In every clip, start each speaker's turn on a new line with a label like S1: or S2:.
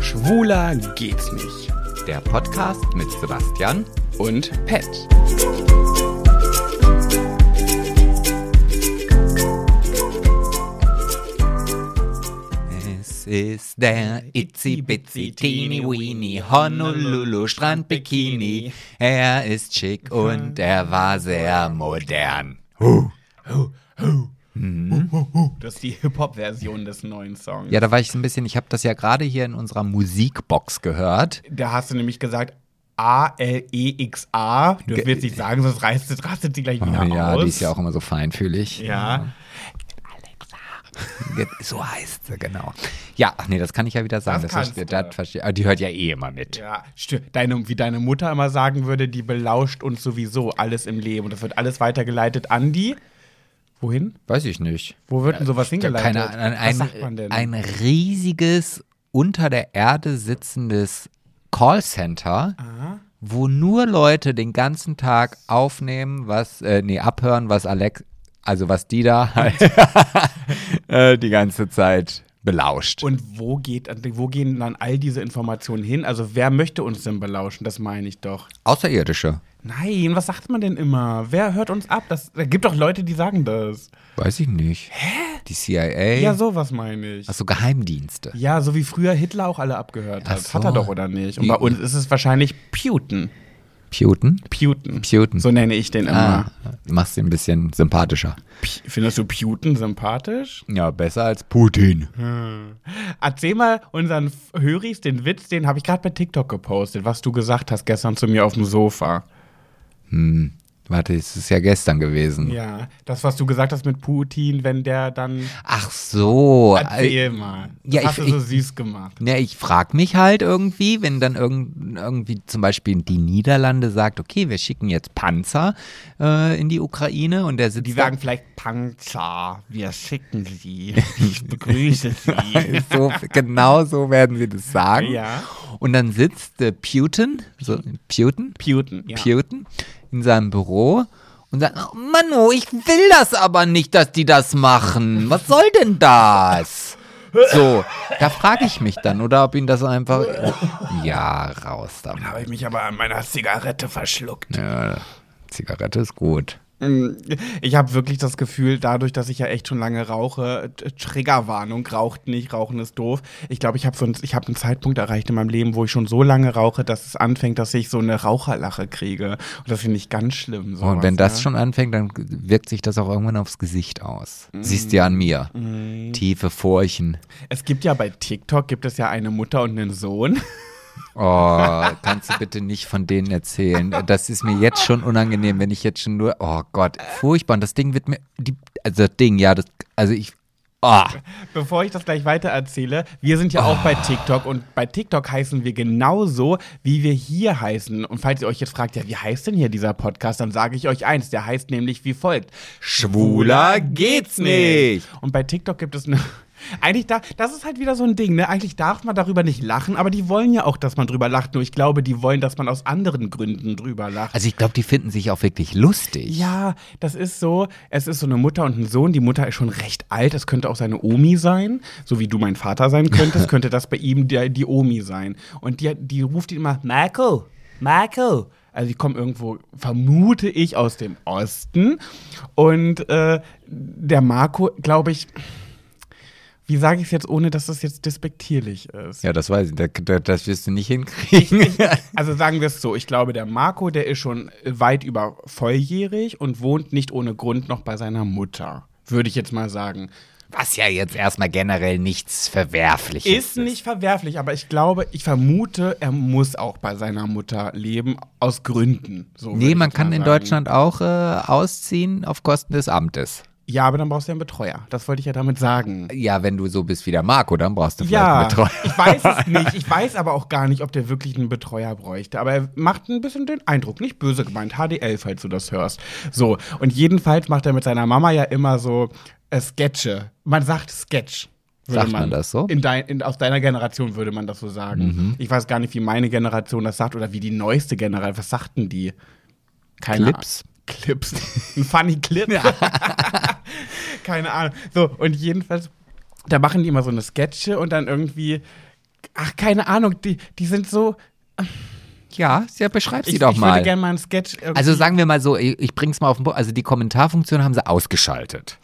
S1: Schwuler geht's nicht.
S2: Der Podcast mit Sebastian.
S1: Und Pet.
S2: Es ist der Itzy Bitsy Teeny Weeny Honolulu Strand Bikini. Er ist schick und er war sehr modern.
S1: Das ist die Hip-Hop-Version des neuen Songs.
S2: Ja, da war ich so ein bisschen, ich habe das ja gerade hier in unserer Musikbox gehört.
S1: Da hast du nämlich gesagt, A-L-E-X-A. Du
S2: Ge-
S1: willst nicht sagen, sonst reißt, rastet sie gleich
S2: Oh,
S1: wieder
S2: ja,
S1: aus.
S2: die ist ja auch immer so feinfühlig.
S1: Ja.
S2: Ge- So heißt sie, genau. Ja, ach nee, das kann ich ja wieder sagen.
S1: Das kannst
S2: verstehe,
S1: du.
S2: das verstehe. aber Die hört ja eh immer mit.
S1: Ja, stö- deine, wie deine Mutter immer sagen würde, die belauscht uns sowieso alles im Leben. Und das wird alles weitergeleitet an die. Wohin?
S2: Weiß ich nicht.
S1: Wo wird denn sowas
S2: Ja,
S1: hingeleitet?
S2: Keine Ahnung,
S1: Was
S2: ein,
S1: sagt man denn?
S2: ein riesiges, unter der Erde sitzendes Callcenter, wo nur Leute den ganzen Tag aufnehmen, was, äh, nee, abhören, was Alex, also was die da halt äh, die ganze Zeit belauscht.
S1: Und wo, geht, wo gehen dann all diese Informationen hin? Also wer möchte uns denn belauschen? Das meine ich doch.
S2: Außerirdische.
S1: Nein, was sagt man denn immer? Wer hört uns ab? Das, da gibt doch Leute, die sagen das.
S2: Weiß ich nicht. Hä? Die CIA.
S1: Ja, sowas meine ich.
S2: Achso, Geheimdienste.
S1: Ja, so wie früher Hitler auch alle abgehört
S2: Ach
S1: hat.
S2: so.
S1: Hat er doch, oder nicht? Und bei
S2: Wie-
S1: uns ist es wahrscheinlich Putin.
S2: Putin?
S1: Putin.
S2: Putin.
S1: So nenne ich den
S2: Ah,
S1: immer.
S2: machst ihn ein bisschen sympathischer.
S1: P- Findest du Putin sympathisch?
S2: Ja, besser als Putin.
S1: Erzähl mal unseren F- Höris den Witz, den habe ich gerade bei TikTok gepostet, was du gesagt hast gestern zu mir auf dem Sofa.
S2: Warte, es ist ja gestern gewesen.
S1: Ja, das, was du gesagt hast mit Putin, wenn der dann.
S2: Ach so.
S1: Erzähl mal. Das
S2: Äh, ja, ich-
S1: hast du so
S2: ich-
S1: süß gemacht.
S2: Na, ich frage mich halt irgendwie, wenn dann irgend, irgendwie zum Beispiel die Niederlande sagt, okay, wir schicken jetzt Panzer äh, in die Ukraine und der sitzt
S1: Die
S2: da-
S1: sagen vielleicht Panzer, wir schicken sie. Ich begrüße sie.
S2: so, genau so werden sie das sagen.
S1: Ja.
S2: Und dann sitzt äh, Putin, so, Putin,
S1: Putin, ja.
S2: Putin in seinem Büro und sagt, oh, Manu, ich will das aber nicht, dass die das machen. Was soll denn das? So, da frage ich mich dann, oder ob ihn das einfach. Ja, raus damit.
S1: Habe ich mich aber an meiner Zigarette verschluckt.
S2: Ja, Zigarette ist gut.
S1: Mm, Ich habe wirklich das Gefühl, dadurch, dass ich ja echt schon lange rauche, t- Triggerwarnung, raucht nicht, rauchen ist doof. Ich glaube, ich habe so ein, ich hab einen Zeitpunkt erreicht in meinem Leben, wo ich schon so lange rauche, dass es anfängt, dass ich so eine Raucherlache kriege. Und das finde ich ganz
S2: Oh,
S1: schlimm.
S2: Und
S1: sowas,
S2: wenn das
S1: ne?
S2: schon anfängt, dann wirkt sich das auch irgendwann aufs Gesicht aus. Siehst du ja an mir. Tiefe Furchen.
S1: Es gibt ja bei TikTok, gibt es ja eine Mutter und einen Sohn.
S2: Oh, kannst du bitte nicht von denen erzählen. Das ist mir jetzt schon unangenehm, wenn ich jetzt schon nur. Oh Gott, furchtbar. Und das Ding wird mir. Die, also das Ding, ja, das. Also ich. ah.
S1: Bevor ich das gleich weiter erzähle, wir sind ja auch bei TikTok und bei TikTok heißen wir genauso, wie wir hier heißen. Und falls ihr euch jetzt fragt, ja, wie heißt denn hier dieser Podcast, dann sage ich euch eins, der heißt nämlich wie folgt.
S2: Schwuler geht's nicht.
S1: Und bei TikTok gibt es eine. Eigentlich da, das ist halt wieder so ein Ding, ne? Eigentlich darf man darüber nicht lachen, aber die wollen ja auch, dass man drüber lacht. Nur ich glaube, die wollen, dass man aus anderen Gründen drüber lacht.
S2: Also ich glaube, die finden sich auch wirklich lustig.
S1: Ja, das ist so. Es ist so eine Mutter und ein Sohn. Die Mutter ist schon recht alt. Es könnte auch seine Omi sein. So wie du mein Vater sein könntest, könnte das bei ihm der, die Omi sein. Und die, die ruft ihn immer, Marco, Marco. Also die kommen irgendwo, vermute ich, aus dem Osten. Und äh, der Marco, glaube ich, wie sage ich es jetzt, ohne dass das jetzt despektierlich ist?
S2: Ja, das weiß ich. Da- da- Das wirst du nicht hinkriegen.
S1: Also sagen wir es so, ich glaube, der Marco, der ist schon weit über volljährig und wohnt nicht ohne Grund noch bei seiner Mutter. Würde ich jetzt mal sagen.
S2: Was ja jetzt erstmal generell nichts Verwerfliches
S1: Ist nicht verwerflich, aber ich glaube, ich vermute, er muss auch bei seiner Mutter leben, aus Gründen. So würde
S2: Nee,
S1: ich
S2: man
S1: jetzt
S2: kann
S1: mal
S2: in
S1: sagen.
S2: Deutschland auch äh, ausziehen auf Kosten des Amtes.
S1: Ja, aber dann brauchst du ja einen Betreuer. Das wollte ich ja damit sagen.
S2: Ja, wenn du so bist wie der Marco, dann brauchst du vielleicht
S1: Ja,
S2: einen Betreuer.
S1: ich weiß es nicht. Ich weiß aber auch gar nicht, ob der wirklich einen Betreuer bräuchte. Aber er macht ein bisschen den Eindruck, nicht böse gemeint, HDL, falls du das hörst. So, und jedenfalls macht er mit seiner Mama ja immer so äh, Sketche. Man sagt Sketch. würde
S2: Sagt man das so? Mhm.
S1: In dein, in, aus deiner Generation würde man das so sagen. Ich weiß gar nicht, wie meine Generation das sagt oder wie die neueste Generation. Was sagten die? Keine
S2: Clips?
S1: Ah- Clips. Ein funny Clip. Keine Ahnung. So, und jedenfalls, da machen die immer so eine Sketche und dann irgendwie Ach, keine Ahnung, die, die sind so.
S2: Ja, ja beschreib sie
S1: ich,
S2: doch
S1: ich
S2: mal.
S1: würde gerne mal einen Sketch. irgendwie-
S2: also sagen wir mal so, ich, ich bring's mal auf den Punkt. Also die Kommentarfunktion haben sie ausgeschaltet.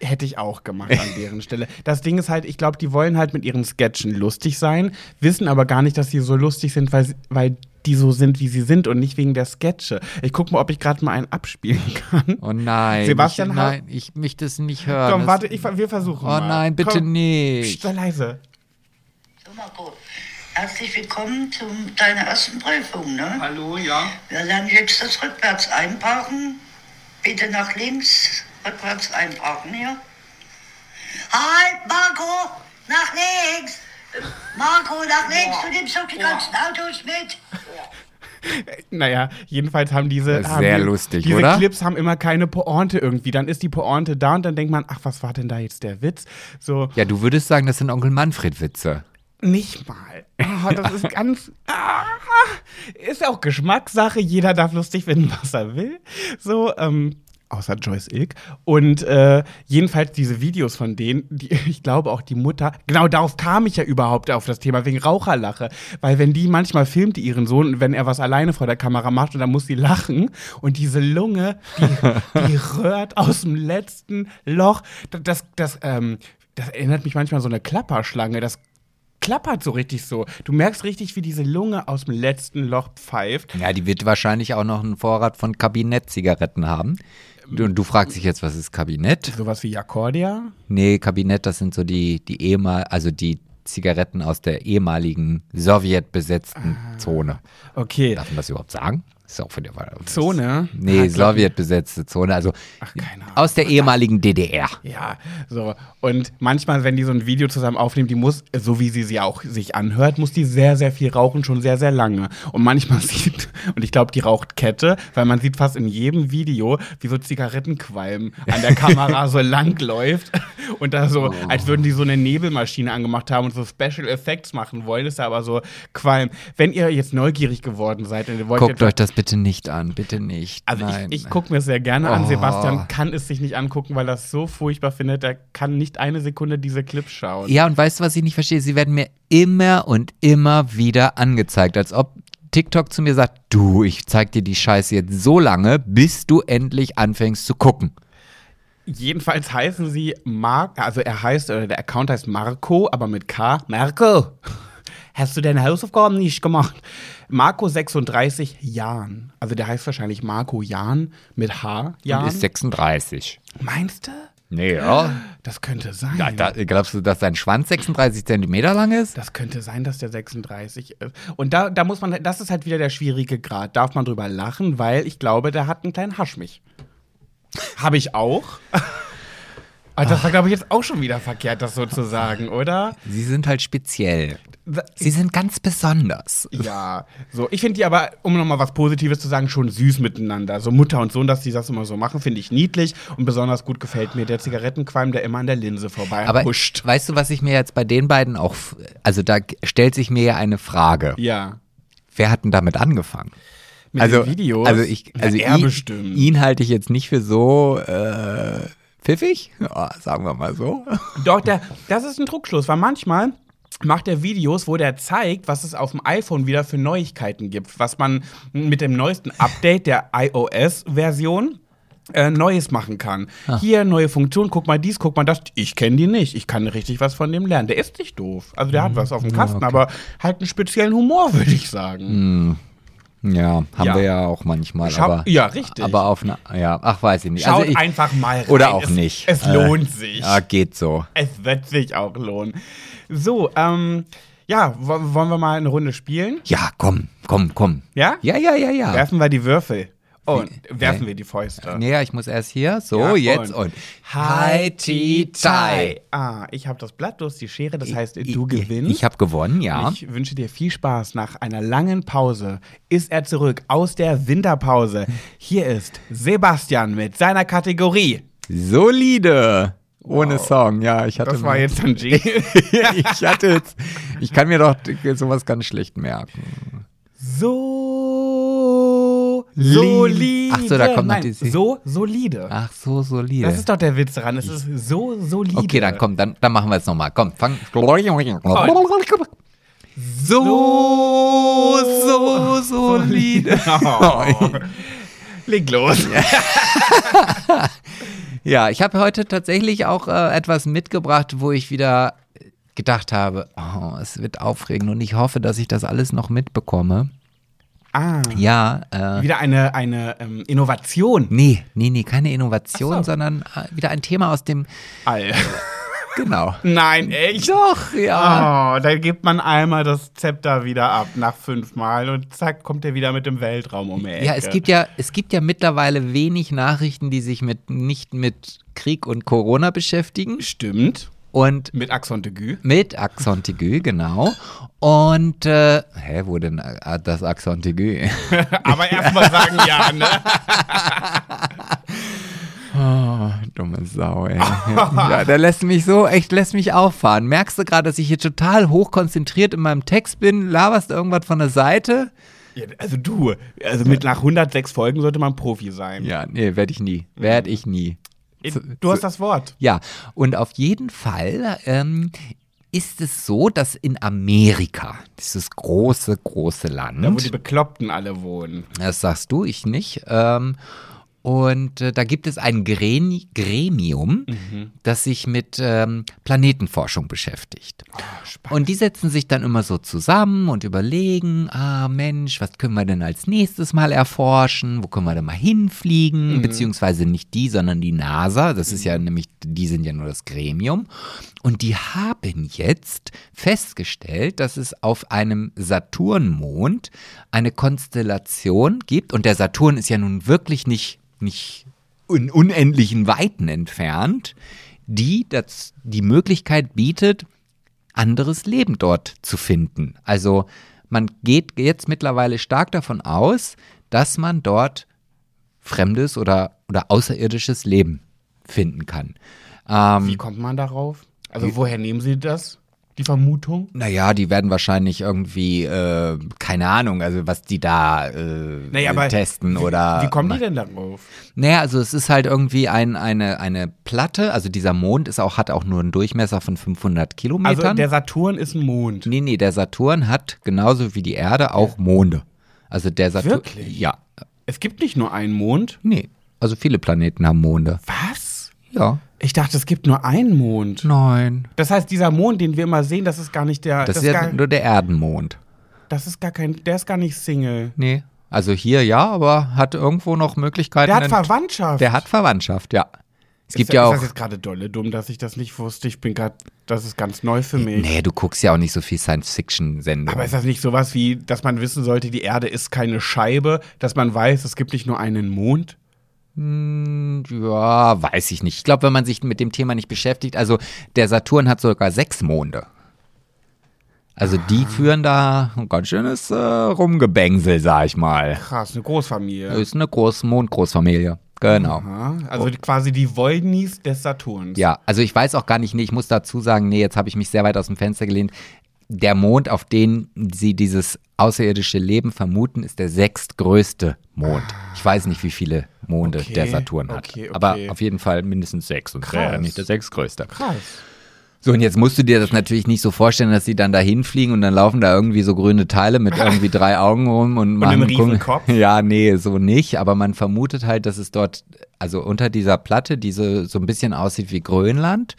S1: Hätte ich auch gemacht an deren Stelle. Das Ding ist halt, ich glaube, die wollen halt mit ihren Sketchen lustig sein, wissen aber gar nicht, dass sie so lustig sind, weil, sie- weil die so sind, wie sie sind und nicht wegen der Sketche. Ich guck mal, ob ich gerade mal einen abspielen kann.
S2: Oh nein.
S1: Sebastian
S2: ich,
S1: Hau-
S2: nein, ich möchte es nicht hören.
S1: Komm,
S2: Das-
S1: warte, ich, ver- wir versuchen
S2: Oh
S1: mal.
S2: nein, bitte
S1: Komm, Psst,
S2: nicht.
S1: sei leise.
S3: So, Marco, herzlich willkommen zu deiner ersten Prüfung. Ne?
S4: Hallo, ja.
S3: Wir lernen jetzt das Rückwärts einparken. Bitte nach links, rückwärts einparken hier. Halt, Marco, nach links! Marco, nach links, du nimmst doch die ganzen Autos mit.
S1: Naja, jedenfalls haben diese.
S2: Das ist
S1: Haben
S2: sehr
S1: die-
S2: lustig,
S1: diese
S2: oder?
S1: Clips haben immer keine Pointe irgendwie. Dann ist die Pointe da und dann denkt man, ach, was war denn da jetzt der Witz? So,
S2: Ja, du würdest sagen, das sind Onkel Manfred-Witze.
S1: Nicht mal. Ah, das ist ganz. Ah, ist auch Geschmackssache. Jeder darf lustig finden, was er will. So, ähm. Außer Joyce Ilk. Und äh, jedenfalls diese Videos von denen, die, ich glaube auch die Mutter, genau darauf kam ich ja überhaupt auf das Thema, wegen Raucherlache. Weil wenn die manchmal filmt die ihren Sohn, wenn er was alleine vor der Kamera macht und dann muss sie lachen und diese Lunge, die, die röhrt aus dem letzten Loch. Das, das, das, ähm, das erinnert mich manchmal an so eine Klapperschlange. Das klappert so richtig so. Du merkst richtig, wie diese Lunge aus dem letzten Loch pfeift.
S2: Ja, die wird wahrscheinlich auch noch einen Vorrat von Kabinettzigaretten haben. Du- Und du fragst dich jetzt, was ist Kabinett?
S1: Sowas wie Akkordia?
S2: Nee, Kabinett, das sind so die, die ehemal, also die Zigaretten aus der ehemaligen sowjetbesetzten
S1: Ah.
S2: Zone.
S1: Okay.
S2: Darf man das überhaupt sagen? Ist auch für die Wahl.
S1: Zone?
S2: Nee, sowjetbesetzte Zone, also
S1: keine Ahnung.
S2: aus der ehemaligen DDR.
S1: Ja, so. Und manchmal, wenn die so ein Video zusammen aufnimmt, die muss, so wie sie sie auch sich anhört, muss die sehr, sehr viel rauchen, schon sehr, sehr lange. Und manchmal sieht, und ich glaube, die raucht Kette, weil man sieht fast in jedem Video, wie so Zigarettenqualm an der Kamera so lang läuft. Und da so, als würden die so eine Nebelmaschine angemacht haben und so Special Effects machen wollen, ist da aber so Qualm. Wenn ihr jetzt neugierig geworden seid und ihr wollt
S2: Guckt
S1: jetzt
S2: euch das bitte nicht an, bitte nicht.
S1: also
S2: Nein.
S1: ich, ich gucke mir es sehr gerne an.
S2: Oh.
S1: Sebastian kann es sich nicht angucken, weil er es so furchtbar findet. Er kann nicht eine Sekunde diese Clips schauen.
S2: Ja, und weißt du, was ich nicht verstehe? Sie werden mir immer und immer wieder angezeigt, als ob TikTok zu mir sagt, du, ich zeig dir die Scheiße jetzt so lange, bis du endlich anfängst zu gucken.
S1: Jedenfalls heißen sie Mark, also er heißt, oder der Account heißt Marco, aber mit K. Marco, hast du deine Hausaufgaben nicht gemacht? Marco 36 Jan. Also der heißt wahrscheinlich Marco Jan mit H.
S2: Und
S1: Jan.
S2: ist 36.
S1: Meinst du?
S2: Nee, ja.
S1: Das könnte sein.
S2: Da, da, glaubst du, dass dein Schwanz 36 Zentimeter lang ist?
S1: Das könnte sein, dass der 36 ist. Und da, da muss man, das ist halt wieder der schwierige Grad. Darf man drüber lachen, weil ich glaube, der hat einen kleinen Haschmich. Habe ich auch. Aber das war, glaube ich, jetzt auch schon wieder verkehrt, das so zu sagen, oder?
S2: Sie sind halt speziell. Sie sind ganz besonders.
S1: Ja, so. Ich finde die aber, um nochmal was Positives zu sagen, schon süß miteinander. So Mutter und Sohn, dass die das immer so machen, finde ich niedlich. Und besonders gut gefällt mir der Zigarettenqualm, der immer an der Linse vorbei
S2: Aber
S1: huscht.
S2: weißt du, was ich mir jetzt bei den beiden auch, f- also da g- stellt sich mir ja eine Frage.
S1: Ja.
S2: Wer hat denn damit angefangen?
S1: Mit
S2: also,
S1: den Videos.
S2: Also, ich, also
S1: Na, er
S2: ihn,
S1: bestimmt.
S2: ihn halte ich jetzt nicht für so äh, pfiffig, ja, sagen wir mal so.
S1: Doch, der, das ist ein Trugschluss, weil manchmal macht er Videos, wo der zeigt, was es auf dem iPhone wieder für Neuigkeiten gibt, was man mit dem neuesten Update der iOS-Version äh, Neues machen kann.
S2: Ah.
S1: Hier neue Funktion, guck mal dies, guck mal das. Ich kenne die nicht. Ich kann richtig was von dem lernen. Der ist nicht doof. Also
S2: Mhm.
S1: der hat was auf dem Kasten, aber halt einen speziellen Humor, würde ich sagen.
S2: Ja, haben
S1: Ja.
S2: wir ja auch manchmal.
S1: Schau-
S2: Mhm, aber,
S1: ja, richtig.
S2: Aber auf eine, ja, ach, weiß ich nicht. Also
S1: Schaut
S2: ich,
S1: einfach mal rein.
S2: Oder auch
S1: es,
S2: nicht.
S1: Es
S2: Äh,
S1: lohnt sich.
S2: Ja, geht so.
S1: Es wird sich auch lohnen. So, ähm, ja, wo- wollen wir mal eine Runde spielen?
S2: Ja, komm, komm, komm.
S1: Ja?
S2: Ja, ja, ja, ja.
S1: Werfen wir die Würfel. Oh, werfen
S2: nee.
S1: wir die Fäuste.
S2: Naja, ich muss erst hier. So,
S1: Ja,
S2: jetzt
S1: und.
S2: und. Hi, Ti, Tai.
S1: Ah, ich habe das Blatt, du hast die Schere, das heißt,
S2: Ich-
S1: du gewinnst.
S2: Ich, ich habe gewonnen, ja.
S1: Ich wünsche dir viel Spaß. Nach einer langen Pause ist er zurück aus der Winterpause. Hier ist Sebastian mit seiner Kategorie.
S2: Solide. Ohne Song, ja. Ich hatte
S1: Das war jetzt ein G.
S2: ich hatte jetzt, ich kann mir doch sowas ganz schlecht merken.
S1: So solide.
S2: Solide. Ach so, da kommt noch
S1: Nein,
S2: die-
S1: so solide.
S2: Ach so, solide.
S1: Das ist doch der Witz dran. Es ist so solide.
S2: okay, dann komm, dann, dann machen wir es nochmal. Komm, fang. So, so, solide.
S1: Oh. Leg los.
S2: Ja, ich habe heute tatsächlich auch äh, etwas mitgebracht, wo ich wieder gedacht habe, oh, es wird aufregend und ich hoffe, dass ich das alles noch mitbekomme.
S1: Ah,
S2: Ja, äh,
S1: wieder eine, eine ähm, Innovation.
S2: nee, nee, nee, keine Innovation,
S1: Ach so.
S2: sondern äh, wieder ein Thema aus dem,
S1: All.
S2: genau. Ah,
S1: Nein, echt?
S2: Doch, ja.
S1: Oh, da gibt man einmal das Zepter wieder ab nach fünfmal und zack, kommt er wieder mit dem Weltraum um die Ecke.
S2: Ja, es gibt ja, es gibt ja mittlerweile wenig Nachrichten, die sich mit, nicht mit Krieg und Corona beschäftigen.
S1: Stimmt.
S2: Und
S1: Mit Axon de Gue.
S2: Mit Axon Tigu, genau. Und, äh, hä, wo denn äh, das Axon Tigu?
S1: Aber erstmal sagen ja, ne?
S2: Oh, dumme Sau, ey. ja, der lässt mich so, echt lässt mich auffahren. Merkst du gerade, dass ich hier total hochkonzentriert in meinem Text bin, laberst irgendwas von der Seite?
S1: Ja, also du, also mit nach 106 Folgen sollte man Profi sein.
S2: Ja, nee, werde ich nie.
S1: Mhm.
S2: Werde ich nie.
S1: Du hast das Wort.
S2: Ja, und auf jeden Fall ähm, ist es so, dass in Amerika, dieses große, große Land.
S1: Da, wo die Bekloppten alle wohnen.
S2: Das sagst du, ich nicht. Ähm, und äh, da gibt es ein Gren Gremium,
S1: Mhm.
S2: das sich mit ähm, Planetenforschung beschäftigt.
S1: Ah,
S2: und die setzen sich dann immer so zusammen und überlegen, ah Mensch, was können wir denn als nächstes mal erforschen? Wo können wir denn mal hinfliegen?
S1: Mhm.
S2: Beziehungsweise nicht die, sondern die NASA. Das ist ja nämlich, die sind ja nur das Gremium. Und die haben jetzt festgestellt, dass es auf einem Saturnmond eine Konstellation gibt. Und der Saturn ist ja nun wirklich nicht, nicht in unendlichen Weiten entfernt, die das, die Möglichkeit bietet, anderes Leben dort zu finden. Also man geht jetzt mittlerweile stark davon aus, dass man dort fremdes oder, oder außerirdisches Leben finden kann. Ähm,
S1: Wie kommt man darauf? Also woher nehmen sie das? Die Vermutung?
S2: Naja, die werden wahrscheinlich irgendwie, äh, keine Ahnung, also was die da äh, testen
S1: wie,
S2: oder.
S1: Wie kommen die denn darauf?
S2: Naja, also es ist halt irgendwie ein, eine, eine Platte, also dieser Mond ist auch, hat auch nur einen Durchmesser von 500 Kilometern.
S1: Also der Saturn ist ein Mond.
S2: nee, nee, der Saturn hat genauso wie die Erde auch Monde. Also der Saturn.
S1: Wirklich?
S2: Ja.
S1: Es gibt nicht nur einen Mond.
S2: Nee, also viele Planeten haben Monde.
S1: Was?
S2: Ja.
S1: Ich dachte, es gibt nur einen Mond.
S2: Nein.
S1: Das heißt, dieser Mond, den wir immer sehen, das ist gar nicht der.
S2: Das, ist ja
S1: gar,
S2: nur der Erdenmond.
S1: das ist gar kein. Der ist gar nicht Single.
S2: Nee. Also hier ja, aber hat irgendwo noch Möglichkeiten.
S1: Der hat
S2: in-
S1: Verwandtschaft.
S2: Der hat Verwandtschaft, ja. Es gibt
S1: ist,
S2: ja
S1: Ist
S2: auch.
S1: das jetzt gerade dolle dumm, dass ich das nicht wusste? Ich bin gerade. Das ist ganz neu für mich.
S2: Nee, du guckst ja auch nicht so viel
S1: Aber
S2: Science-Fiction-Sendungen.
S1: ist das nicht sowas wie, dass man wissen sollte, die Erde ist keine Scheibe, dass man weiß, es gibt nicht nur einen Mond?
S2: Ja, weiß ich nicht. Ich glaube, wenn man sich mit dem Thema nicht beschäftigt, also der Saturn hat sogar sechs Monde. Also die führen da ein ganz schönes äh, Rumgebängsel, sag ich mal.
S1: Krass, eine Großfamilie.
S2: Ist eine große Mondgroßfamilie. Genau.
S1: Ja, also die- quasi die Woldnis des Saturns.
S2: Ja, also ich weiß auch gar nicht, nee, ich muss dazu sagen, nee, jetzt habe ich mich sehr weit aus dem Fenster gelehnt. Der Mond, auf den sie dieses außerirdische Leben vermuten, ist der sechstgrößte Mond. Ich weiß nicht, wie viele Monde
S1: Okay,
S2: der Saturn hat.
S1: okay, okay.
S2: Aber auf jeden Fall mindestens sechs und
S1: Krass.
S2: der nicht der sechstgrößte.
S1: Krass.
S2: So, und jetzt musst du dir das natürlich nicht so vorstellen, dass sie dann da hinfliegen und dann laufen da irgendwie so grüne Teile mit irgendwie drei Augen rum und
S1: einem
S2: machen gucken-
S1: Riesenkopf?
S2: Ja, nee, so nicht. Aber man vermutet halt, dass es dort, also unter dieser Platte, die so, so ein bisschen aussieht wie Grönland,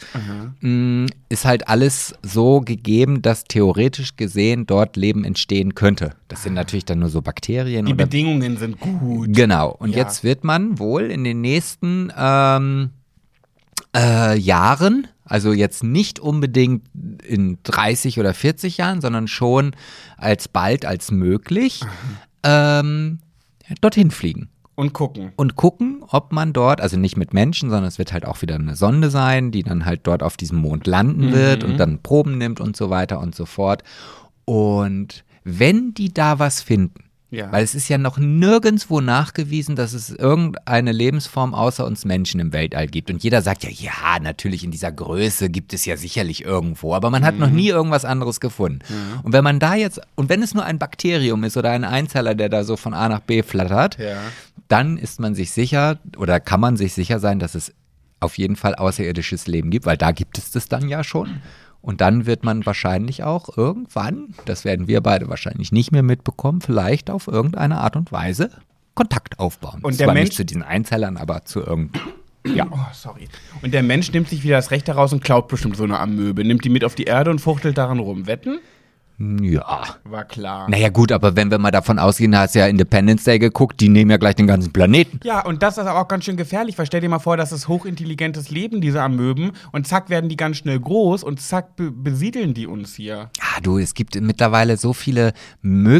S1: Mhm.
S2: mh, ist halt alles so gegeben, dass theoretisch gesehen dort Leben entstehen könnte. Das sind natürlich dann nur so Bakterien
S1: Ah. Die
S2: oder
S1: Bedingungen sind gut.
S2: Genau. Und
S1: Ja.
S2: jetzt wird man wohl in den nächsten ähm, äh, Jahren, also jetzt nicht unbedingt in 30 oder 40 Jahren, sondern schon als bald als möglich,
S1: Mhm.
S2: ähm, dorthin fliegen
S1: Und gucken.
S2: und gucken, ob man dort, also nicht mit Menschen, sondern es wird halt auch wieder eine Sonde sein, die dann halt dort auf diesem Mond landen
S1: Mhm.
S2: wird und dann Proben nimmt und so weiter und so fort. Und wenn die da was finden,
S1: Ja.
S2: weil es ist ja noch nirgendwo nachgewiesen, dass es irgendeine Lebensform außer uns Menschen im Weltall gibt. Und jeder sagt ja, ja, natürlich in dieser Größe gibt es ja sicherlich irgendwo, aber man hat
S1: Mhm.
S2: noch nie irgendwas anderes gefunden. Und wenn man da jetzt, und wenn es nur ein Bakterium ist oder ein Einzeller, der da so von A nach B flattert,
S1: Ja.
S2: dann ist man sich sicher oder kann man sich sicher sein, dass es auf jeden Fall außerirdisches Leben gibt, weil da gibt es das dann ja schon. Und dann wird man wahrscheinlich auch irgendwann, das werden wir beide wahrscheinlich nicht mehr mitbekommen, vielleicht auf irgendeine Art und Weise Kontakt aufbauen.
S1: Und der
S2: Zwar
S1: Mensch-
S2: nicht zu diesen Einzellern, aber zu irgendeinem.
S1: Ja. Oh, sorry. Und der Mensch nimmt sich wieder das Recht daraus und klaut bestimmt so eine Amöbe, nimmt die mit auf die Erde und fuchtelt daran rum. Wetten?
S2: Ja.
S1: War klar.
S2: Naja, gut, aber wenn wir mal davon ausgehen, hast ja Independence Day geguckt, die nehmen ja gleich den ganzen Planeten.
S1: Ja, und das ist aber auch ganz schön gefährlich, weil stell dir mal vor, das ist hochintelligentes Leben, diese Amöben, und zack werden die ganz schnell groß und zack be besiedeln die uns hier.
S2: Ah, du, es gibt mittlerweile so viele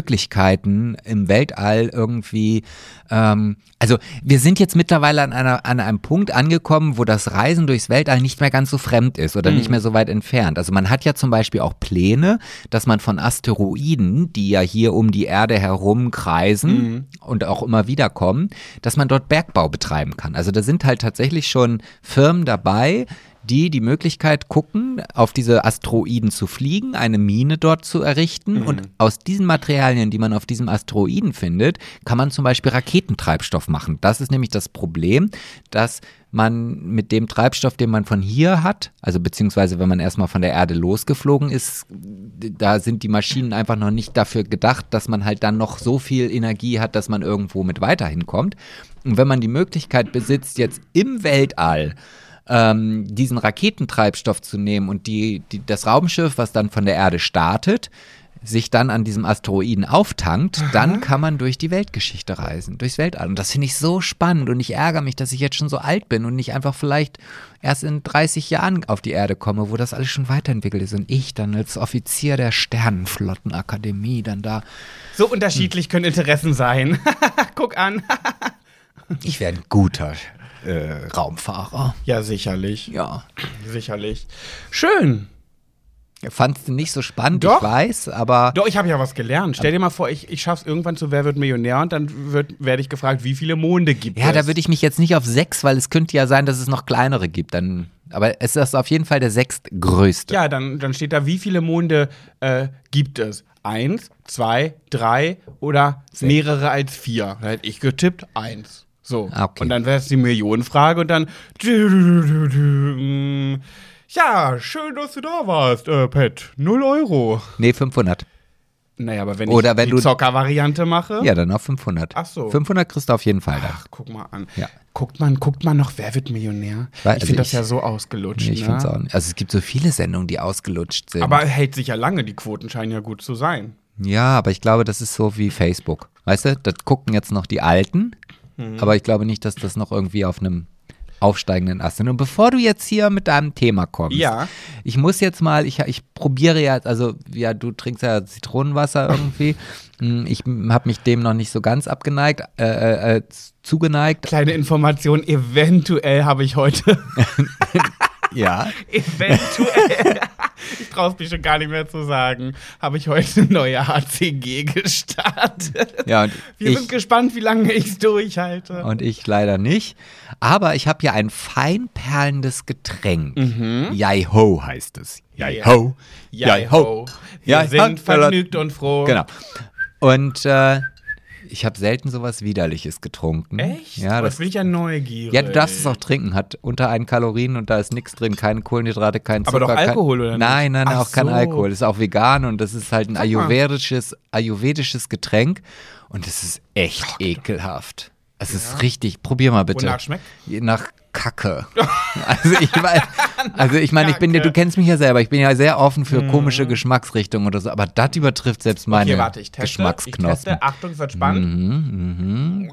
S2: Möglichkeiten im Weltall irgendwie. Ähm, also wir sind jetzt mittlerweile an, einer, an einem Punkt angekommen, wo das Reisen durchs Weltall nicht mehr ganz so fremd ist oder nicht mehr so weit entfernt. Also man hat ja zum Beispiel auch Pläne, dass man von Asteroiden, die ja hier um die Erde herum kreisen und auch immer wieder kommen, dass man dort Bergbau betreiben kann. Also da sind halt tatsächlich schon Firmen dabei, die die Möglichkeit gucken, auf diese Asteroiden zu fliegen, eine Mine dort zu errichten und aus diesen Materialien, die man auf diesem Asteroiden findet, kann man zum Beispiel Raketentreibstoff machen. Das ist nämlich das Problem, dass man mit dem Treibstoff, den man von hier hat, also beziehungsweise wenn man erstmal von der Erde losgeflogen ist, da sind die Maschinen einfach noch nicht dafür gedacht, dass man halt dann noch so viel Energie hat, dass man irgendwo mit weiter hinkommt. Und wenn man die Möglichkeit besitzt, jetzt im Weltall ähm, diesen Raketentreibstoff zu nehmen und die, die, das Raumschiff, was dann von der Erde startet, sich dann an diesem Asteroiden auftankt, dann kann man durch die Weltgeschichte reisen, durchs Weltall. Und das finde ich so spannend und ich ärgere mich, dass ich jetzt schon so alt bin und nicht einfach vielleicht erst in 30 Jahren auf die Erde komme, wo das alles schon weiterentwickelt ist und ich dann als Offizier der Sternenflottenakademie dann da,
S1: So unterschiedlich können Interessen sein. Guck an.
S2: ich wäre ein guter äh, Raumfahrer.
S1: Ja, sicherlich.
S2: Ja.
S1: Sicherlich. Schön.
S2: Fandst du nicht so spannend,
S1: Doch.
S2: ich weiß, aber
S1: Doch, ich habe ja was gelernt. Stell dir mal vor, ich, ich schaff's irgendwann zu Wer wird Millionär und dann wird- werde ich gefragt, wie viele Monde gibt
S2: Ja,
S1: es?
S2: da würde ich mich jetzt nicht auf sechs, weil es könnte ja sein, dass es noch kleinere gibt. Dann, aber es ist auf jeden Fall der sechstgrößte.
S1: Ja, dann, dann steht da, wie viele Monde äh, gibt es? Eins, zwei, drei oder mehrere als vier. Da hätte ich getippt, eins. So.
S2: Ah, okay.
S1: Und dann wäre es die Millionenfrage und dann. hm. Ja, schön, dass du da warst, äh, Pat. Null Euro.
S2: Nee, 500.
S1: Naja, aber wenn ich
S2: Oder wenn
S1: die
S2: du-
S1: Zocker-Variante mache.
S2: Ja, dann auf 500.
S1: Ach so.
S2: 500 kriegst du auf jeden Fall da.
S1: Ach, guck mal an.
S2: Ja.
S1: Guckt man, guckt man noch, wer wird Millionär?
S2: Weil-
S1: ich
S2: also
S1: finde das ja
S2: ich-
S1: so ausgelutscht.
S2: Nee, ich
S1: ne?
S2: finde es auch nicht. Also es gibt so viele Sendungen, die ausgelutscht sind.
S1: Aber hält sich ja lange, die Quoten scheinen ja gut zu sein.
S2: ja, aber ich glaube, das ist so wie Facebook. Weißt du, das gucken jetzt noch die Alten,
S1: Mhm.
S2: aber ich glaube nicht, dass das noch irgendwie auf einem aufsteigenden Ast sind. Und bevor du jetzt hier mit deinem Thema kommst,
S1: Ja.
S2: ich muss jetzt mal, ich, ich probiere ja, also ja, du trinkst ja Zitronenwasser irgendwie. Hm, ich habe mich dem noch nicht so ganz abgeneigt, äh, äh, äh, zugeneigt.
S1: Kleine Information, eventuell habe ich heute.
S2: Ja.
S1: eventuell. ich traue mich schon gar nicht mehr zu sagen. Habe ich heute eine neue HCG gestartet.
S2: Ja, und
S1: Wir
S2: ich,
S1: sind gespannt, wie lange ich es durchhalte.
S2: Und ich leider nicht. Aber ich habe hier ein fein perlendes Getränk.
S1: Mhm.
S2: Jai ho heißt es. Jai ho. Jai ho.
S1: Wir
S2: Jai ho.
S1: sind vergnügt und froh.
S2: Genau. Und äh, ich habe selten sowas Widerliches getrunken.
S1: Echt?
S2: Ja,
S1: das
S2: das,
S1: bin ich ja neugierig.
S2: ja, du darfst es auch trinken. Hat unter einen Kalorien und da ist nichts drin. Keine Kohlenhydrate, kein
S1: Aber
S2: Zucker.
S1: doch Alkohol,
S2: kein,
S1: oder nicht?
S2: Nein, nein,
S1: Ach
S2: auch kein
S1: so.
S2: Alkohol. Ist auch vegan und das ist halt ein
S1: mal.
S2: ayurvedisches, ayurvedisches Getränk. Und es ist echt ekelhaft. Es ist richtig. Probier mal bitte.
S1: Wonach schmeckt?
S2: Je Nach Kacke. Also ich meine, also ich meine, ich bin,
S1: Kacke. Mhm.
S2: du kennst mich ja selber. Ich bin ja sehr offen für komische Geschmacksrichtungen oder so. Aber das übertrifft selbst meine
S1: Hier, warte, ich teste.
S2: Geschmacksknospen.
S1: Ich teste. Achtung, es wird spannend.
S2: Mhm,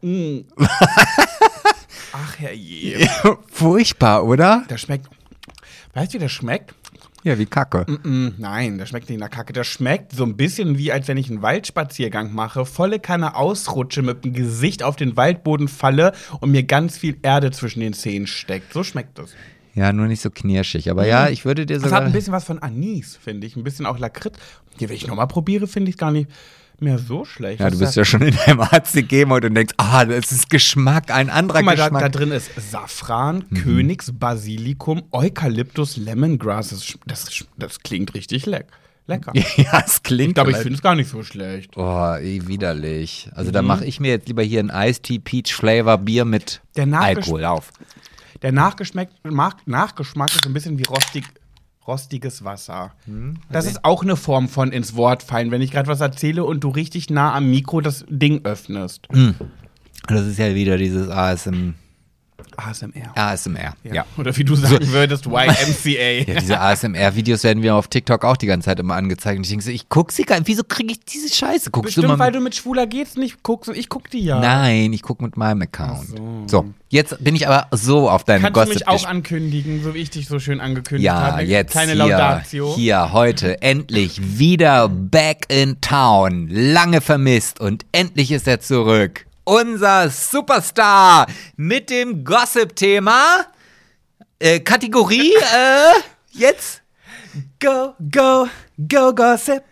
S1: Mm. Ach, herrje.
S2: Furchtbar, oder?
S1: Das schmeckt. Weißt du, wie das schmeckt?
S2: Ja, wie Kacke.
S1: Mm, Nein, das schmeckt nicht nach Kacke. Das schmeckt so ein bisschen wie, als wenn ich einen Waldspaziergang mache, volle Kanne ausrutsche, mit dem Gesicht auf den Waldboden falle und mir ganz viel Erde zwischen den Zähnen steckt. So schmeckt das.
S2: Ja, nur nicht so knirschig. Aber ja, ich würde dir
S1: Mhm. Das hat
S2: sogar.
S1: ein bisschen was von Anis, finde ich. Ein bisschen auch Lakritz. Hier, wenn ich nochmal probiere, finde ich gar nicht mehr so schlecht.
S2: Ja,
S1: Was
S2: du
S1: ist
S2: bist
S1: das?
S2: ja schon in deinem ACG-Mode und denkst, ah, das ist Geschmack, ein anderer
S1: Guck mal, da,
S2: Geschmack. Mhm.
S1: da drin ist Safran, Königsbasilikum, Eukalyptus, Lemongrass. Das, sch- das, sch- das klingt richtig leck. lecker. Ich
S2: ja, es klingt.
S1: glaube, ich
S2: aber-
S1: finde es gar nicht so schlecht.
S2: Boah, eh
S1: Mhm.
S2: widerlich. Also da mache ich mir jetzt lieber hier ein Iced Tea Peach Flavor Bier mit
S1: Der Nachgesch-
S2: Alkohol auf.
S1: Der Nachgeschmack, Nach- Nachgeschmack ist so ein bisschen wie rostig, rostiges Wasser.
S2: Mhm,
S1: Das ist auch eine Form von ins Wort fallen, wenn ich gerade was erzähle und du richtig nah am Mikro das Ding öffnest.
S2: Mhm. Das ist ja wieder dieses ASM,
S1: ASMR.
S2: ASMR. Ja. ja.
S1: Oder wie du sagen würdest, YMCA.
S2: diese ASMR-Videos werden mir auf TikTok auch die ganze Zeit immer angezeigt. Und ich denke so, ich guck sie gar nicht. Wieso kriege ich diese Scheiße? Guckst du
S1: Bestimmt,
S2: mal
S1: weil
S2: mit?
S1: du mit Schwuler geht's nicht guckst und ich guck die ja.
S2: Nein, ich gucke mit meinem Account.
S1: so.
S2: So. jetzt bin ich aber so auf deinem
S1: Kannst du mich
S2: Gossip
S1: auch ankündigen, so wie ich dich so schön angekündigt habe?
S2: Ja,
S1: Eine
S2: jetzt
S1: Kleine
S2: hier,
S1: Laudatio.
S2: hier heute endlich wieder back in town. Lange vermisst und endlich ist er zurück. Unser Superstar mit dem Gossip-Thema. Äh, Kategorie, äh, jetzt. Go, go, go, Gossip.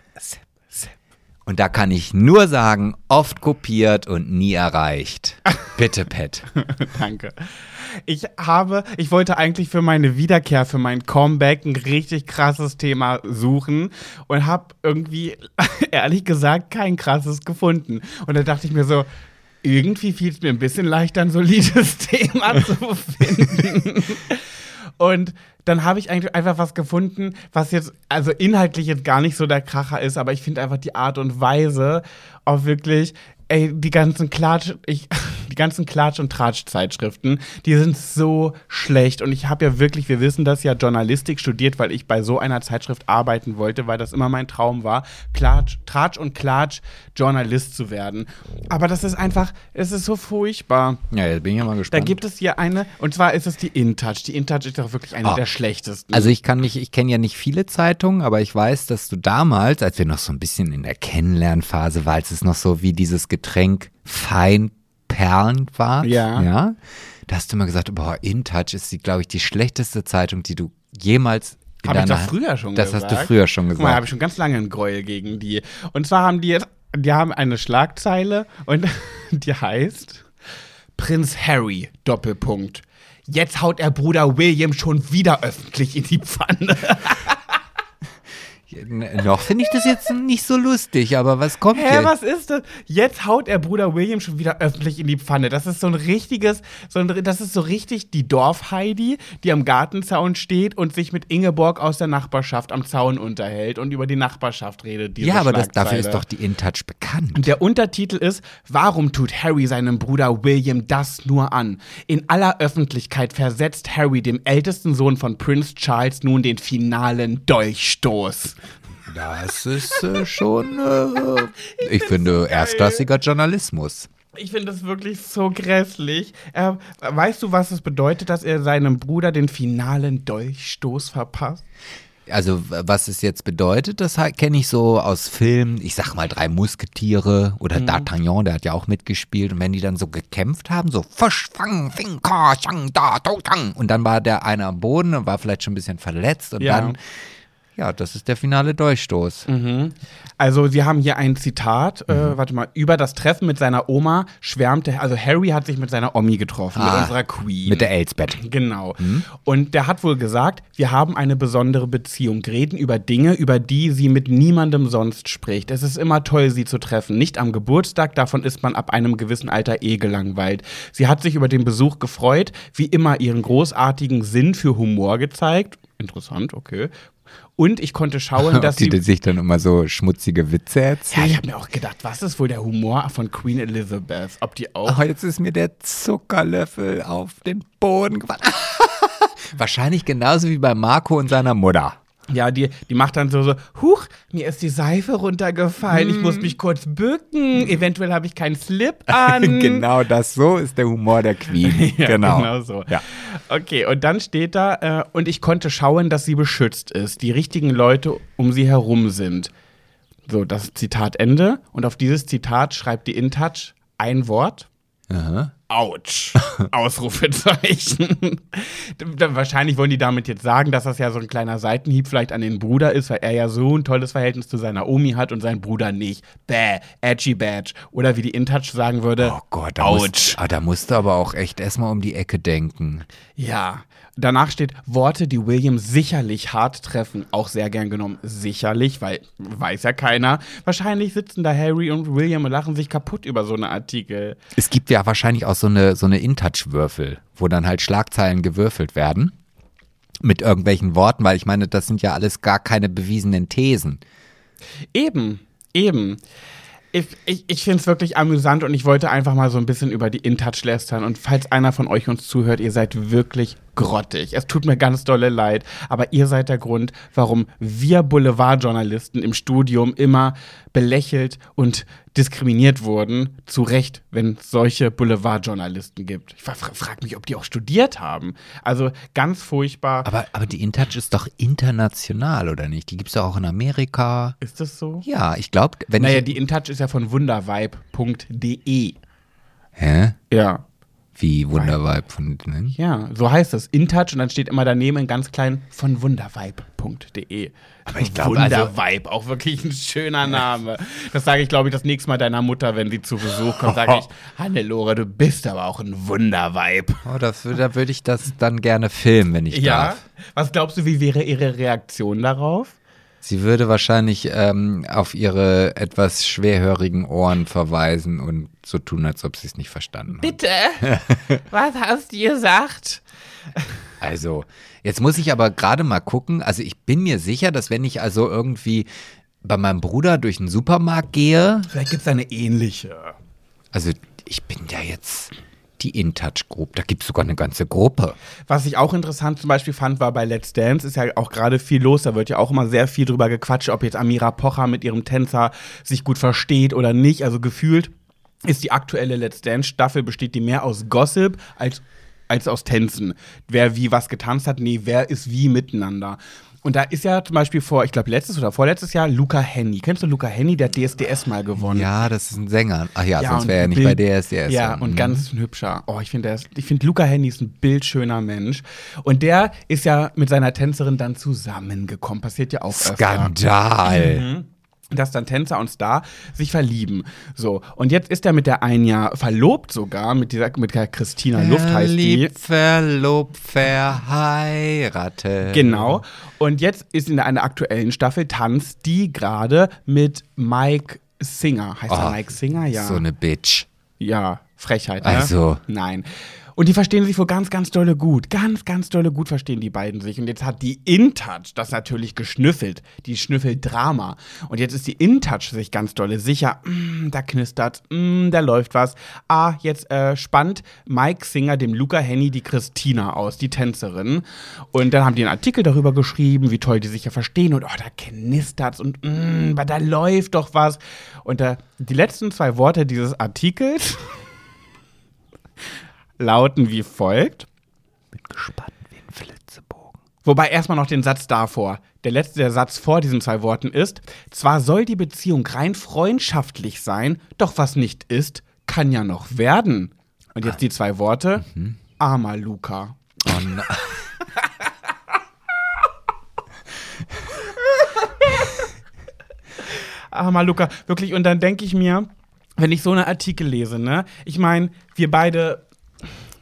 S2: Und da kann ich nur sagen, oft kopiert und nie erreicht. Bitte, Pat.
S1: Danke. Ich habe, ich wollte eigentlich für meine Wiederkehr, für mein Comeback ein richtig krasses Thema suchen und habe irgendwie, ehrlich gesagt, kein krasses gefunden. Und da dachte ich mir so, irgendwie fiel es mir ein bisschen leichter, ein solides Thema zu finden. Und dann habe ich eigentlich einfach was gefunden, was jetzt, also inhaltlich jetzt gar nicht so der Kracher ist, aber ich finde einfach die Art und Weise auch wirklich, ey, die ganzen Klatsch, ich, die ganzen Klatsch- und Tratsch-Zeitschriften, die sind so schlecht. Und ich habe ja wirklich, wir wissen das ja, Journalistik studiert, weil ich bei so einer Zeitschrift arbeiten wollte, weil das immer mein Traum war, Klatsch, Tratsch und Klatsch Journalist zu werden. Aber das ist einfach, es ist so furchtbar.
S2: Ja, jetzt bin ich ja mal
S1: Da
S2: gespannt.
S1: gibt es hier eine, und zwar ist es die InTouch. Die InTouch ist doch wirklich eine
S2: Ah.
S1: der schlechtesten.
S2: Also ich kann mich, ich kenne ja nicht viele Zeitungen, aber ich weiß, dass du damals, als wir noch so ein bisschen in der Kennenlernphase waren, als es noch so wie dieses Getränk fein perlend war,
S1: Ja.
S2: ja, da hast du immer gesagt, boah, InTouch ist die, glaube ich, die schlechteste Zeitung, die du jemals in
S1: Habe ich
S2: deiner
S1: doch früher schon
S2: Das
S1: gesagt.
S2: hast du früher schon
S1: Guck mal, habe
S2: gesagt.
S1: ich schon ganz lange einen Gräuel gegen die. Und zwar haben die jetzt, die haben eine Schlagzeile und die heißt Prinz Harry, Doppelpunkt. Jetzt haut er Bruder William schon wieder öffentlich in die Pfanne.
S2: N- Noch finde ich das jetzt nicht so lustig, aber was kommt
S1: Hä,
S2: jetzt?
S1: was ist das? Jetzt haut er Bruder William schon wieder öffentlich in die Pfanne. Das ist so ein richtiges, so ein, das ist so richtig die Dorfheidi, die am Gartenzaun steht und sich mit Ingeborg aus der Nachbarschaft am Zaun unterhält und über die Nachbarschaft redet. Diese
S2: ja, aber das, dafür ist
S1: Schlagzeile.
S2: doch die InTouch bekannt.
S1: Und der Untertitel ist, warum tut Harry seinem Bruder William das nur an? In aller Öffentlichkeit versetzt Harry dem ältesten Sohn von Prince Charles nun den finalen Dolchstoß.
S2: Das ist äh, schon, äh, ich finde, erstklassiger Journalismus.
S1: Ich finde das wirklich so grässlich. Äh, weißt du, was es bedeutet, dass er seinem Bruder den finalen Dolchstoß verpasst?
S2: Also, w- was es jetzt bedeutet, das kenne ich so aus Filmen. Ich sag mal, drei Musketiere oder D'Artagnan, der hat ja auch mitgespielt. Und wenn die dann so gekämpft haben, so Fisch, Fang, Fing, Ka, Chang, Da, To, Tang. Und dann war der eine am Boden und war vielleicht schon ein bisschen verletzt. Und
S1: Ja.
S2: dann, ja, das ist der finale Durchstoß.
S1: Also, sie haben hier ein Zitat,
S2: Mhm.
S1: äh, warte mal, über das Treffen mit seiner Oma schwärmte, also Harry hat sich mit seiner Omi getroffen, mit
S2: Ah,
S1: unserer Queen.
S2: Mit der Elsbeth.
S1: Genau. Und der hat wohl gesagt, wir haben eine besondere Beziehung, reden über Dinge, über die sie mit niemandem sonst spricht. Es ist immer toll, sie zu treffen. Nicht am Geburtstag, davon ist man ab einem gewissen Alter eh gelangweilt. Sie hat sich über den Besuch gefreut, wie immer ihren großartigen Sinn für Humor gezeigt. Interessant, okay. Und ich konnte schauen, dass
S2: Dass die,
S1: sie.
S2: die sich dann immer so schmutzige Witze
S1: Ja,
S2: erzählen.
S1: ich habe mir auch gedacht, was ist wohl der Humor von Queen Elizabeth? Ob die auch
S2: Oh, jetzt ist mir der Zuckerlöffel auf den Boden gefallen. Wahrscheinlich genauso wie bei Marco und seiner Mutter.
S1: Ja, die, die macht dann so, so, huch, mir ist die Seife runtergefallen, ich muss mich kurz bücken, eventuell habe ich keinen Slip an.
S2: genau das, so ist der Humor der Queen.
S1: Ja,
S2: genau.
S1: so.
S2: Ja.
S1: Okay, und dann steht da, äh, und ich konnte schauen, dass sie beschützt ist, die richtigen Leute um sie herum sind. So, das Zitat Ende. Und auf dieses Zitat schreibt die InTouch ein Wort. Autsch! Ausrufezeichen. Dann Wahrscheinlich wollen die damit jetzt sagen, dass das ja so ein kleiner Seitenhieb vielleicht an den Bruder ist, weil er ja so ein tolles Verhältnis zu seiner Omi hat und sein Bruder nicht. Bäh, edgy badge. Oder wie die InTouch sagen würde,
S2: Oh Gott, da
S1: Autsch.
S2: musst, ah, da musst du aber auch echt erstmal um die Ecke denken.
S1: Ja, Danach steht Worte, die William sicherlich hart treffen. Auch sehr gern genommen. Sicherlich, weil weiß ja keiner. Wahrscheinlich sitzen da Harry und William und lachen sich kaputt über so eine Artikel.
S2: Es gibt ja wahrscheinlich auch so eine, so eine In-Touch-Würfel, wo dann halt Schlagzeilen gewürfelt werden mit irgendwelchen Worten, weil ich meine, das sind ja alles gar keine bewiesenen Thesen.
S1: Eben, eben. Ich, ich, ich finde es wirklich amüsant und ich wollte einfach mal so ein bisschen über die InTouch lästern. Und falls einer von euch uns zuhört, ihr seid wirklich grottig. Es tut mir ganz dolle leid, aber ihr seid der Grund, warum wir Boulevardjournalisten im Studium immer belächelt und diskriminiert wurden. Zu Recht, wenn es solche Boulevardjournalisten gibt. Ich fra- fra- frag mich, ob die auch studiert haben. Also ganz furchtbar.
S2: Aber, aber die InTouch ist doch international, oder nicht? Die gibt es doch auch in Amerika.
S1: Ist das so?
S2: Ja, ich glaube, wenn
S1: Naja,
S2: ich.
S1: die InTouch ist ja von wundervibe.de.
S2: hä?
S1: Ja.
S2: Wie Wunderweib von. Ne?
S1: Ja, so heißt es. InTouch und dann steht immer daneben in ganz klein von wundervibe.de. Aber ich
S2: glaub, also-
S1: Wundervibe, auch wirklich ein schöner Name. Das sage ich, glaube ich, das nächste Mal deiner Mutter, wenn sie zu Besuch kommt, sage ich, Hannelore, du bist aber auch ein Wundervibe.
S2: Oh, das, da würde ich das dann gerne filmen, wenn ich
S1: Ja.
S2: darf.
S1: Was glaubst du, wie wäre ihre Reaktion darauf?
S2: Sie würde wahrscheinlich ähm, auf ihre etwas schwerhörigen Ohren verweisen und so tun, als ob sie es nicht verstanden hat.
S1: Bitte? Was hast du gesagt?
S2: Also, jetzt muss ich aber gerade mal gucken. Also, ich bin mir sicher, dass wenn ich also irgendwie bei meinem Bruder durch den Supermarkt gehe,
S1: Vielleicht gibt es eine ähnliche.
S2: also ich bin ja jetzt die InTouch Group, da gibt es sogar eine ganze Gruppe.
S1: Was ich auch interessant zum Beispiel fand, war bei Let's Dance ist ja auch gerade viel los. Da wird ja auch immer sehr viel drüber gequatscht, ob jetzt Amira Pocher mit ihrem Tänzer sich gut versteht oder nicht. Also gefühlt ist die aktuelle Let's Dance Staffel besteht die mehr aus Gossip als als aus Tänzen. Wer wie was getanzt hat, nee, wer ist wie miteinander. Und da ist ja zum Beispiel vor, ich glaube, letztes oder vorletztes Jahr Luca Henny. Kennst du Luca Henny? Der hat DSDS mal gewonnen.
S2: Ja, das ist ein Sänger. Ach ja, Also, sonst
S1: und
S2: wäre er nicht
S1: Bild-
S2: bei DSDS.
S1: Ja,
S2: Mhm.
S1: und ganz hübscher. Oh, ich finde, der ist- ich finde, Luca Henny ist ein bildschöner Mensch. Und der ist ja mit seiner Tänzerin dann zusammengekommen. Passiert ja auch öfter
S2: Skandal.
S1: dass dann Tänzer und Star sich verlieben. So, und jetzt ist er mit der ein Jahr verlobt sogar, mit dieser mit der Christina Luft heißt die.
S2: Verliebt, verlobt, verheiratet.
S1: Genau. Und jetzt ist in einer aktuellen Staffel tanzt die gerade mit Mike Singer. Heißt er
S2: Oh,
S1: Mike Singer? Ja.
S2: So eine Bitch.
S1: Ja, Frechheit, ne?
S2: Also.
S1: Nein. Und die verstehen sich wohl ganz, ganz dolle gut. Ganz, ganz dolle gut verstehen die beiden sich. Und jetzt hat die InTouch das natürlich geschnüffelt. Die schnüffelt Drama. Und jetzt ist die InTouch sich ganz dolle sicher. Mm, da knistert, mm, da läuft was. Ah, jetzt äh, spannt Mike Singer dem Luca Henny die Christina aus, die Tänzerin. Und dann haben die einen Artikel darüber geschrieben, wie toll die sich ja verstehen. Und oh, da knistert's und mm, aber da läuft doch was. Und da, die letzten zwei Worte dieses Artikels lauten wie folgt.
S2: Mit gespannt wie ein Flitzebogen.
S1: Wobei erstmal noch den Satz davor. Der letzte der Satz vor diesen zwei Worten ist, zwar soll die Beziehung rein freundschaftlich sein, doch was nicht ist, kann ja noch werden. Und jetzt die zwei Worte, armer Luca.
S2: Oh nein.
S1: Armer Luca, wirklich. Und dann denke ich mir, wenn ich so eine Artikel lese, ne? Ich meine, wir beide,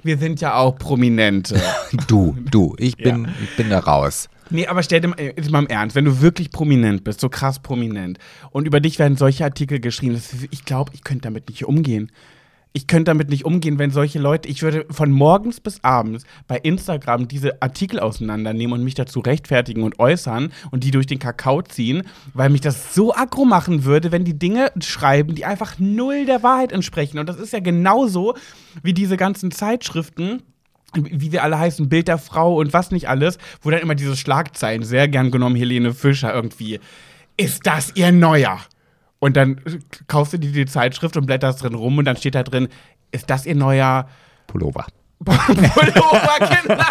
S1: wir sind ja auch Prominente.
S2: Du, du, ich bin, ich bin da raus.
S1: Nee, aber stell dir mal, jetzt mal im Ernst, wenn du wirklich prominent bist, so krass prominent, und über dich werden solche Artikel geschrieben, das, ist- ich glaube, ich könnte damit nicht umgehen. Ich könnte damit nicht umgehen, wenn solche Leute, ich würde von morgens bis abends bei Instagram diese Artikel auseinandernehmen und mich dazu rechtfertigen und äußern und die durch den Kakao ziehen, weil mich das so aggro machen würde, wenn die Dinge schreiben, die einfach null der Wahrheit entsprechen. Und das ist ja genauso wie diese ganzen Zeitschriften, wie wir alle heißen, Bild der Frau und was nicht alles, wo dann immer diese Schlagzeilen, sehr gern genommen Helene Fischer irgendwie, ist das ihr Neuer? Und dann kaufst du dir die Zeitschrift und blätterst drin rum und dann steht da drin, ist das ihr neuer
S2: Pullover.
S1: Pullover, genau.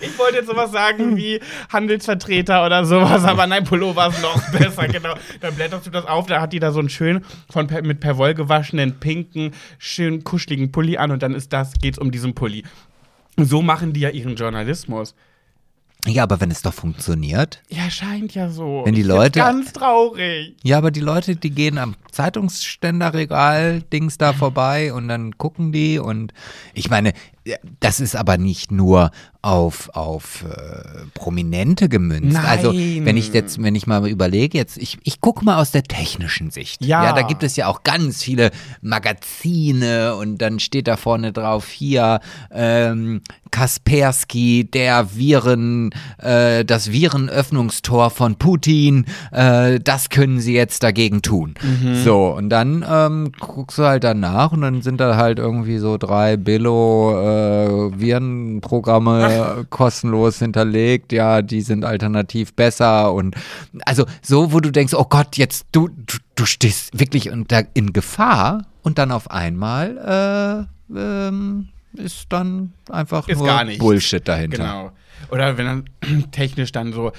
S1: Ich wollte jetzt sowas sagen wie Handelsvertreter oder sowas, aber nein, Pullover ist noch besser, genau. Dann blätterst du das auf, da hat die da so einen schön von, Per- mit Perwoll gewaschenen, pinken, schön kuscheligen Pulli an und dann ist das, geht's um diesen Pulli. So machen die ja ihren Journalismus.
S2: Ja, aber wenn es doch funktioniert.
S1: Ja, scheint ja so.
S2: Wenn die
S1: Ich find's
S2: Leute-
S1: Ganz traurig.
S2: Ja, aber die Leute, die gehen am Zeitungsständerregal Dings da vorbei und dann gucken die und ich meine, äh, das ist aber nicht nur auf, auf äh, Prominente gemünzt.
S1: Nein.
S2: Also wenn ich jetzt, wenn ich mal überlege, jetzt, ich, ich gucke mal aus der technischen Sicht.
S1: Ja.
S2: da gibt es ja auch ganz viele Magazine und dann steht da vorne drauf hier ähm, Kaspersky, der Viren, äh, das Virenöffnungstor von Putin, äh, das können sie jetzt dagegen tun. So, und dann ähm, guckst du halt danach und dann sind da halt irgendwie so drei Billo-Virenprogramme kostenlos hinterlegt. Ja, die sind alternativ besser und also so, wo du denkst, oh Gott, jetzt du, du, du stehst wirklich unter, in Gefahr und dann auf einmal äh, ähm, ist dann einfach
S1: Ist
S2: nur
S1: gar nichts.
S2: Bullshit dahinter.
S1: Genau. Oder wenn dann technisch dann so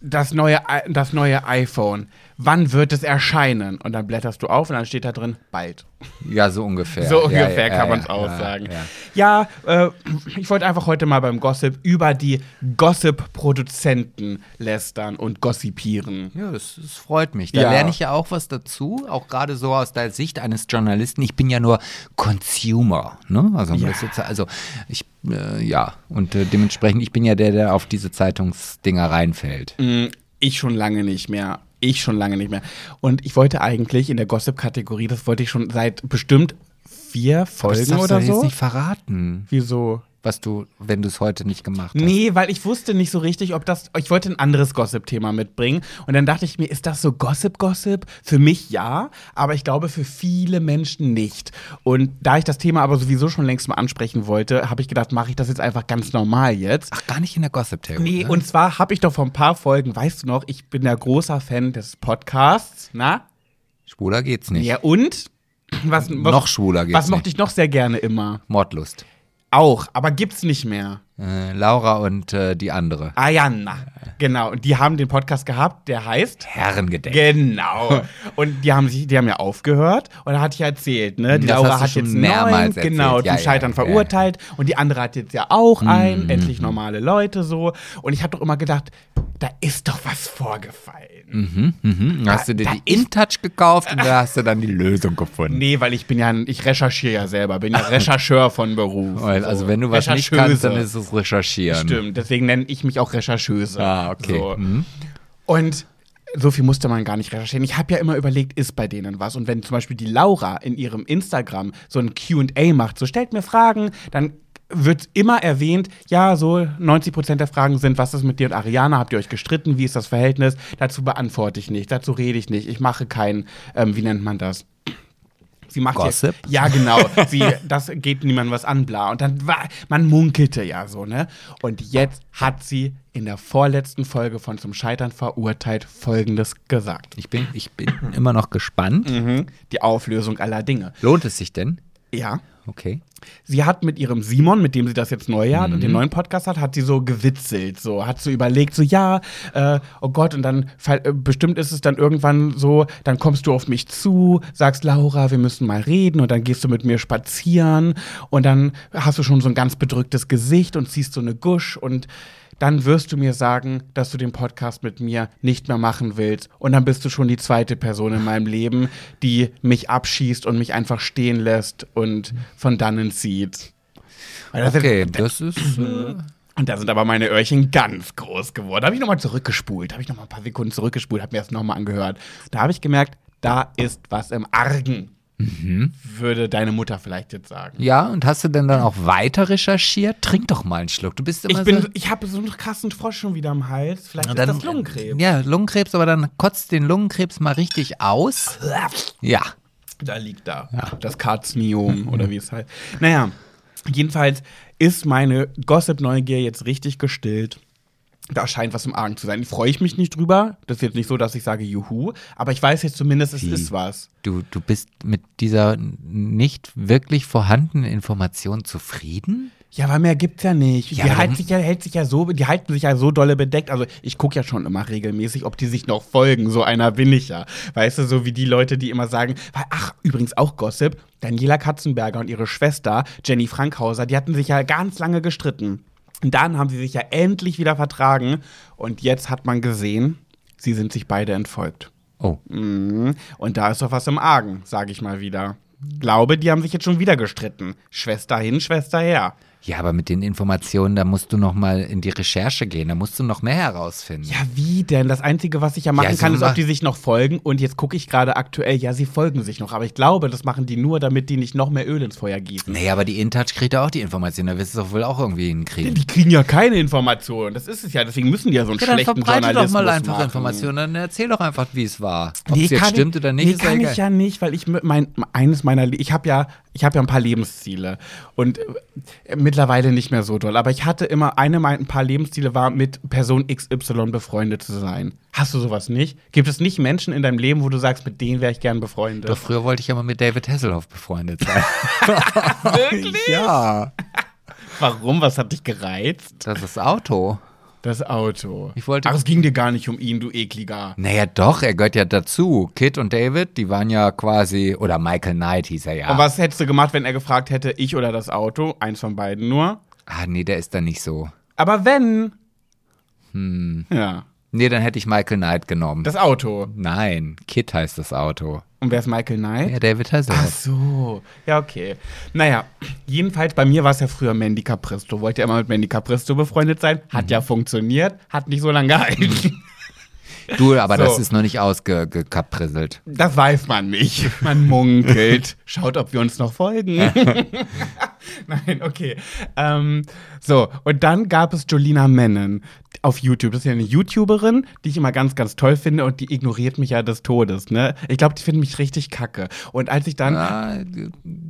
S1: das neue, I- das neue iPhone, wann wird es erscheinen? Und dann blätterst du auf und dann steht da drin, bald.
S2: Ja, so ungefähr.
S1: So
S2: ja, ja,
S1: ungefähr kann
S2: ja,
S1: man es
S2: ja,
S1: auch sagen.
S2: Ja.
S1: Ja, äh, ich wollte einfach heute mal beim Gossip über die Gossip-Produzenten lästern und gossipieren.
S2: Ja, das, das freut mich. Da
S1: Ja.
S2: lerne ich ja auch was dazu, auch gerade so aus der Sicht eines Journalisten. Ich bin ja nur Consumer, ne? Also,
S1: Ja.
S2: das ist, also ich, äh, ja, und äh, dementsprechend, ich bin ja der, der auf diese Zeitungsdinger reinfällt.
S1: Mm, Ich schon lange nicht mehr. Ich schon lange nicht mehr. Und ich wollte eigentlich in der Gossip-Kategorie, das wollte ich schon seit bestimmt vier
S2: Das
S1: Folgen
S2: darfst
S1: oder
S2: du jetzt
S1: so.
S2: nicht verraten,
S1: Wieso?
S2: was du, wenn du es heute nicht gemacht hast.
S1: Nee, weil ich wusste nicht so richtig, ob das. Ich wollte ein anderes Gossip-Thema mitbringen. Und dann dachte ich mir, ist das so Gossip-Gossip? Für mich ja, aber ich glaube für viele Menschen nicht. Und da ich das Thema aber sowieso schon längst mal ansprechen wollte, habe ich gedacht, mache ich das jetzt einfach ganz normal jetzt.
S2: Ach, gar nicht in der Gossip-Table.
S1: Nee,
S2: ne?
S1: und zwar habe ich doch vor ein paar Folgen, weißt du noch, ich bin ja großer Fan des Podcasts, na?
S2: Schwuler geht's nicht.
S1: Ja, und? Was, was,
S2: Noch schwuler geht's
S1: Was mochte
S2: nicht.
S1: ich noch sehr gerne immer?
S2: Mordlust.
S1: Auch, aber gibt's nicht mehr.
S2: Äh, Laura und äh, die andere.
S1: Ah ja, na. Genau, und die haben den Podcast gehabt, der heißt
S2: Herrengedeck.
S1: Genau. Und die haben sich, die haben ja aufgehört und da hatte ich ja erzählt, ne? Die
S2: Das
S1: Laura
S2: hast du
S1: hat
S2: schon
S1: jetzt
S2: mehrmals
S1: neun, genau,
S2: erzählt. Ja,
S1: zum
S2: ja,
S1: Scheitern
S2: ja. Mhm,
S1: verurteilt und die andere hat jetzt ja auch einen, endlich normale Leute so. Und ich habe doch immer gedacht, da ist doch was vorgefallen.
S2: Hm, hast du dir die InTouch gekauft und da hast du dann die Lösung gefunden.
S1: Nee, weil ich bin ja, ich recherchiere ja selber, bin ja Rechercheur von Beruf.
S2: Weil,
S1: So.
S2: also wenn du was nicht
S1: Rechercheuse.
S2: kannst, dann ist es recherchieren.
S1: Stimmt, deswegen nenne ich mich auch Rechercheuse.
S2: Ah, okay.
S1: So. Und so viel musste man gar nicht recherchieren. Ich habe ja immer überlegt, ist bei denen was? Und wenn zum Beispiel die Laura in ihrem Instagram so ein QA macht, so stellt mir Fragen, dann wird immer erwähnt, ja, so 90% der Fragen sind, was ist mit dir und Ariana? Habt ihr euch gestritten? Wie ist das Verhältnis? Dazu beantworte ich nicht, dazu rede ich nicht, ich mache keinen, ähm, wie nennt man das? Sie macht
S2: Gossip?
S1: Ja, ja genau. Sie, das geht niemandem was an, bla. Und dann war, man munkelte ja so, ne? Und jetzt hat sie in der vorletzten Folge von Zum Scheitern verurteilt Folgendes gesagt.
S2: Ich bin, ich bin immer noch gespannt.
S1: Mhm. Die Auflösung aller Dinge.
S2: Lohnt es sich denn?
S1: Ja.
S2: Okay.
S1: sie hat mit ihrem Simon, mit dem sie das jetzt neu hat und den neuen Podcast hat, hat sie so gewitzelt, so hat so überlegt, so ja, äh, oh Gott, und dann fall- äh, bestimmt ist es dann irgendwann so, dann kommst du auf mich zu, sagst Laura, wir müssen mal reden und dann gehst du mit mir spazieren und dann hast du schon so ein ganz bedrücktes Gesicht und ziehst so eine Gusch und dann wirst du mir sagen, dass du den Podcast mit mir nicht mehr machen willst. Und dann bist du schon die zweite Person in meinem Leben, die mich abschießt und mich einfach stehen lässt und von dannen zieht. Und das
S2: Okay,
S1: Sind, Mhm.
S2: das ist. Äh,
S1: und da sind aber meine Öhrchen ganz groß geworden. Habe ich nochmal zurückgespult, habe ich nochmal ein paar Sekunden zurückgespult, habe mir das nochmal angehört. Da habe ich gemerkt, da ist was im Argen. Mhm. Würde deine Mutter vielleicht jetzt sagen.
S2: ja, und hast du denn dann auch weiter recherchiert? Trink doch mal einen Schluck. Du bist immer
S1: Ich bin,
S2: so.
S1: ich habe so einen krassen Frosch schon wieder am Hals. Vielleicht
S2: Also Dann- äh,
S1: ist das Lungenkrebs.
S2: Ja, Lungenkrebs, aber dann kotzt den Lungenkrebs mal richtig aus. Ja.
S1: Da liegt da. Das Karznium oder wie es heißt. Naja, jedenfalls ist meine Gossip-Neugier jetzt richtig gestillt. Da scheint was im Argen zu sein. Freue ich mich nicht drüber. Das ist jetzt nicht so, dass ich sage Juhu, aber ich weiß jetzt zumindest, es ist was.
S2: Du, du bist mit dieser nicht wirklich vorhandenen Information zufrieden?
S1: Ja, aber mehr gibt's ja nicht.
S2: Ja,
S1: die
S2: aber
S1: halten
S2: dann-
S1: sich ja, hält sich ja so, die halten sich ja so dolle bedeckt. Also ich gucke ja schon immer regelmäßig, ob die sich noch folgen. So einer bin ich ja. Weißt du, so wie die Leute, die immer sagen, weil- ach, übrigens auch Gossip, Daniela Katzenberger und ihre Schwester Jenny Frankhauser, die hatten sich ja ganz lange gestritten. Und dann haben sie sich ja endlich wieder vertragen. Und jetzt hat man gesehen, sie sind sich beide entfolgt.
S2: Oh.
S1: Mhm. Und da ist doch was im Argen, sage ich mal wieder. Glaube, die haben sich jetzt schon wieder gestritten. Schwester hin, Schwester her.
S2: Ja, aber mit den Informationen, da musst du noch mal in die Recherche gehen, da musst du noch mehr herausfinden.
S1: Ja, wie denn? Das Einzige, was ich ja machen
S2: Ja, so
S1: kann, ist, ob
S2: mach-
S1: die sich noch folgen. Und jetzt gucke ich gerade aktuell, ja, sie folgen sich noch. Aber ich glaube, das machen die nur, damit die nicht noch mehr Öl ins Feuer gießen.
S2: Nee, aber die InTouch kriegt ja auch die Informationen, da wirst du doch wohl auch irgendwie hinkriegen.
S1: Die kriegen ja keine Informationen. Das ist es ja. Deswegen müssen die ja so einen
S2: Ja, dann
S1: schlechten
S2: verbreite doch
S1: Journalismus
S2: mal einfach
S1: machen.
S2: Informationen, dann erzähl doch einfach, wie es war. Ob
S1: Nee,
S2: es jetzt
S1: kann
S2: stimmt
S1: ich,
S2: oder nicht,
S1: nee,
S2: ist ja
S1: kann
S2: egal.
S1: ich ja nicht, weil ich mit mein eines meiner Le- ich habe ja ich habe ja ein paar Lebensziele und äh, mittlerweile nicht mehr so doll, aber ich hatte immer eine meiner ein paar Lebensziele war mit Person XY befreundet zu sein. Hast du sowas nicht? Gibt es nicht Menschen in deinem Leben, wo du sagst, mit denen wäre ich gern befreundet?
S2: Doch früher wollte ich ja mal mit David Hasselhoff befreundet sein. Wirklich? Ja.
S1: Warum? Was hat dich gereizt?
S2: Das ist Auto.
S1: Das Auto.
S2: Ich wollte-
S1: Ach, es ging dir gar nicht um ihn, du ekliger.
S2: Naja, doch, er gehört ja dazu. Kit und David, die waren ja quasi, oder Michael Knight hieß er ja.
S1: Und was hättest du gemacht, wenn er gefragt hätte, ich oder das Auto? Eins von beiden nur.
S2: Ah, nee, der ist da nicht so.
S1: Aber wenn. Hm. Ja.
S2: Nee, dann hätte ich Michael Knight genommen.
S1: Das Auto.
S2: Nein, Kit heißt das Auto.
S1: Und wer ist Michael Knight?
S2: Ja, David
S1: Ach
S2: Hasselhoff.
S1: so. Ja, okay. Naja, jedenfalls bei mir war es ja früher Mandy Capristo. Wollte ja immer mit Mandy Capristo befreundet sein. Hat ja funktioniert. Hat nicht so lange gehalten.
S2: Du, aber
S1: So.
S2: das ist noch nicht ausgekaprisselt.
S1: Das weiß man nicht. Man munkelt. Schaut, ob wir uns noch folgen. Nein, okay. Ähm, so, und dann gab es Jolina Mennen auf YouTube. Das ist ja eine YouTuberin, die ich immer ganz, ganz toll finde und die ignoriert mich ja des Todes. Ne? Ich glaube, die finden mich richtig kacke. Und als ich dann.
S2: Ah,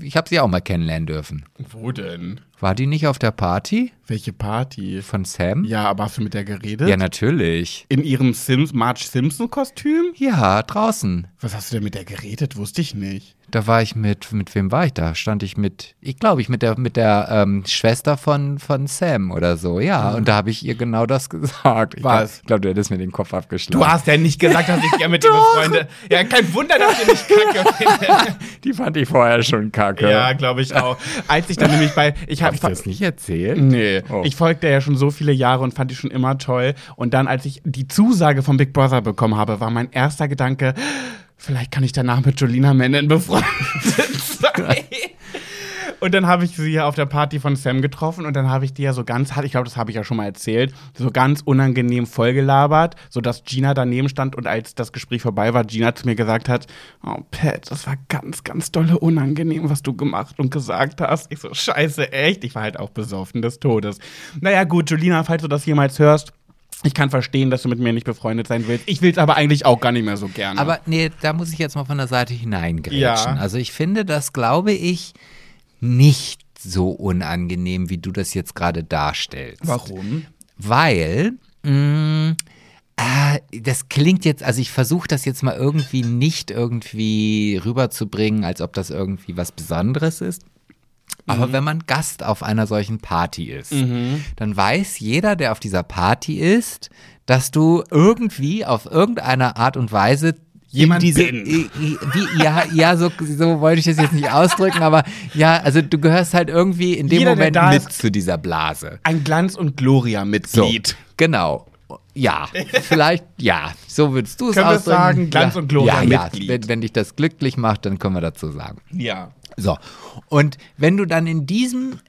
S2: ich habe sie auch mal kennenlernen dürfen.
S1: Wo denn?
S2: War die nicht auf der Party
S1: Welche Party?
S2: von Sam?
S1: Ja, aber hast du mit der geredet?
S2: Ja, natürlich.
S1: In ihrem Sims Marge Simpson-Kostüm?
S2: Ja, draußen.
S1: Was hast du denn mit der geredet? Wusste ich nicht.
S2: Da war ich mit, mit wem war ich da? Stand ich mit, ich glaube ich, mit der, mit der ähm, Schwester von, von Sam oder so, ja.
S1: Ah.
S2: Und da habe ich ihr genau das gesagt. Ich
S1: Was?
S2: glaub- Ich glaube, du hättest mir den Kopf abgeschlagen.
S1: Du hast ja nicht gesagt, dass ich gerne mit dir befreundet Ja, kein Wunder, dass ihr mich kacke findet.
S2: Die fand ich vorher schon kacke.
S1: Ja, glaube ich auch. Als ich dann nämlich bei. Ich
S2: Habe
S1: habe.
S2: ich dir das nicht erzählt?
S1: Nee,
S2: Oh.
S1: ich folgte ja schon so viele Jahre und fand die schon immer toll. Und dann, als ich die Zusage von Big Brother bekommen habe, war mein erster Gedanke, vielleicht kann ich danach mit Jolina Mennen befreundet sein. Und dann habe ich sie ja auf der Party von Sam getroffen und dann habe ich die ja so ganz, ich glaube, das habe ich ja schon mal erzählt, so ganz unangenehm vollgelabert, sodass Gina daneben stand und als das Gespräch vorbei war, Gina zu mir gesagt hat, oh Pat, das war ganz, ganz dolle unangenehm, was du gemacht und gesagt hast. Ich so, scheiße, echt? Ich war halt auch besoffen des Todes. Naja gut, Julina, falls du das jemals hörst, ich kann verstehen, dass du mit mir nicht befreundet sein willst. Ich will es aber eigentlich auch gar nicht mehr so gerne.
S2: Aber nee, da muss ich jetzt mal von der Seite hineingrätschen.
S1: Ja.
S2: Also ich finde das, glaube ich, nicht so unangenehm, wie du das jetzt gerade darstellst.
S1: warum?
S2: Weil, mh, äh, das klingt jetzt, also ich versuche das jetzt mal irgendwie nicht irgendwie rüberzubringen, als ob das irgendwie was Besonderes ist.
S1: Mhm.
S2: Aber wenn man Gast auf einer solchen Party ist, dann weiß jeder, der auf dieser Party ist, dass du irgendwie auf irgendeine Art und Weise in
S1: Jemand
S2: diese,
S1: bin.
S2: i- i- Wie, ja, ja so, so wollte ich das jetzt nicht ausdrücken, aber ja, also du gehörst halt irgendwie in dem
S1: Jeder, der
S2: Moment
S1: da
S2: mit
S1: ist-
S2: zu dieser Blase.
S1: Ein Glanz- und Gloria-Mitglied.
S2: Genau. Ja, vielleicht, ja, so würdest du es
S1: Können wir
S2: ausdrücken.
S1: es sagen? Glanz
S2: ja.
S1: und
S2: Ja,
S1: Gloria
S2: ja.
S1: Mitglied.
S2: Wenn, wenn dich das glücklich macht, dann können wir dazu sagen.
S1: Ja.
S2: So. Und wenn du dann in diesem,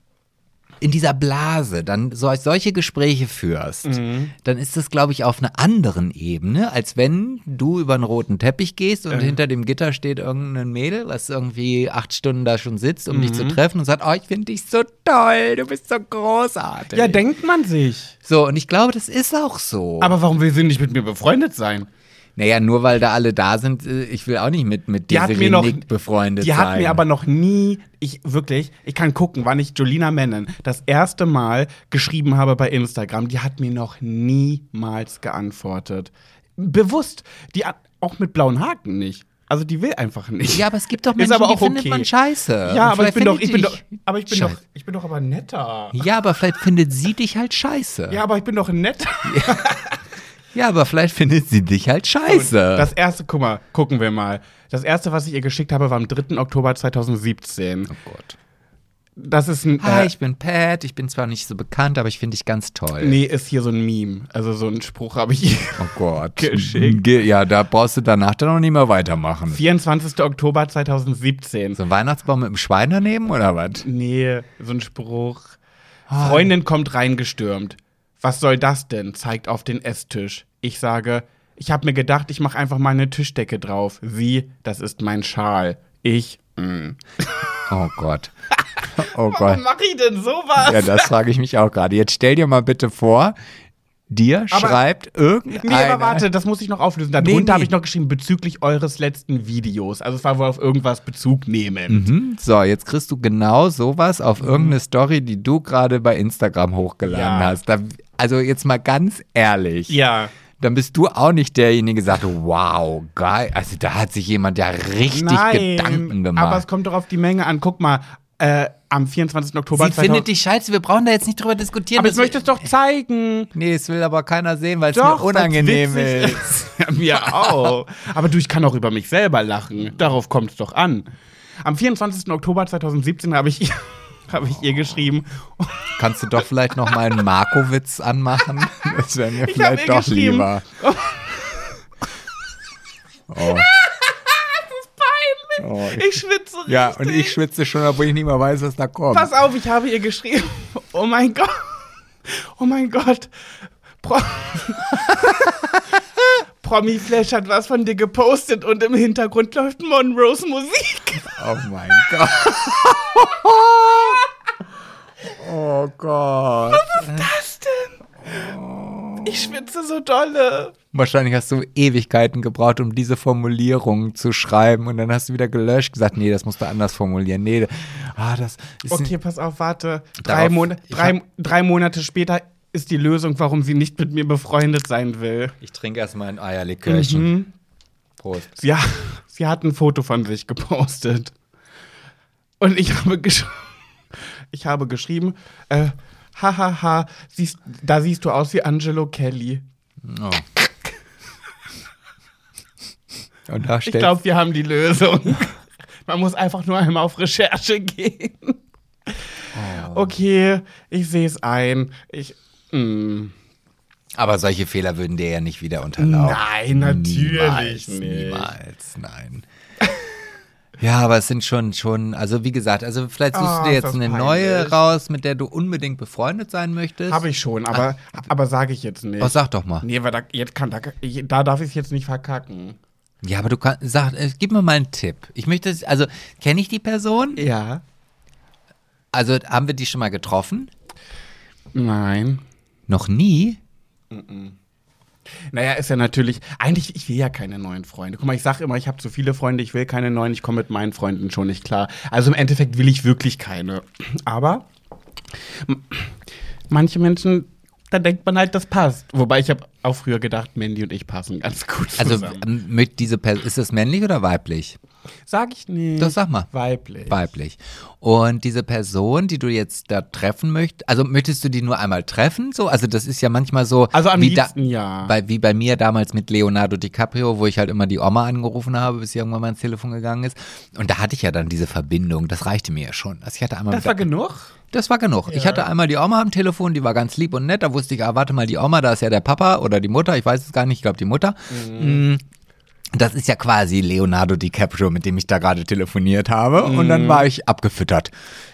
S2: in dieser Blase dann sol- solche Gespräche führst,
S1: Mhm.
S2: dann ist das, glaube ich, auf einer anderen Ebene, als wenn du über einen roten Teppich gehst
S1: Äh.
S2: und hinter dem Gitter steht irgendein Mädel, was irgendwie acht Stunden da schon sitzt,
S1: Mhm.
S2: um dich zu treffen und sagt, oh, ich finde dich so toll, du bist so großartig.
S1: Ja, denkt man sich.
S2: so, und ich glaube, das ist auch so.
S1: Aber warum will sie nicht mit mir befreundet sein?
S2: Naja, nur weil da alle da sind, äh, ich will auch nicht mit, mit
S1: Die hat
S2: Desiree
S1: mir noch
S2: Nick befreundet
S1: Die
S2: sein.
S1: hat mir aber noch nie, ich wirklich, ich kann gucken, wann ich Jolina Mennen das erste Mal geschrieben habe bei Instagram. Die hat mir noch niemals geantwortet. Bewusst. Die hat auch mit blauen Haken nicht. Also die will einfach nicht.
S2: Ja, aber es gibt doch
S1: Ist
S2: Menschen,
S1: aber
S2: die
S1: auch
S2: findet
S1: okay.
S2: man scheiße. Und
S1: Ja, aber
S2: vielleicht
S1: ich bin doch,
S2: findet
S1: ich bin
S2: die
S1: doch,
S2: dich-
S1: aber ich bin doch,
S2: Scheiße.
S1: ich bin doch aber netter.
S2: Ja, aber vielleicht findet sie dich halt scheiße.
S1: Ja, aber ich bin doch netter.
S2: Ja, aber vielleicht findet sie dich halt scheiße.
S1: Das erste, guck mal, gucken wir mal. Das erste, was ich ihr geschickt habe, war am 3. Oktober 2017.
S2: oh Gott.
S1: Das ist ein.
S2: Hi,
S1: äh,
S2: Ah, ich bin Pat. Ich bin zwar nicht so bekannt, aber ich finde dich ganz toll.
S1: Nee, ist hier so ein Meme. Also so ein Spruch habe ich.
S2: Oh Gott.
S1: Geschickt.
S2: Ge- Ja, da brauchst du danach dann auch nicht mehr weitermachen.
S1: 24. Oktober 2017.
S2: So einen Weihnachtsbaum mit dem Schwein daneben oder was?
S1: Nee, so ein Spruch.
S2: Ah.
S1: Freundin kommt reingestürmt. Was soll das denn? Zeigt auf den Esstisch. Ich sage, ich habe mir gedacht, ich mache einfach mal eine Tischdecke drauf. Sie, das ist mein Schal. Ich, mh.
S2: Oh Gott. Oh Gott.
S1: mache ich denn sowas?
S2: Ja, das frage ich mich auch gerade. Jetzt stell dir mal bitte vor, dir schreibt irgendeiner.
S1: Nee, aber warte, das muss ich noch auflösen. Darunter
S2: Nee, nee.
S1: habe ich noch geschrieben, bezüglich eures letzten Videos. Also es war wohl auf irgendwas Bezug nehmen.
S2: Mhm. So, jetzt kriegst du genau sowas auf irgendeine Story, die du gerade bei Instagram hochgeladen
S1: Mhm. Ja.
S2: hast. Da, also jetzt mal ganz ehrlich.
S1: Ja.
S2: Dann bist du auch nicht derjenige, der sagt, wow, geil. Also da hat sich jemand ja richtig Gedanken gemacht.
S1: aber es kommt doch auf die Menge an. Guck mal, äh, am 24. Oktober
S2: Sie findet dich scheiße, wir brauchen da jetzt nicht drüber diskutieren.
S1: Aber ich
S2: das-
S1: möchte es doch zeigen.
S2: nee, es will aber keiner sehen, weil es mir
S1: Doch,
S2: unangenehm
S1: weil's
S2: ist.
S1: witzig Ja, mir auch. Aber du, ich kann auch über mich selber lachen. Darauf kommt es doch an. Am 24. Oktober 2017 habe ich, habe ich ihr geschrieben.
S2: Oh. Kannst du doch vielleicht noch mal einen Markowitz anmachen? Das wäre mir
S1: hab
S2: vielleicht
S1: ihr
S2: doch
S1: geschrieben.
S2: lieber. Oh.
S1: Ich schwitze richtig.
S2: Ja, und ich schwitze schon, obwohl ich nicht mal weiß, was da kommt.
S1: Pass auf, ich habe ihr geschrieben. Oh mein Gott. Oh mein Gott. Pro Promi Flash hat was von dir gepostet und im Hintergrund läuft Monroes Musik.
S2: Oh mein Gott. oh Gott.
S1: Was denn? Ich schwitze so dolle.
S2: Wahrscheinlich hast du Ewigkeiten gebraucht, um diese Formulierung zu schreiben. Und dann hast du wieder gelöscht, gesagt, nee, das musst du anders formulieren. Nee, ah, das ist
S1: Okay, pass auf, warte. Drei,
S2: Darauf-
S1: Mon
S2: ich
S1: drei, drei Monate später ist die Lösung, warum sie nicht mit mir befreundet sein will.
S2: Ich trinke erstmal ein Eierlikörchen.
S1: Mhm.
S2: Prost.
S1: Sie, ha- sie hat ein Foto von sich gepostet. Und ich habe, gesch ich habe geschrieben, äh, hahaha, siehst, da siehst du aus wie Angelo Kelly.
S2: Oh. Und da
S1: Ich
S2: stellt
S1: glaube, wir haben die Lösung. Man muss einfach nur einmal auf Recherche gehen.
S2: Oh.
S1: Okay, ich sehe es ein. Ich, mm,
S2: Aber solche Fehler würden dir ja nicht wieder unterlaufen.
S1: nein, natürlich
S2: niemals,
S1: nicht.
S2: niemals, nein. Ja, aber es sind schon, schon, also wie gesagt, also vielleicht suchst du
S1: Ah,
S2: dir
S1: ist
S2: jetzt
S1: das
S2: eine neue
S1: peinlich.
S2: raus, mit der du unbedingt befreundet sein möchtest.
S1: Habe ich schon, aber,
S2: Ah.
S1: aber sage ich jetzt nicht.
S2: Oh, sag doch mal.
S1: Nee, weil da, jetzt kann, da, da darf ich es jetzt nicht verkacken.
S2: Ja, aber du kannst, sag, äh, gib mir mal einen Tipp. Ich möchte, also, kenne ich die Person?
S1: Ja.
S2: Also, haben wir die schon mal getroffen?
S1: Nein.
S2: Noch nie?
S1: Naja, ist ja natürlich. Eigentlich, ich will ja keine neuen Freunde. Guck mal, ich sage immer, ich habe zu viele Freunde, ich will keine neuen, ich komme mit meinen Freunden schon nicht klar. Also im Endeffekt will ich wirklich keine. Aber m- manche Menschen, da denkt man halt, das passt. Wobei ich habe auch früher gedacht, Mandy und ich passen ganz gut
S2: Also,
S1: zusammen. Also,
S2: ähm, mit diese Person, ist es männlich oder weiblich?
S1: sag ich nicht.
S2: Doch, sag mal.
S1: Weiblich.
S2: Weiblich. Und diese Person, die du jetzt da treffen möchtest, also möchtest du die nur einmal treffen? So, also das ist ja manchmal so.
S1: Also am
S2: wie da-
S1: liebsten ja.
S2: Bei, wie bei mir damals mit Leonardo DiCaprio, wo ich halt immer die Oma angerufen habe, bis sie irgendwann mal ins Telefon gegangen ist. Und da hatte ich ja dann diese Verbindung. Das reichte mir ja schon. Also ich hatte einmal
S1: Das
S2: mit-
S1: war genug?
S2: das war genug. Ich hatte einmal die Oma am Telefon, die war ganz lieb und nett. Da wusste ich, ah, warte mal, die Oma, da ist ja der Papa oder die Mutter, ich weiß es gar nicht, ich glaube die Mutter.
S1: Mhm.
S2: Mm, Das ist ja quasi Leonardo DiCaprio, mit dem ich da gerade telefoniert habe. Und
S1: Mhm.
S2: dann war ich abgefüttert.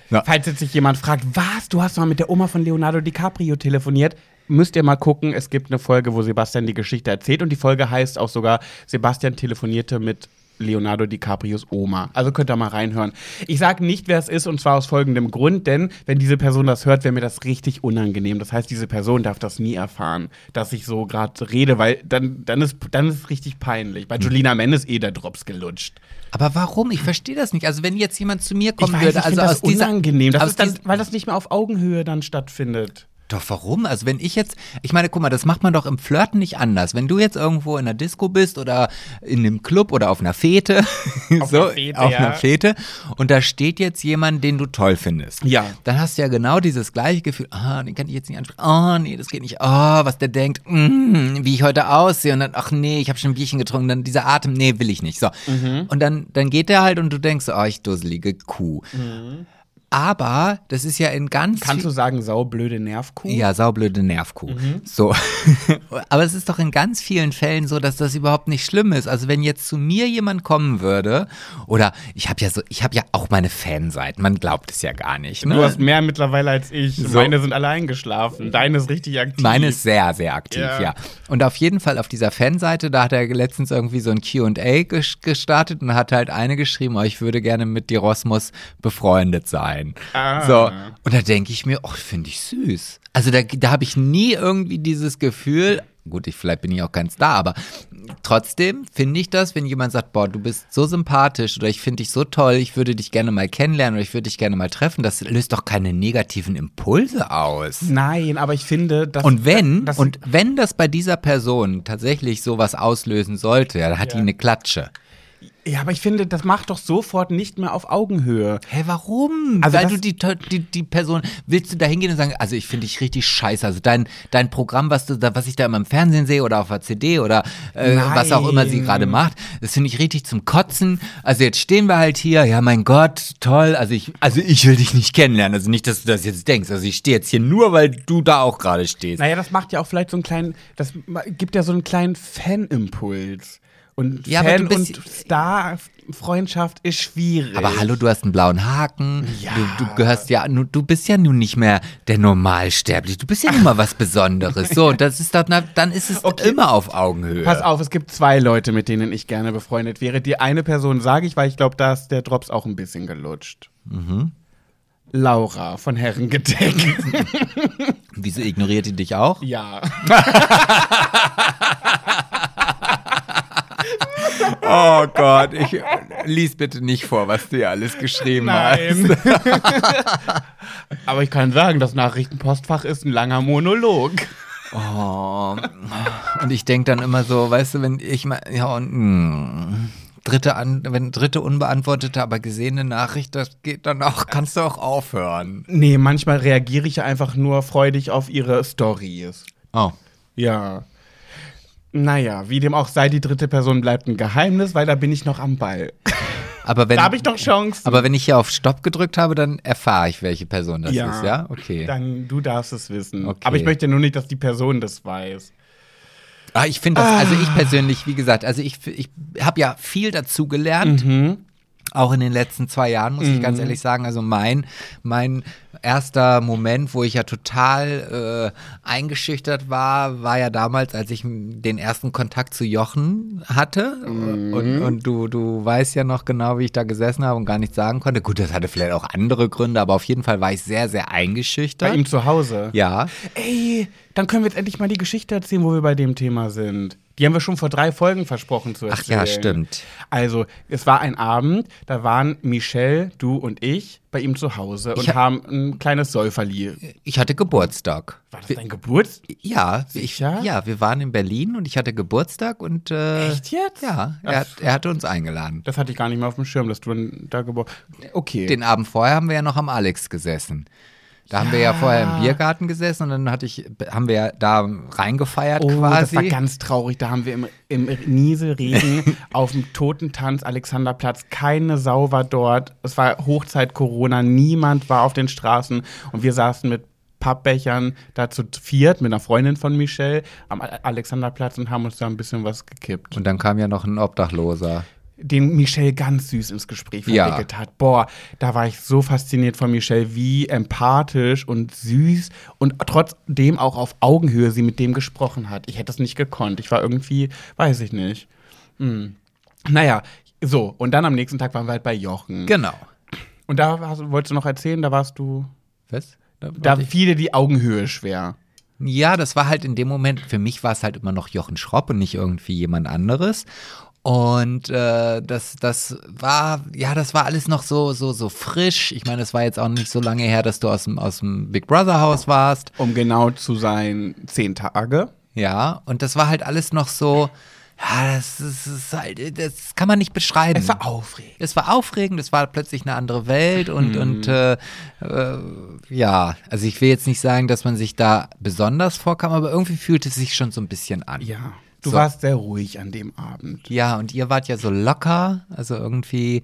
S2: Ja.
S1: Falls jetzt sich jemand fragt, was, du hast mal mit der Oma von Leonardo DiCaprio telefoniert, müsst ihr mal gucken. Es gibt eine Folge, wo Sebastian die Geschichte erzählt und die Folge heißt auch sogar, Sebastian telefonierte mit Leonardo DiCaprios Oma. Also könnt ihr mal reinhören. Ich sage nicht, wer es ist und zwar aus folgendem Grund, denn wenn diese Person das hört, wäre mir das richtig unangenehm. Das heißt, diese Person darf das nie erfahren, dass ich so gerade rede, weil dann, dann ist dann ist es richtig peinlich. Bei Julina Mendes eh der Drops gelutscht.
S2: Aber warum? Ich verstehe das nicht. Also wenn jetzt jemand zu mir kommen
S1: ich weiß,
S2: würde,
S1: ich
S2: also
S1: also
S2: aus
S1: das
S2: dieser,
S1: unangenehm, das
S2: aus
S1: ist dann,
S2: dies-
S1: weil das nicht mehr auf Augenhöhe dann stattfindet.
S2: Doch warum? Also wenn ich jetzt, ich meine, guck mal, das macht man doch im Flirten nicht anders. Wenn du jetzt irgendwo in der Disco bist oder in einem Club oder auf einer Fete,
S1: Auf
S2: so,
S1: einer Fete,
S2: auf
S1: ja.
S2: einer Fete, und da steht jetzt jemand, den du toll findest.
S1: Ja.
S2: Dann hast du ja genau dieses gleiche Gefühl, ah, den kann ich jetzt nicht ansprechen, ah, nee, das geht nicht, ah, was der denkt, mm, wie ich heute aussehe und dann, ach nee, ich habe schon ein Bierchen getrunken, dann dieser Atem, nee,
S1: Mhm.
S2: will ich nicht, so. Und dann, dann geht der halt und du denkst, oh, ich dusselige Kuh. Aber das ist ja in ganz
S1: Mhm. Kannst du sagen, saublöde Nervkuh? Mhm.
S2: Ja, saublöde Nervkuh. So. Aber es ist doch in ganz vielen Fällen so, dass das überhaupt nicht schlimm ist. Also wenn jetzt zu mir jemand kommen würde, oder ich habe ja so, ich habe ja auch meine Fanseiten, man glaubt es ja gar nicht. Ne?
S1: Du hast mehr mittlerweile als ich.
S2: So.
S1: Meine sind alle eingeschlafen. Deine ist richtig aktiv.
S2: Meine ist sehr, sehr aktiv,
S1: Ja.
S2: ja. Und auf jeden Fall auf dieser Fanseite, da hat er letztens irgendwie so ein QA ges- gestartet und hat halt eine geschrieben, oh, ich würde gerne mit dir Rosmus befreundet sein.
S1: Ah.
S2: So. Und da denke ich mir, oh, finde ich süß. Also da, da habe ich nie irgendwie dieses Gefühl, gut, ich, vielleicht bin ich auch ganz da, aber trotzdem finde ich das, wenn jemand sagt, boah, du bist so sympathisch oder ich finde dich so toll, ich würde dich gerne mal kennenlernen oder ich würde dich gerne mal treffen, das löst doch keine negativen Impulse aus.
S1: Nein, aber ich finde, dass.
S2: Und wenn,
S1: das-
S2: und wenn das bei dieser Person tatsächlich sowas auslösen sollte, dann hat
S1: Ja.
S2: die eine Klatsche.
S1: Ja, aber ich finde, das macht doch sofort nicht mehr auf Augenhöhe.
S2: Hä, warum?
S1: Also
S2: Weil
S1: das-
S2: du die, die, die Person, willst du da hingehen und sagen, also ich finde dich richtig scheiße. Also dein, dein Programm, was, du da, was ich da immer im Fernsehen sehe oder auf der CD oder äh,
S1: Nein.
S2: was auch immer sie gerade macht, das finde ich richtig zum Kotzen. Also jetzt stehen wir halt hier, ja mein Gott, toll. Also ich, also ich will dich nicht kennenlernen. Also nicht, dass du das jetzt denkst. Also ich stehe jetzt hier nur, weil du da auch gerade stehst.
S1: Naja, das macht ja auch vielleicht so einen kleinen, das ma- gibt ja so einen kleinen Fanimpuls. Und
S2: Ja, aber
S1: Fan
S2: du bist-
S1: und Star-Freundschaft ist schwierig.
S2: Aber hallo, du hast einen blauen Haken.
S1: Ja.
S2: Du, du gehörst Äh. ja, nu- du bist ja nun nicht mehr der Normalsterbliche. Du bist ja nun mal was Besonderes. So, und das ist doch, na, dann ist es immer auf Augenhöhe.
S1: Pass auf, es gibt zwei Leute, mit denen ich gerne befreundet wäre. Die eine Person sage ich, weil ich glaube, da ist der Drops auch ein bisschen gelutscht. Mhm. Laura von Herrengedeck.
S2: Wieso ignoriert die dich auch?
S1: ja.
S2: Oh Gott, ich lies bitte nicht vor, was du hier alles geschrieben
S1: Nein. Aber ich kann sagen, das Nachrichtenpostfach ist ein langer Monolog.
S2: Oh. Und ich denke dann immer so, weißt du, wenn ich mal, ja, und mm, dritte, an, wenn dritte unbeantwortete, aber gesehene Nachricht, das geht dann auch, kannst du auch aufhören.
S1: Nee, manchmal reagiere ich einfach nur freudig auf ihre Stories.
S2: Oh.
S1: Ja. Naja, wie dem auch sei, die dritte Person bleibt ein Geheimnis, weil da bin ich noch am Ball.
S2: Aber wenn,
S1: Da habe ich noch Chancen.
S2: Aber wenn ich hier auf Stopp gedrückt habe, dann erfahre ich, welche Person das
S1: Ja.
S2: ist, ja? Okay.
S1: Dann, du darfst es wissen.
S2: Okay.
S1: Aber ich möchte nur nicht, dass die Person das weiß.
S2: Ah, ich finde das, also ich persönlich, wie gesagt, also ich, ich habe ja viel dazu gelernt.
S1: Mhm.
S2: Auch in den letzten zwei Jahren, muss ich ganz ehrlich sagen. Also mein, mein erster Moment, wo ich ja total äh, eingeschüchtert war, war ja damals, als ich m- den ersten Kontakt zu Jochen hatte.
S1: Mhm.
S2: Und, und du, du weißt ja noch genau, wie ich da gesessen habe und gar nichts sagen konnte. Gut, das hatte vielleicht auch andere Gründe, aber auf jeden Fall war ich sehr, sehr eingeschüchtert.
S1: Bei ihm zu Hause.
S2: Ja.
S1: Ey, dann können wir jetzt endlich mal die Geschichte erzählen, wo wir bei dem Thema sind. Die haben wir schon vor drei Folgen versprochen zu
S2: Ach
S1: erzählen.
S2: ja, stimmt.
S1: Also, es war ein Abend, da waren Michelle, du und ich bei ihm zu Hause und
S2: Ich ha-
S1: haben ein kleines Säuferli.
S2: Ich hatte Geburtstag.
S1: War das dein Geburtstag?
S2: Ja, ich,
S1: Sicher?
S2: ja, wir waren in Berlin und ich hatte Geburtstag und äh,
S1: Echt jetzt?
S2: Ja,
S1: Ach.
S2: er, hat- er hatte uns eingeladen.
S1: Das hatte ich gar nicht mehr auf dem Schirm, dass du da geboren Okay.
S2: Den Abend vorher haben wir ja noch am Alex gesessen. Da haben wir ja vorher im Biergarten gesessen und dann hatte ich, haben wir ja da reingefeiert
S1: oh,
S2: quasi.
S1: das war ganz traurig. Da haben wir im, im Nieselregen auf dem Totentanz Alexanderplatz. Keine Sau war dort. Es war Hochzeit Corona. Niemand war auf den Straßen. Und wir saßen mit Pappbechern da zu viert mit einer Freundin von Michelle am A- Alexanderplatz und haben uns da ein bisschen was gekippt.
S2: und dann kam ja noch ein Obdachloser.
S1: den Michelle ganz süß ins Gespräch
S2: Ja.
S1: verwickelt hat. Boah, da war ich so fasziniert von Michelle, wie empathisch und süß und trotzdem auch auf Augenhöhe sie mit dem gesprochen hat. Ich hätte es nicht gekonnt. Ich war irgendwie, weiß ich nicht. Hm. Naja, so. Und dann am nächsten Tag waren wir halt bei Jochen.
S2: Genau.
S1: Und da warst, wolltest du noch erzählen, da warst du,
S2: Was? Da
S1: da
S2: wollte ich-
S1: fiel dir die Augenhöhe schwer.
S2: Ja, das war halt in dem Moment, für mich war es halt immer noch Jochen Schropp und nicht irgendwie jemand anderes. Und äh, das, das war, ja, das war alles noch so, so, so frisch. Ich meine, es war jetzt auch nicht so lange her, dass du aus dem, aus dem Big Brother Haus warst.
S1: Um genau zu sein, zehn Tage.
S2: Ja, und das war halt alles noch so, ja, das ist, ist halt, das kann man nicht beschreiben.
S1: Es war aufregend.
S2: Es war aufregend, es war plötzlich eine andere Welt und, und äh, äh, ja, also ich will jetzt nicht sagen, dass man sich da besonders vorkam, aber irgendwie fühlte es sich schon so ein bisschen an.
S1: Ja. Du
S2: So.
S1: warst sehr ruhig an dem Abend.
S2: Ja, und ihr wart ja so locker, also irgendwie.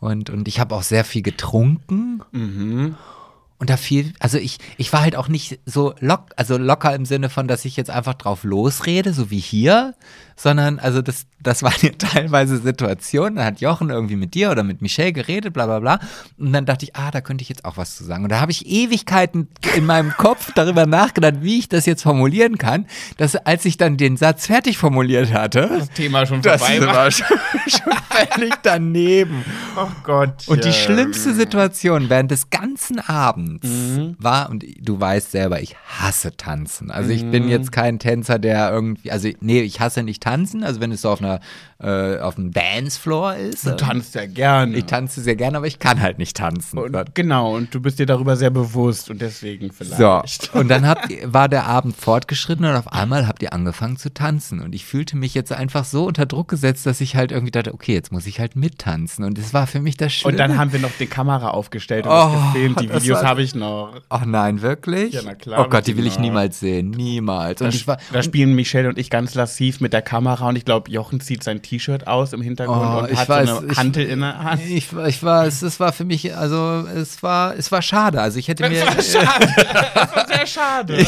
S2: Und, und ich habe auch sehr viel getrunken. Und da fiel, also ich, ich war halt auch nicht so lock, also locker im Sinne von, dass ich jetzt einfach drauf losrede, so wie hier, sondern also das, das waren ja teilweise Situationen, da hat Jochen irgendwie mit dir oder mit Michelle geredet, bla bla bla. Und dann dachte ich, ah, da könnte ich jetzt auch was zu sagen. Und da habe ich Ewigkeiten in meinem Kopf darüber nachgedacht, wie ich das jetzt formulieren kann, dass als ich dann den Satz fertig formuliert hatte,
S1: Thema schon
S2: das war schon, schon völlig daneben.
S1: Oh Gott.
S2: Und die schlimmste Situation während des ganzen Abends
S1: Mhm.
S2: war, und du weißt selber, ich hasse tanzen. Also ich
S1: Mhm.
S2: bin jetzt kein Tänzer, der irgendwie, also nee, ich hasse nicht tanzen. Also wenn es so auf einer, äh, auf einem Dancefloor ist.
S1: Du tanzt ja gerne.
S2: ich tanze sehr gerne, aber ich kann halt nicht tanzen.
S1: und, genau, und du bist dir darüber sehr bewusst und deswegen
S2: So,
S1: vielleicht.
S2: und dann habt, ihr- war der Abend fortgeschritten und auf einmal habt ihr angefangen zu tanzen. Und ich fühlte mich jetzt einfach so unter Druck gesetzt, dass ich halt irgendwie dachte, okay, jetzt muss ich halt mittanzen. Und es war für mich das Schlimme.
S1: Und dann haben wir noch die Kamera aufgestellt und
S2: Oh,
S1: das gefilmt. Die
S2: das
S1: Videos
S2: war-
S1: habe ich noch.
S2: Ach nein, wirklich?
S1: Ja, na klar,
S2: Oh Gott, die will ich
S1: na.
S2: niemals sehen. Niemals. Und ich war,
S1: Da spielen Michelle und ich ganz lassiv mit der Kamera und ich glaube, Jochen zieht sein T-Shirt aus im Hintergrund
S2: Oh,
S1: und
S2: ich
S1: hat
S2: weiß,
S1: so eine
S2: ich-
S1: Hantel in der Hand.
S2: ich, war- ich war, es, es war für mich, also es war, es war schade. Also ich hätte mir.
S1: schade. Das war sehr schade.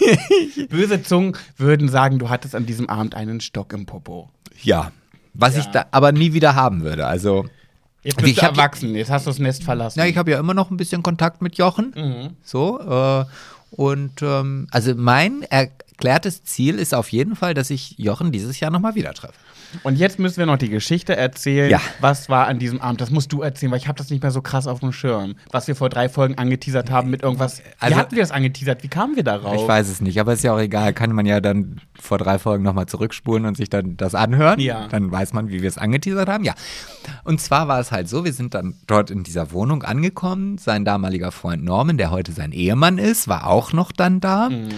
S1: Böse Zungen würden sagen, du hattest an diesem Abend einen Stock im Popo.
S2: Ja. Was ich da aber nie wieder haben würde. Also.
S1: Jetzt
S2: Also
S1: bist
S2: ich
S1: du
S2: hab-
S1: erwachsen, jetzt hast du das Nest verlassen.
S2: Na, ich habe ja immer noch ein bisschen Kontakt mit Jochen. So. Äh, und ähm, also mein erklärtes Ziel ist auf jeden Fall, dass ich Jochen dieses Jahr nochmal wieder treffe.
S1: Und jetzt müssen wir noch die Geschichte erzählen.
S2: Ja.
S1: Was war an diesem Abend? Das musst du erzählen, weil ich habe das nicht mehr so krass auf dem Schirm. Was wir vor drei Folgen angeteasert haben mit irgendwas.
S2: Also-
S1: Wie hatten wir das angeteasert? Wie kamen wir darauf?
S2: Ich weiß es nicht, aber ist ja auch egal. Kann man ja dann vor drei Folgen nochmal zurückspulen und sich dann das anhören.
S1: Ja.
S2: Dann weiß man, wie wir es angeteasert haben. Ja. Und zwar war es halt so, wir sind dann dort in dieser Wohnung angekommen. Sein damaliger Freund Norman, der heute sein Ehemann ist, war auch noch dann da.
S1: Mhm.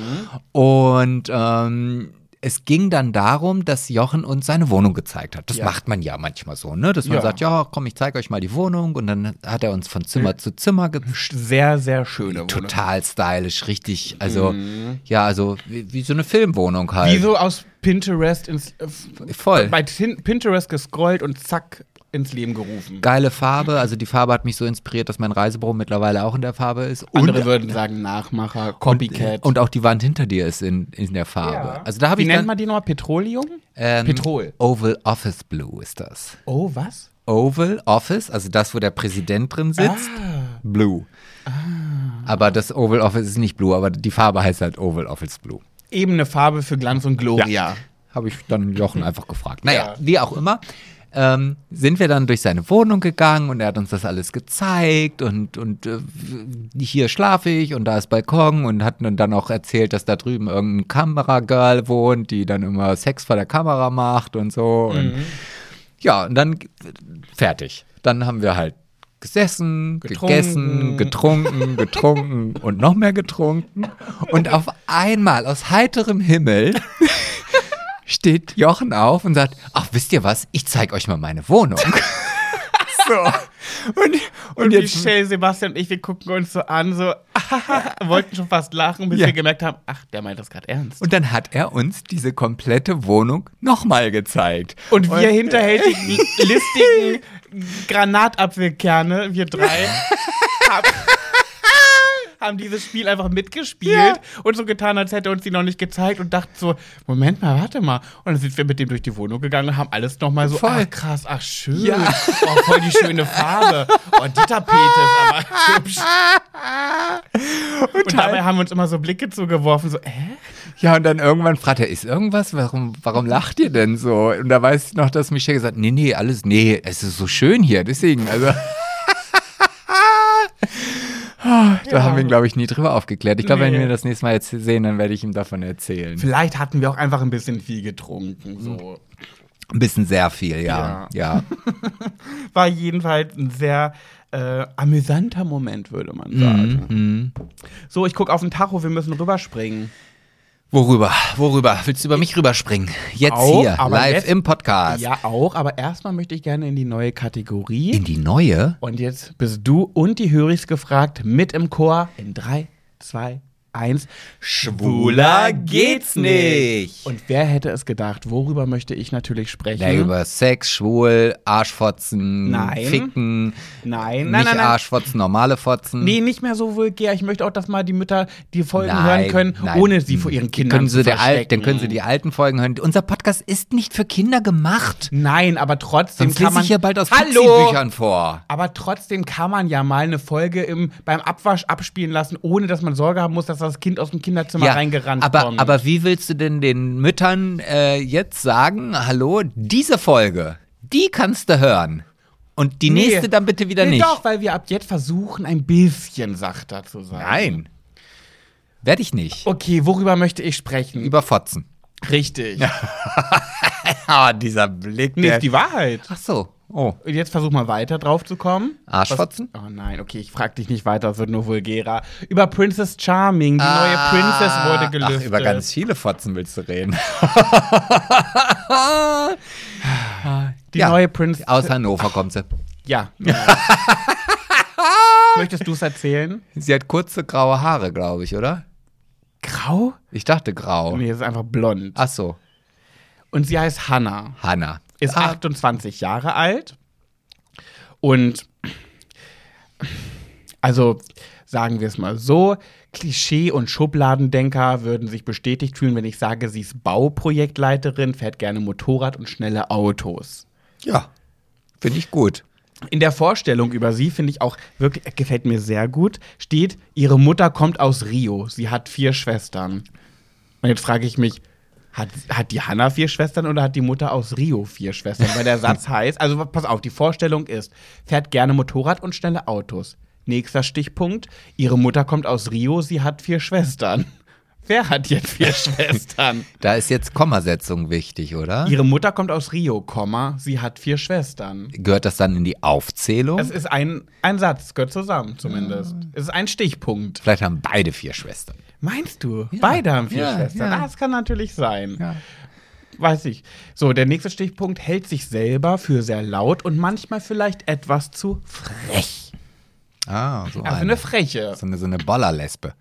S2: Und ähm, es ging dann darum, dass Jochen uns seine Wohnung gezeigt hat. Das macht man ja manchmal so, ne? Dass man
S1: Ja.
S2: sagt, ja, komm, ich zeige euch mal die Wohnung. Und dann hat er uns von
S1: Hm.
S2: Zimmer zu Zimmer ge
S1: Sehr, sehr schöne Wohnung.
S2: total stylisch, richtig. Also, ja, also wie, wie so eine Filmwohnung halt.
S1: Wie so aus Pinterest ins. äh, f-
S2: Voll.
S1: Bei Tin- Pinterest gescrollt und zack ins Leben gerufen.
S2: Geile Farbe, also die Farbe hat mich so inspiriert, dass mein Reisebüro mittlerweile auch in der Farbe ist. Und,
S1: Andere würden sagen Nachmacher, Copycat.
S2: und auch die Wand hinter dir ist in, in der Farbe. Also da habe
S1: Wie
S2: ich
S1: nennt
S2: dann,
S1: man die nochmal? Petroleum?
S2: ähm,
S1: Petrol.
S2: Oval Office Blue ist das.
S1: Oh, was?
S2: Oval Office, also das, wo der Präsident drin sitzt,
S1: Ah.
S2: Blue. Aber das Oval Office ist nicht Blue, aber die Farbe heißt halt Oval Office Blue.
S1: Eben eine Farbe für Glanz und Gloria.
S2: Habe ich dann Jochen einfach gefragt. Naja,
S1: Ja.
S2: wie auch immer. Ähm, sind wir dann durch seine Wohnung gegangen und er hat uns das alles gezeigt und, und äh, hier schlafe ich und da ist Balkon und hat nun dann auch erzählt, dass da drüben irgendein Kameragirl wohnt, die dann immer Sex vor der Kamera macht und so. Und ja, und dann g- fertig. Dann haben wir halt gesessen, gegessen, getrunken, getrunken und noch mehr getrunken. Und auf einmal aus heiterem Himmel steht Jochen auf und sagt, ach, wisst ihr was, ich zeig euch mal meine Wohnung. so. Und, und,
S1: Und
S2: jetzt
S1: Michelle, Sebastian und ich, wir gucken uns so an, so wollten schon fast lachen, bis
S2: Ja.
S1: wir gemerkt haben, ach, der meint das gerade ernst.
S2: und dann hat er uns diese komplette Wohnung nochmal gezeigt.
S1: Und wir hinterhältigen, listigen Granatapfelkerne, wir drei, haben, haben dieses Spiel einfach mitgespielt
S2: Ja.
S1: und so getan, als hätte er uns die noch nicht gezeigt und dachten so, Moment mal, warte mal. Und dann sind wir mit dem durch die Wohnung gegangen und haben alles nochmal so,
S2: Voll.
S1: ach krass, ach schön,
S2: Ja.
S1: oh, voll die schöne Farbe. Oh, die Tapete ist aber hübsch. Und halt dabei haben wir uns immer so Blicke zugeworfen, so, äh? hä?
S2: Ja, und dann irgendwann fragt er, ist irgendwas? Warum, warum lacht ihr denn so? Und da weiß ich noch, dass Michelle gesagt hat, nee, nee, alles, nee, es ist so schön hier, deswegen, also. Ah, Da haben wir ihn, glaube ich, nie drüber aufgeklärt. Ich glaube, wenn
S1: Nee.
S2: wir das nächste Mal jetzt sehen, dann werde ich ihm davon erzählen.
S1: Vielleicht hatten wir auch einfach ein bisschen viel getrunken, so.
S2: Ein bisschen sehr viel, ja. Ja.
S1: war jedenfalls ein sehr äh, amüsanter Moment, würde man sagen.
S2: Mhm.
S1: So, ich gucke auf den Tacho, wir müssen rüberspringen.
S2: Worüber? Worüber? Willst du über mich rüberspringen? Jetzt
S1: Auch,
S2: hier,
S1: aber
S2: live
S1: jetzt-
S2: im Podcast.
S1: Ja, auch, aber erstmal möchte ich gerne in die neue Kategorie.
S2: In die neue?
S1: Hm? Und jetzt bist du und die Höris gefragt, mit im Chor in 3, 2, eins.
S2: Schwuler geht's nicht.
S1: Und wer hätte es gedacht? Worüber möchte ich natürlich sprechen?
S2: Ja, über Sex, schwul, Arschfotzen,
S1: Nein.
S2: Ficken,
S1: nein, nein,
S2: nicht
S1: nein, nein.
S2: Arschfotzen, normale Fotzen.
S1: Nee, nicht mehr so vulgär. Ich möchte auch, dass mal die Mütter die Folgen
S2: Nein,
S1: hören können,
S2: nein.
S1: ohne sie vor ihren Kindern
S2: können
S1: zu
S2: sie der
S1: verstecken.
S2: Al dann können sie die alten Folgen hören. Unser Podcast ist nicht für Kinder gemacht.
S1: Nein, aber trotzdem
S2: Sonst
S1: kann
S2: lese
S1: man
S2: ich hier bald aus
S1: Hallo.
S2: Büchern vor.
S1: Aber trotzdem kann man ja mal eine Folge im, beim Abwasch abspielen lassen, ohne dass man Sorge haben muss, dass das Kind aus dem Kinderzimmer reingerannt
S2: aber,
S1: kommt.
S2: aber wie willst du denn den Müttern äh, jetzt sagen, hallo, diese Folge, die kannst du hören. Und die
S1: Nee.
S2: nächste dann bitte wieder
S1: nee,
S2: nicht.
S1: Doch, weil wir ab jetzt versuchen, ein bisschen sachter zu sein.
S2: Nein. Werde ich nicht.
S1: Okay, worüber möchte ich sprechen?
S2: Über Fotzen.
S1: Richtig.
S2: Ah, dieser Blick.
S1: Nee,
S2: der-
S1: ist die Wahrheit.
S2: Ach so. Oh.
S1: Und jetzt versuch mal weiter drauf zu kommen.
S2: Arschfotzen?
S1: Was- Oh nein, okay, ich frag dich nicht weiter, es wird nur vulgärer. Über Princess Charming, die neue Princess wurde gelüftet.
S2: Ah, Ach, über ganz viele Fotzen willst du reden.
S1: die
S2: ja.
S1: neue Princess.
S2: Aus Hannover kommt sie.
S1: Ja. Möchtest du es erzählen?
S2: Sie hat kurze graue Haare, glaube ich, oder?
S1: Grau?
S2: Ich dachte grau.
S1: Nee, es ist einfach blond.
S2: Ach so,
S1: Und sie heißt Hannah,
S2: Hanna.
S1: ist
S2: Ah,
S1: 28 Jahre alt und also sagen wir es mal so, Klischee- und Schubladendenker würden sich bestätigt fühlen, wenn ich sage, sie ist Bauprojektleiterin, fährt gerne Motorrad und schnelle Autos.
S2: Ja, finde ich gut.
S1: In der Vorstellung über sie finde ich auch wirklich, gefällt mir sehr gut, steht, ihre Mutter kommt aus Rio. Sie hat vier Schwestern. Und jetzt frage ich mich, hat, hat die Hanna vier Schwestern oder hat die Mutter aus Rio vier Schwestern? Weil der Satz heißt, also pass auf, die Vorstellung ist, fährt gerne Motorrad und schnelle Autos. Nächster Stichpunkt, ihre Mutter kommt aus Rio, sie hat vier Schwestern. Wer hat jetzt vier Schwestern?
S2: Da ist jetzt Kommasetzung wichtig, oder?
S1: Ihre Mutter kommt aus Rio, Komma, sie hat vier Schwestern.
S2: Gehört das dann in die Aufzählung?
S1: Es ist ein, ein Satz, gehört zusammen zumindest. Es ist ein Stichpunkt.
S2: Vielleicht haben beide vier Schwestern.
S1: Meinst du? Beide haben vier
S2: Ja,
S1: Schwestern.
S2: ja.
S1: Ah, das kann natürlich sein.
S2: Ja.
S1: Weiß ich. So, der nächste Stichpunkt hält sich selber für sehr laut und manchmal vielleicht etwas zu frech.
S2: Ah, so
S1: Also
S2: eine.
S1: eine Freche.
S2: So eine, so eine Bollerlesbe.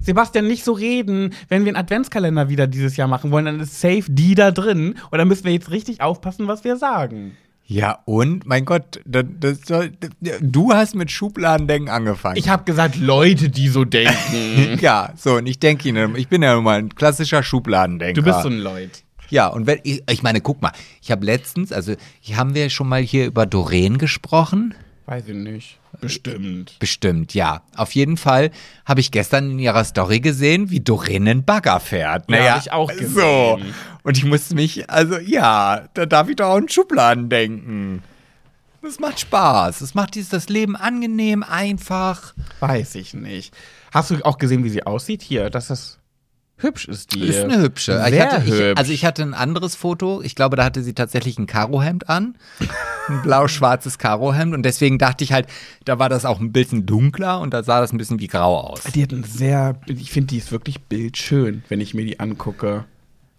S1: Sebastian, nicht so reden. Wenn wir einen Adventskalender wieder dieses Jahr machen wollen, dann ist safe die da drin. Und dann müssen wir jetzt richtig aufpassen, was wir sagen.
S2: Ja, und? Mein Gott, das, das, soll- du hast mit Schubladendenken angefangen.
S1: Ich habe gesagt, Leute, die so denken.
S2: ja, so, und ich denke Ihnen, ich bin ja nun mal ein klassischer Schubladendenker.
S1: Du bist so ein Leut.
S2: Ja, und wenn, ich, ich meine, guck mal, ich habe letztens, also hier haben wir schon mal hier über Doreen gesprochen?
S1: Weiß ich nicht. Bestimmt.
S2: Bestimmt, ja. Auf jeden Fall habe ich gestern in ihrer Story gesehen, wie Doreen einen Bagger fährt.
S1: Ja,
S2: Naja,
S1: hab ich auch gesehen.
S2: So. Und ich musste mich, also ja, da darf ich doch auch in Schubladen denken. Das macht Spaß. Das macht dieses, das Leben angenehm, einfach.
S1: Weiß ich nicht. Hast du auch gesehen, wie sie aussieht hier? Dass das hübsch ist die.
S2: Ist eine hübsche.
S1: Sehr
S2: ich hatte,
S1: hübsch.
S2: Ich, also ich hatte ein anderes Foto. Ich glaube, da hatte sie tatsächlich ein Karohemd an. Ein blau-schwarzes Karohemd. Und deswegen dachte ich halt, da war das auch ein bisschen dunkler und da sah das ein bisschen wie grau aus.
S1: die hat ein sehr, ich finde, die ist wirklich bildschön, wenn ich mir die angucke.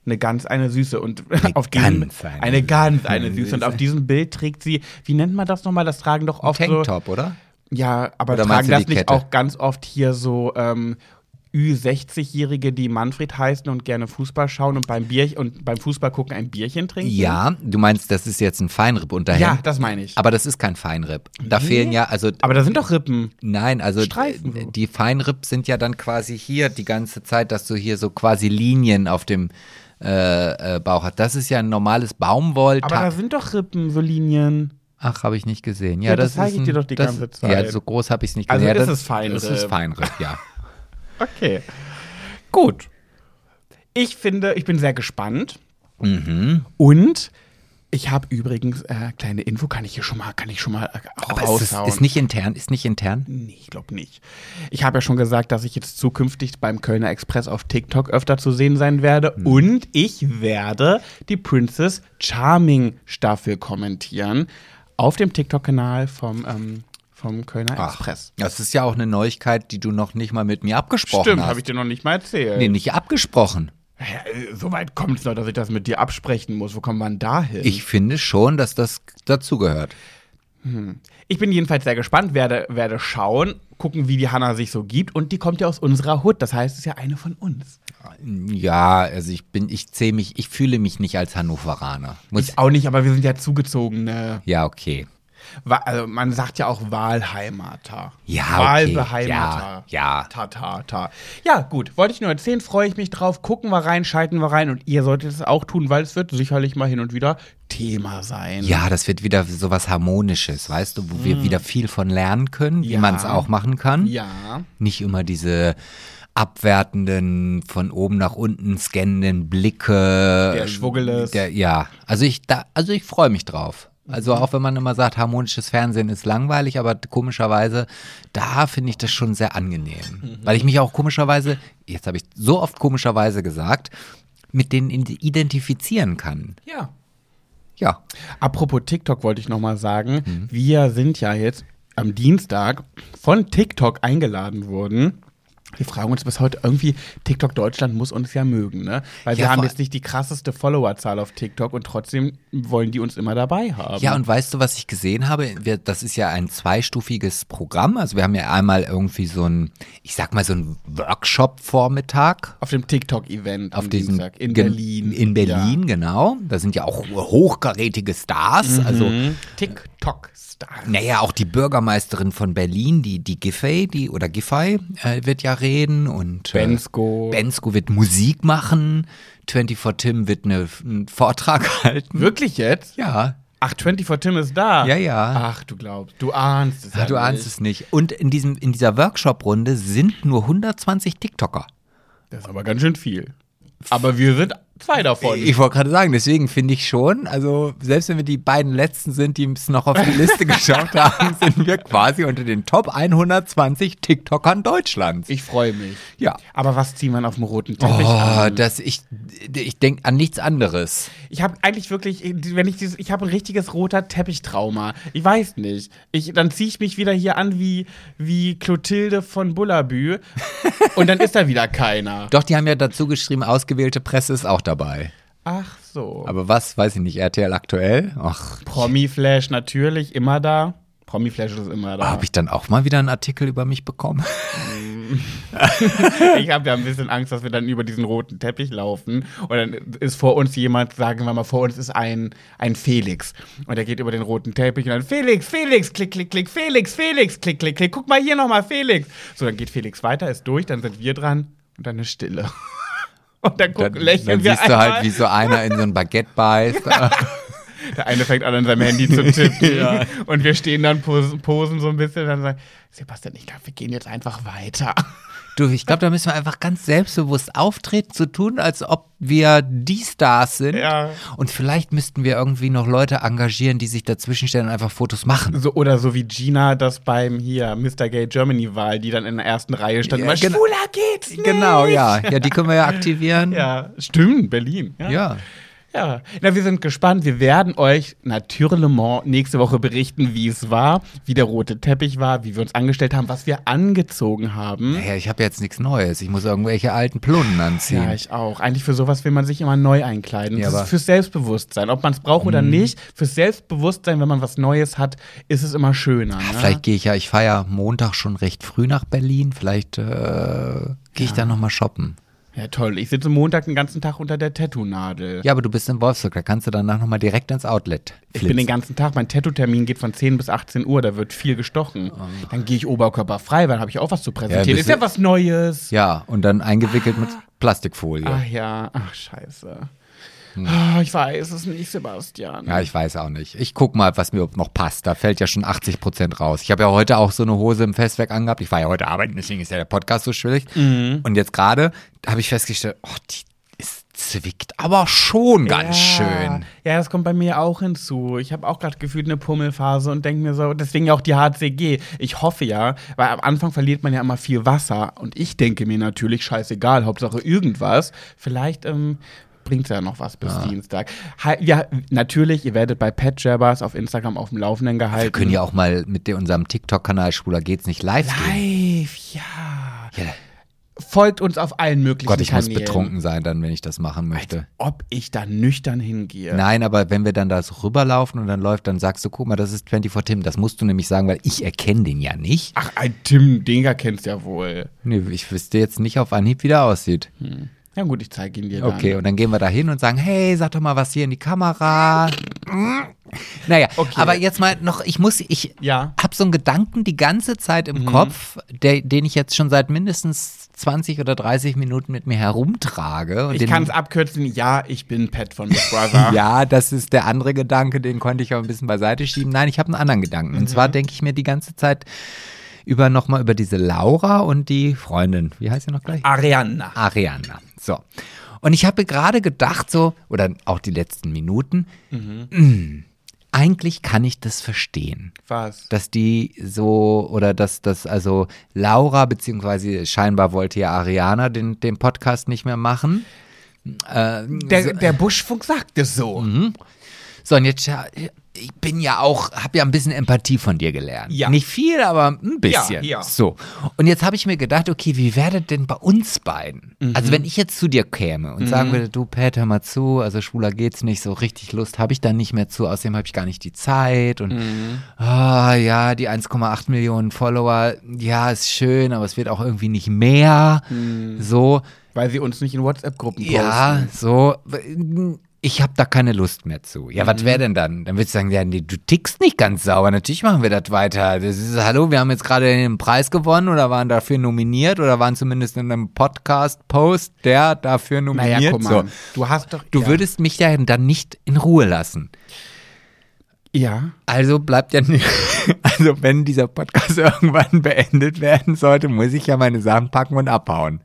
S1: Eine ganz eine Süße und auf diesem,
S2: ganz eine
S1: eine
S2: Süße.
S1: ganz eine Süße und auf diesem Bild trägt sie, wie nennt man das nochmal? Das tragen doch oft so, Mhm.
S2: Tanktop, oder?
S1: ja, aber
S2: Oder
S1: tragen
S2: meinst du
S1: das
S2: die
S1: nicht
S2: Kette?
S1: auch ganz oft hier so ähm, Ü60-Jährige, die Manfred heißen und gerne Fußball schauen und beim Bier und beim Fußball gucken ein Bierchen trinken?
S2: Ja, du meinst, das ist jetzt ein Feinripp unterhemd.
S1: ja, das meine ich.
S2: aber das ist kein Feinripp. Da fehlen ja, also
S1: aber da sind doch Rippen.
S2: Nein, also
S1: Streifen so.
S2: d- die Feinripp sind ja dann quasi hier die ganze Zeit, dass du hier so quasi Linien auf dem äh, äh, Bauch hast. Das ist ja ein normales Baumwoll.
S1: Aber da sind doch Rippen, so Linien.
S2: Ach, habe ich nicht gesehen. Ja,
S1: Ja, das
S2: das,
S1: zeig
S2: ist
S1: ich
S2: ein-
S1: dir doch die
S2: das,
S1: ganze Zeit.
S2: Ja, so groß habe ich es nicht
S1: Also
S2: gesehen.
S1: ist
S2: ja,
S1: es Feinripp.
S2: Das ist Feinripp, ja.
S1: Okay. Gut. Ich finde, ich bin sehr gespannt.
S2: Mhm.
S1: Und ich habe übrigens äh, kleine Info, kann ich hier schon mal, kann ich schon mal äh, auch
S2: Aber ist,
S1: raushauen.
S2: es, ist nicht intern, ist nicht intern.
S1: Nee, ich glaube nicht. Ich habe ja schon gesagt, dass ich jetzt zukünftig beim Kölner Express auf TikTok öfter zu sehen sein werde.
S2: Hm.
S1: Und ich werde die Princess Charming Staffel kommentieren auf dem TikTok-Kanal vom, ähm, vom Kölner Express.
S2: Das ist ja auch eine Neuigkeit, die du noch nicht mal mit mir abgesprochen
S1: Stimmt,
S2: hast.
S1: habe ich dir noch nicht mal erzählt.
S2: nee, nicht abgesprochen.
S1: Ja, äh, so weit kommt es noch, dass ich das mit dir absprechen muss. Wo kommen wir denn da hin?
S2: Ich finde schon, dass das dazugehört.
S1: Ich bin jedenfalls sehr gespannt, werde, werde schauen, gucken, wie die Hanna sich so gibt. Und die kommt ja aus unserer Hut. Das heißt, es ist ja eine von uns.
S2: Ja, also ich bin, ich zähle mich, ich fühle mich nicht als Hannoveraner. Muss,
S1: Ich auch nicht, aber wir sind ja zugezogene.
S2: ja, okay.
S1: Wa- Also man sagt ja auch Wahlheimater.
S2: Ja, okay.
S1: Wahlbeheimater.
S2: Ja, ja.
S1: Ta, ta, ta. Ja, gut. Wollte ich nur erzählen, freue ich mich drauf. Gucken wir rein, schalten wir rein. Und ihr solltet es auch tun, weil es wird sicherlich mal hin und wieder Thema sein.
S2: Ja, das wird wieder so was Harmonisches, weißt du, wo wir wieder viel von lernen können, wie man es auch machen kann.
S1: Hm. Ja.
S2: Nicht immer diese abwertenden, von oben nach unten scannenden Blicke.
S1: Der Schwuggel ist.
S2: Der, ja, also ich, da, also ich freue mich drauf.
S1: Mhm.
S2: Also auch wenn man immer sagt, harmonisches Fernsehen ist langweilig, aber komischerweise, da finde ich das schon sehr angenehm.
S1: Mhm.
S2: Weil ich mich auch komischerweise, jetzt habe ich so oft komischerweise gesagt, mit denen identifizieren kann.
S1: Ja.
S2: Ja,
S1: Apropos TikTok wollte ich nochmal sagen,
S2: Mhm.
S1: wir sind ja jetzt am Dienstag von TikTok eingeladen worden. Wir fragen uns bis heute irgendwie, TikTok Deutschland muss uns ja mögen, ne? Weil
S2: Ja,
S1: wir haben
S2: vor-
S1: jetzt nicht die krasseste Followerzahl auf TikTok und trotzdem wollen die uns immer dabei haben.
S2: Ja, und weißt du, was ich gesehen habe? Wir, das ist ja ein zweistufiges Programm. Also wir haben ja einmal irgendwie so ein, ich sag mal so ein Workshop-Vormittag.
S1: auf dem TikTok-Event
S2: Auf
S1: am
S2: diesem,
S1: Dienstag in
S2: gen-
S1: Berlin.
S2: In Berlin, genau. Da sind ja auch hochkarätige Stars. Also,
S1: Ja. Hm? TikTok-Star.
S2: naja, auch die Bürgermeisterin von Berlin, die, die Giffey, die oder Giffey, äh, wird ja reden und äh,
S1: Bensko.
S2: Bensko wird Musik machen. 24 Tim wird eine, einen Vortrag halten.
S1: Wirklich jetzt?
S2: Ja,
S1: Ach, 24 Tim ist da.
S2: Ja, ja.
S1: Ach, du glaubst, du ahnst es.
S2: Ja, Ah, du ahnst es nicht. Und in, diesem, in dieser Workshop-Runde sind nur 120 TikToker.
S1: Das ist aber ganz schön viel. Aber wir sind zwei davon.
S2: Ich wollte gerade sagen, deswegen finde ich schon, also selbst wenn wir die beiden Letzten sind, die es noch auf die Liste geschafft haben, sind wir quasi unter den Top 120 TikTokern Deutschlands.
S1: Ich freue mich.
S2: Ja.
S1: Aber was zieht man auf dem roten Teppich
S2: oh,
S1: an?
S2: das, ich, ich denke an nichts anderes.
S1: Ich habe eigentlich wirklich, wenn ich dieses, ich habe ein richtiges roter Teppich-Trauma. Ich weiß nicht. Ich, dann ziehe ich mich wieder hier an wie, wie Clotilde von Bullabü und dann ist da wieder keiner.
S2: Doch, die haben ja dazu geschrieben, ausgewählte Presse ist auch dabei.
S1: Ach so.
S2: Aber was, weiß ich nicht, RTL aktuell? Ach,
S1: Promi-Flash natürlich immer da. Promi-Flash ist immer da.
S2: habe ich dann auch mal wieder einen Artikel über mich bekommen?
S1: Ich habe ja ein bisschen Angst, dass wir dann über diesen roten Teppich laufen und dann ist vor uns jemand, sagen wir mal, vor uns ist ein, ein Felix und der geht über den roten Teppich und dann Felix, Felix, klick, klick, klick, Felix, Felix, klick, klick, klick, guck mal hier nochmal Felix. So, dann geht Felix weiter, ist durch, dann sind wir dran und dann eine Stille. Und dann, gucken,
S2: Dann,
S1: lächeln
S2: dann
S1: wir
S2: siehst du
S1: einmal.
S2: halt, wie so einer in so ein Baguette beißt.
S1: Der eine fängt an, an seinem Handy zu tippen. Und wir stehen dann, posen, posen so ein bisschen und dann sagen, Sebastian, ich glaube, wir gehen jetzt einfach weiter.
S2: Du, ich glaube, da müssen wir einfach ganz selbstbewusst auftreten, so tun, als ob wir die Stars sind.
S1: Ja.
S2: Und vielleicht müssten wir irgendwie noch Leute engagieren, die sich dazwischenstellen und einfach Fotos machen.
S1: So, oder so wie Gina das beim hier Mr. Gay Germany Wahl, die dann in der ersten Reihe stand.
S2: Ja,
S1: immer,
S2: genau.
S1: Schwuler geht's nicht.
S2: Genau, ja. Ja, die können wir ja aktivieren.
S1: Ja, stimmt, Berlin. Ja.
S2: Ja.
S1: Ja. Na, wir sind gespannt. Wir werden euch natürlich nächste Woche berichten, wie es war, wie der rote Teppich war, wie wir uns angestellt haben, was wir angezogen haben.
S2: Naja, ich habe jetzt nichts Neues. Ich muss irgendwelche alten Plunnen anziehen.
S1: Ja, ich auch. Eigentlich für sowas will man sich immer neu einkleiden.
S2: Ja,
S1: das
S2: aber- Mhm.
S1: ist fürs Selbstbewusstsein. Ob man es braucht oder nicht, fürs Selbstbewusstsein, wenn man was Neues hat, ist es immer schöner. Ne?
S2: Ah, Vielleicht gehe ich ja, ich fahre ja Montag schon recht früh nach Berlin. Vielleicht äh, gehe ich da nochmal shoppen.
S1: Ja, toll. Ich sitze Montag den ganzen Tag unter der Tattoo-Nadel.
S2: Ja, aber du bist in Wolfsburg, da kannst du danach nochmal direkt ins Outlet
S1: Ich bin den
S2: flitzen.
S1: ganzen Tag, mein Tattoo-Termin geht von 10 bis 18 Uhr, da wird viel gestochen. Dann gehe ich oberkörperfrei, weil dann habe ich auch was zu präsentieren.
S2: Oh. bist
S1: ist ja
S2: du-
S1: was Neues.
S2: Ja, und dann eingewickelt mit
S1: Ah.
S2: Plastikfolie.
S1: Ach ja, ach scheiße. Ah, ich weiß es nicht, Sebastian.
S2: Hm. Ja, ich weiß auch nicht. Ich guck mal, was mir noch passt. Da fällt ja schon 80 Prozent raus. Ich habe ja heute auch so eine Hose im Festwerk angehabt. Ich war ja heute arbeiten, deswegen ist ja der Podcast so schwierig. Und jetzt gerade habe ich festgestellt, oh, die es zwickt aber schon ganz Ah, schön.
S1: Ja, das kommt bei mir auch hinzu. Ich habe auch gerade gefühlt eine Pummelphase und denke mir so, deswegen ja auch die HCG. Ich hoffe ja, weil am Anfang verliert man ja immer viel Wasser und ich denke mir natürlich, scheißegal, Hauptsache irgendwas. Vielleicht ähm, bringt ja noch was bis Dienstag. Ha ja, natürlich, ihr werdet bei Pat Jabbers auf Instagram auf dem Laufenden gehalten.
S2: Wir können ja auch mal mit der, unserem TikTok-Kanal Schwuler geht's nicht live gehen.
S1: Live, ja.
S2: Ja,
S1: Folgt uns auf allen möglichen
S2: Gott, ich muss
S1: Kanälen.
S2: betrunken sein, dann, wenn ich das machen möchte.
S1: Ob ich da nüchtern hingehe.
S2: Nein, aber wenn wir dann da so rüberlaufen und dann läuft, dann sagst du, guck mal, das ist 24 Tim. Das musst du nämlich sagen, weil ich erkenne den ja nicht.
S1: Ach, ein Tim Dinger kennst ja wohl.
S2: Nee, ich wüsste jetzt nicht auf Anhieb, wie der aussieht.
S1: Ja gut, ich zeige ihn dir dann.
S2: Okay, und dann gehen wir da hin und sagen, hey, sag doch mal was hier in die Kamera. Naja,
S1: Okay.
S2: aber jetzt mal noch, ich muss, ich
S1: Ja. Mhm.
S2: habe so einen Gedanken die ganze Zeit im Kopf, der, den ich jetzt schon seit mindestens 20 oder 30 Minuten mit mir herumtrage. Und
S1: Ich
S2: den-
S1: kann es abkürzen. Ja, ich bin Pat von Big Brother.
S2: Ja, das ist der andere Gedanke, den konnte ich auch ein bisschen beiseite schieben. Nein, ich habe einen anderen Gedanken.
S1: Mhm.
S2: Und zwar denke ich mir die ganze Zeit über nochmal über diese Laura und die Freundin. Wie heißt sie noch gleich?
S1: Arianna.
S2: Ariana. So. Und ich habe gerade gedacht, so, oder auch die letzten Minuten, mm, eigentlich kann ich das verstehen.
S1: Was?
S2: Dass die so, oder dass das, also Laura, beziehungsweise scheinbar wollte ja Ariana den, den Podcast nicht mehr machen.
S1: Der, der Buschfunk sagt es so.
S2: Mhm. So, und jetzt, ja, ich bin ja auch, habe ja ein bisschen Empathie von dir gelernt.
S1: Ja.
S2: Nicht viel, aber ein bisschen.
S1: Ja, ja.
S2: So. Und jetzt habe ich mir gedacht, okay, wie wäre das denn bei uns beiden?
S1: Mhm.
S2: Also, wenn ich jetzt zu dir käme und sagen würde, du, Pat, hör mal zu, also schwuler geht's nicht, so richtig Lust habe ich dann nicht mehr zu, außerdem habe ich gar nicht die Zeit und,
S1: Mhm.
S2: ah, ja, die 1,8 Millionen Follower, ja, ist schön, aber es wird auch irgendwie nicht mehr.
S1: Mhm.
S2: So.
S1: Weil sie uns nicht in WhatsApp-Gruppen
S2: Ja,
S1: posten.
S2: so. Ich habe da keine Lust mehr zu. Ja,
S1: Mhm.
S2: was wäre denn dann? Dann würdest du sagen, ja, nee, du tickst nicht ganz sauber. Natürlich machen wir das weiter. Das ist, hallo, wir haben jetzt gerade den Preis gewonnen oder waren dafür nominiert oder waren zumindest in einem Podcast-Post, der dafür nominiert.
S1: Naja, guck mal.
S2: so.
S1: Du hast doch.
S2: Du
S1: ja.
S2: würdest mich ja dann nicht in Ruhe lassen.
S1: Ja.
S2: Also bleibt ja nicht. Also, wenn dieser Podcast irgendwann beendet werden sollte, muss ich ja meine Sachen packen und abhauen.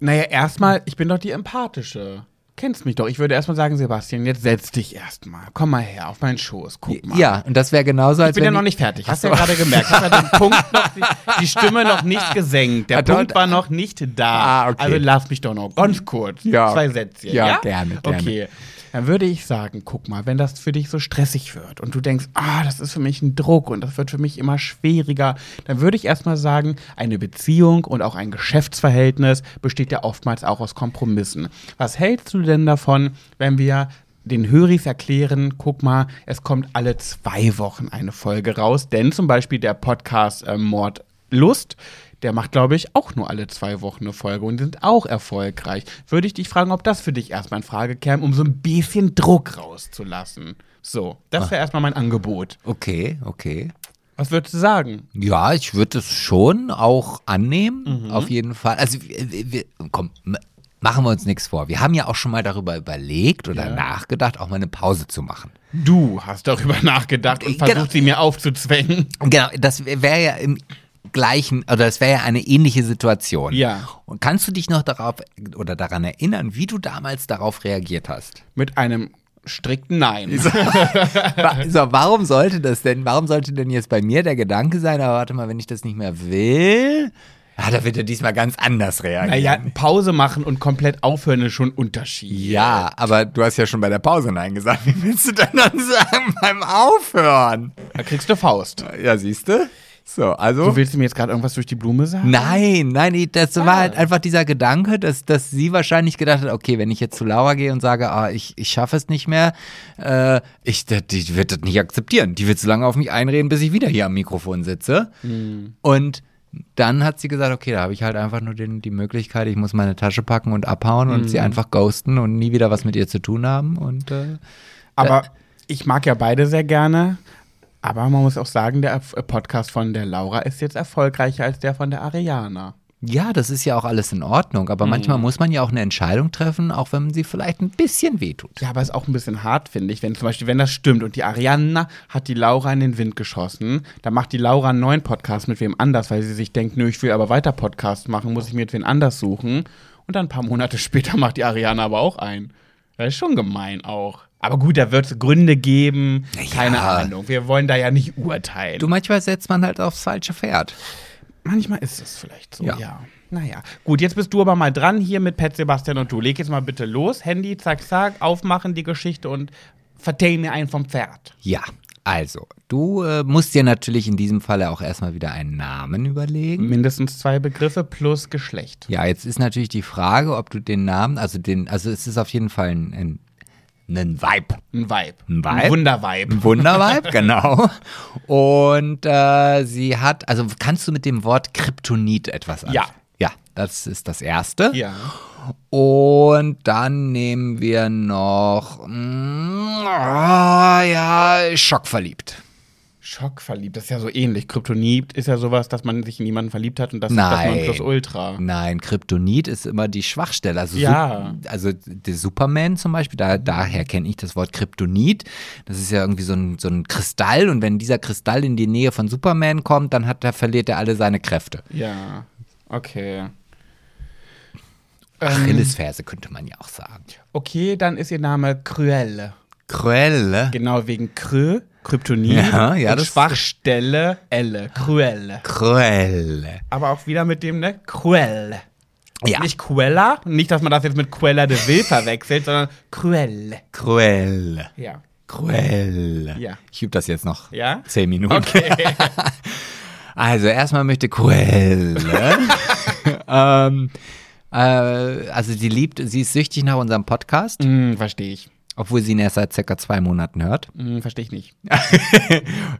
S1: Naja, erstmal, ich bin doch die Empathische. Kennst mich doch. Ich würde erstmal sagen, Sebastian, jetzt setz dich erstmal. Komm mal her, auf meinen Schoß. Guck mal.
S2: Ja, und das wäre genauso, als
S1: Ich bin ja
S2: wenn
S1: noch nicht fertig. Hast du ja gerade gemerkt. Hast ja den Punkt noch, die, die Stimme noch nicht gesenkt. Der
S2: Ah, dort-
S1: Punkt war noch nicht da.
S2: Ah, okay.
S1: Also lass mich doch noch ganz kurz.
S2: Ja.
S1: Zwei Sätze.
S2: Ja,
S1: Ja,
S2: gerne, gerne.
S1: Okay. Dann würde ich sagen, guck mal, wenn das für dich so stressig wird und du denkst, ah, das ist für mich ein Druck und das wird für mich immer schwieriger, dann würde ich erstmal sagen, eine Beziehung und auch ein Geschäftsverhältnis besteht ja oftmals auch aus Kompromissen. Was hältst du denn davon, wenn wir den Höris erklären, guck mal, es kommt alle zwei Wochen eine Folge raus, denn zum Beispiel der Podcast äh, Mord Lust, der macht, glaube ich, auch nur alle zwei Wochen eine Folge und die sind auch erfolgreich. Würde ich dich fragen, ob das für dich erstmal in Frage käme, um so ein bisschen Druck rauszulassen. So, das wäre erstmal mein Angebot.
S2: Okay, okay.
S1: Was würdest du sagen?
S2: Ja, ich würde es schon auch annehmen, auf jeden Fall. Also, wir, wir, komm, m- machen wir uns nichts vor. Wir haben ja auch schon mal darüber überlegt oder nachgedacht, auch mal eine Pause zu machen.
S1: Du hast darüber nachgedacht und
S2: Genau.
S1: versucht, sie mir aufzuzwängen.
S2: Und Genau, das wäre ja im gleichen, oder das wäre ja eine ähnliche Situation.
S1: Ja.
S2: Und kannst du dich noch darauf oder daran erinnern, wie du damals darauf reagiert hast?
S1: Mit einem strikten Nein.
S2: Wa- so, warum sollte das denn? Warum sollte denn jetzt bei mir der Gedanke sein, aber warte mal, wenn ich das nicht mehr will, ah, da wird er diesmal ganz anders reagieren.
S1: Naja, Pause machen und komplett aufhören ist schon ein Unterschied.
S2: Ja, aber du hast ja schon bei der Pause Nein gesagt. Wie willst du denn dann sagen beim Aufhören?
S1: Da kriegst du Faust.
S2: Ja, siehst du? So, also.
S1: Du willst du mir jetzt gerade irgendwas durch die Blume sagen?
S2: nein, nein, nee, das war halt einfach dieser Gedanke, dass, dass sie wahrscheinlich gedacht hat, okay, wenn ich jetzt zu Laura gehe und sage, ah, ich, ich schaffe es nicht mehr, äh, ich, die, die wird das nicht akzeptieren. Die wird so lange auf mich einreden, bis ich wieder hier am Mikrofon sitze. Und dann hat sie gesagt, okay, da habe ich halt einfach nur den, die Möglichkeit, ich muss meine Tasche packen und abhauen und sie einfach ghosten und nie wieder was mit ihr zu tun haben. Und äh,
S1: Aber ich mag ja beide sehr gerne. Aber man muss auch sagen, der Erf- äh, Podcast von der Laura ist jetzt erfolgreicher als der von der Ariana.
S2: Ja, das ist ja auch alles in Ordnung, aber
S1: Mhm.
S2: manchmal muss man ja auch eine Entscheidung treffen, auch wenn sie vielleicht ein bisschen wehtut.
S1: Ja, aber ist auch ein bisschen hart, finde ich. Wenn zum Beispiel, wenn das stimmt und die Ariana hat die Laura in den Wind geschossen, dann macht die Laura einen neuen Podcast mit wem anders, weil sie sich denkt, nö, ich will aber weiter Podcast machen, muss ich mir jetzt wen anders suchen. Und dann ein paar Monate später macht die Ariana aber auch einen. Das ist schon gemein auch. Aber gut, da wird es Gründe geben. Keine
S2: Ja.
S1: Ahnung. Wir wollen da ja nicht urteilen.
S2: Du, manchmal setzt man halt aufs falsche Pferd.
S1: Manchmal ist es vielleicht so,
S2: Ja.
S1: ja. Naja, gut, jetzt bist du aber mal dran hier mit Pet, Sebastian und du. Leg jetzt mal bitte los. Handy, zack, zack, aufmachen die Geschichte und vertell mir einen vom Pferd.
S2: Ja. Also, du äh, musst dir natürlich in diesem Falle auch erstmal wieder einen Namen überlegen.
S1: Mindestens zwei Begriffe plus Geschlecht.
S2: Ja, jetzt ist natürlich die Frage, ob du den Namen, also den, also es ist auf jeden Fall ein, ein, ein Vibe.
S1: Ein Weib.
S2: Ein Weib?
S1: Ein Wunderweib.
S2: Ein Wunderweib, genau. Und äh, sie hat, also kannst du mit dem Wort Kryptonit etwas anfangen?
S1: Ja.
S2: Ja, das ist das Erste.
S1: Ja.
S2: Und dann nehmen wir noch, mm, ah, ja, schockverliebt.
S1: Schockverliebt, das ist ja so ähnlich. Kryptonit ist ja sowas, dass man sich in jemanden verliebt hat und das ist das
S2: Nein.
S1: Nonplusultra.
S2: Nein, Kryptonit ist immer die Schwachstelle. Also,
S1: Ja.
S2: Sup- also der Superman zum Beispiel, da, daher kenne ich das Wort Kryptonit. Das ist ja irgendwie so ein, so ein Kristall und wenn dieser Kristall in die Nähe von Superman kommt, dann hat er, verliert er alle seine Kräfte.
S1: Ja, okay.
S2: Achillesferse könnte man ja auch sagen.
S1: Okay, dann ist ihr Name Cruel.
S2: Cruelle.
S1: Genau, wegen Krö, Kryptonit
S2: Ja, ja,
S1: und
S2: das-
S1: Schwachstelle Elle, Cruel.
S2: Cruelle.
S1: Aber auch wieder mit dem, ne? Cruel.
S2: Ja.
S1: Nicht Quella, nicht, dass man das jetzt mit Quella de Vil verwechselt, sondern Cruel.
S2: Cruelle.
S1: Ja.
S2: Cruelle.
S1: Ja.
S2: Ich übe das jetzt noch
S1: Ja?
S2: zehn Minuten.
S1: Okay.
S2: Also erstmal möchte Quelle. ähm, äh, also die liebt, sie ist süchtig nach unserem Podcast,
S1: hm, verstehe ich.
S2: obwohl sie ihn erst seit circa zwei Monaten hört.
S1: Hm, verstehe ich nicht.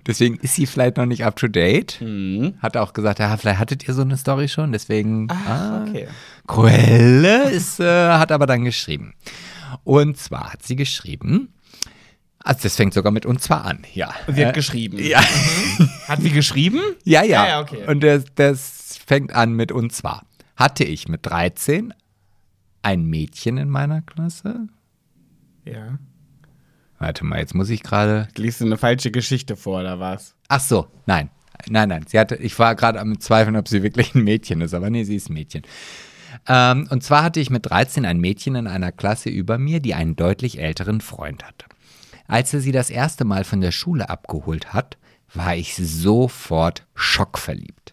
S2: Deswegen ist sie vielleicht noch nicht up to date.
S1: Mhm.
S2: Hat auch gesagt, ja, vielleicht hattet ihr so eine Story schon, deswegen. ah.
S1: Okay.
S2: Quelle ist, äh, hat aber dann geschrieben. Und zwar hat sie geschrieben. Also das fängt sogar mit und zwar an, ja.
S1: Sie hat geschrieben. Mhm.
S2: ja.
S1: Hat sie geschrieben?
S2: Ja, ja.
S1: Ah, Ja, ja, okay.
S2: Und das, das fängt an mit und zwar. Hatte ich mit 13 ein Mädchen in meiner Klasse?
S1: Ja.
S2: Warte mal, jetzt muss ich gerade.
S1: Liest du eine falsche Geschichte vor, oder was?
S2: Ach so, nein. Nein, nein. Sie hatte, ich war gerade am Zweifeln, ob sie wirklich ein Mädchen ist, aber nee, sie ist ein Mädchen. Ähm, und zwar hatte ich mit 13 ein Mädchen in einer Klasse über mir, die einen deutlich älteren Freund hatte. Als er sie das erste Mal von der Schule abgeholt hat, war ich sofort schockverliebt.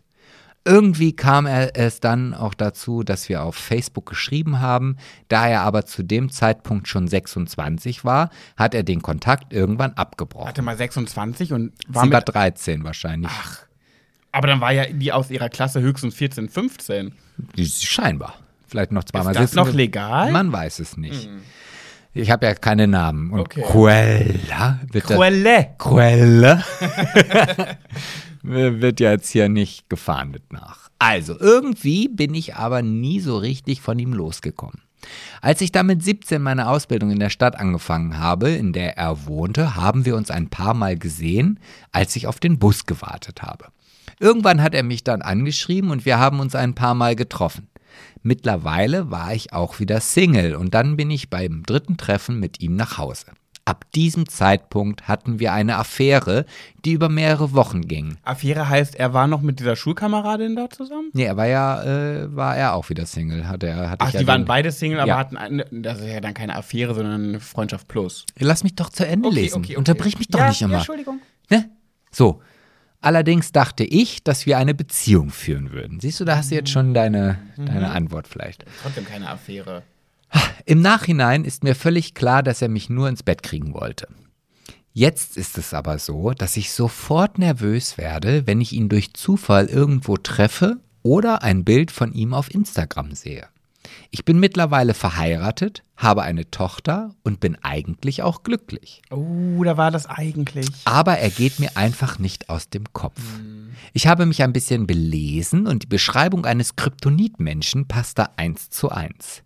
S2: Irgendwie kam er, es dann auch dazu, dass wir auf Facebook geschrieben haben. Da er aber zu dem Zeitpunkt schon 26 war, hat er den Kontakt irgendwann abgebrochen.
S1: Hatte mal 26 und war
S2: Sie war
S1: mit.
S2: 13 wahrscheinlich. Ach.
S1: Aber dann war ja die aus ihrer Klasse höchstens 14, 15.
S2: Scheinbar. Vielleicht noch zweimal
S1: Ist das
S2: sitzen.
S1: noch legal? Hm.
S2: Man weiß es nicht. Ich habe ja keine Namen. Und
S1: Okay.
S2: Cruella wird das-
S1: Quelle.
S2: Quelle wird ja jetzt hier nicht gefahndet nach. Also, irgendwie bin ich aber nie so richtig von ihm losgekommen. Als ich dann mit 17 meine Ausbildung in der Stadt angefangen habe, in der er wohnte, haben wir uns ein paar Mal gesehen, als ich auf den Bus gewartet habe. Irgendwann hat er mich dann angeschrieben und wir haben uns ein paar Mal getroffen. Mittlerweile war ich auch wieder Single und dann bin ich beim dritten Treffen mit ihm nach Hause. Ab diesem Zeitpunkt hatten wir eine Affäre, die über mehrere Wochen ging.
S1: Affäre heißt, er war noch mit dieser Schulkameradin da zusammen?
S2: Nee, er war ja, äh, war er auch wieder Single, hat er, hatte
S1: Ach,
S2: ich ja
S1: die waren
S2: den-
S1: beide Single, aber
S2: Ja.
S1: hatten eine, das ist ja dann keine Affäre, sondern Freundschaft plus.
S2: Lass mich doch zu Ende lesen. Unterbrich mich doch
S1: ja,
S2: nicht
S1: Ja,
S2: immer.
S1: Entschuldigung.
S2: ne? So. Allerdings dachte ich, dass wir eine Beziehung führen würden. Siehst du, da hast du jetzt schon deine, deine
S1: Mhm.
S2: Antwort vielleicht.
S1: Trotzdem keine Affäre.
S2: Im Nachhinein ist mir völlig klar, dass er mich nur ins Bett kriegen wollte. Jetzt ist es aber so, dass ich sofort nervös werde, wenn ich ihn durch Zufall irgendwo treffe oder ein Bild von ihm auf Instagram sehe. Ich bin mittlerweile verheiratet, habe eine Tochter und bin eigentlich auch glücklich.
S1: Oh, da war das eigentlich.
S2: Aber er geht mir einfach nicht aus dem Kopf. Ich habe mich ein bisschen belesen und die Beschreibung eines Kryptonitmenschen passt da eins zu eins.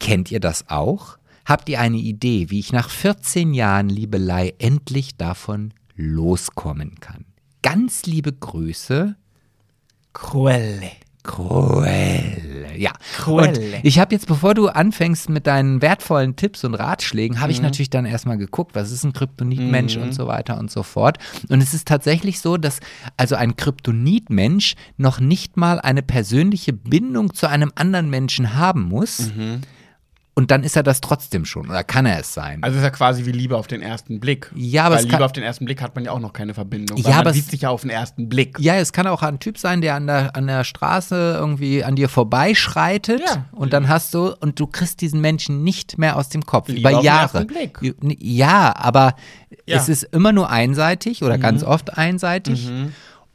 S2: Kennt ihr das auch? Habt ihr eine Idee, wie ich nach 14 Jahren Liebelei endlich davon loskommen kann? Ganz liebe Grüße,
S1: Cruelle.
S2: Cruelle. Ja.
S1: Cruelle.
S2: Und ich habe jetzt, bevor du anfängst mit deinen wertvollen Tipps und Ratschlägen, habe ich natürlich dann erstmal geguckt, was ist ein Kryptonitmensch und so weiter und so fort. Und es ist tatsächlich so, dass also ein Kryptonitmensch noch nicht mal eine persönliche Bindung zu einem anderen Menschen haben muss. und dann ist er das trotzdem schon oder kann er es sein?
S1: Also ist ja quasi wie Liebe auf den ersten Blick.
S2: Ja, aber
S1: Weil
S2: es
S1: Liebe
S2: kann-
S1: auf den ersten Blick hat man ja auch noch keine Verbindung. Weil
S2: Ja, aber
S1: man
S2: es-
S1: sieht sich ja auf den ersten Blick.
S2: Ja, es kann auch ein Typ sein, der an der, an der Straße irgendwie an dir vorbeischreitet
S1: Ja.
S2: und dann hast du und du kriegst diesen Menschen nicht mehr aus dem Kopf
S1: Liebe
S2: über
S1: auf den
S2: Jahre.
S1: ersten Blick.
S2: Ja, aber
S1: Ja. Mhm.
S2: es ist immer nur einseitig oder ganz oft einseitig.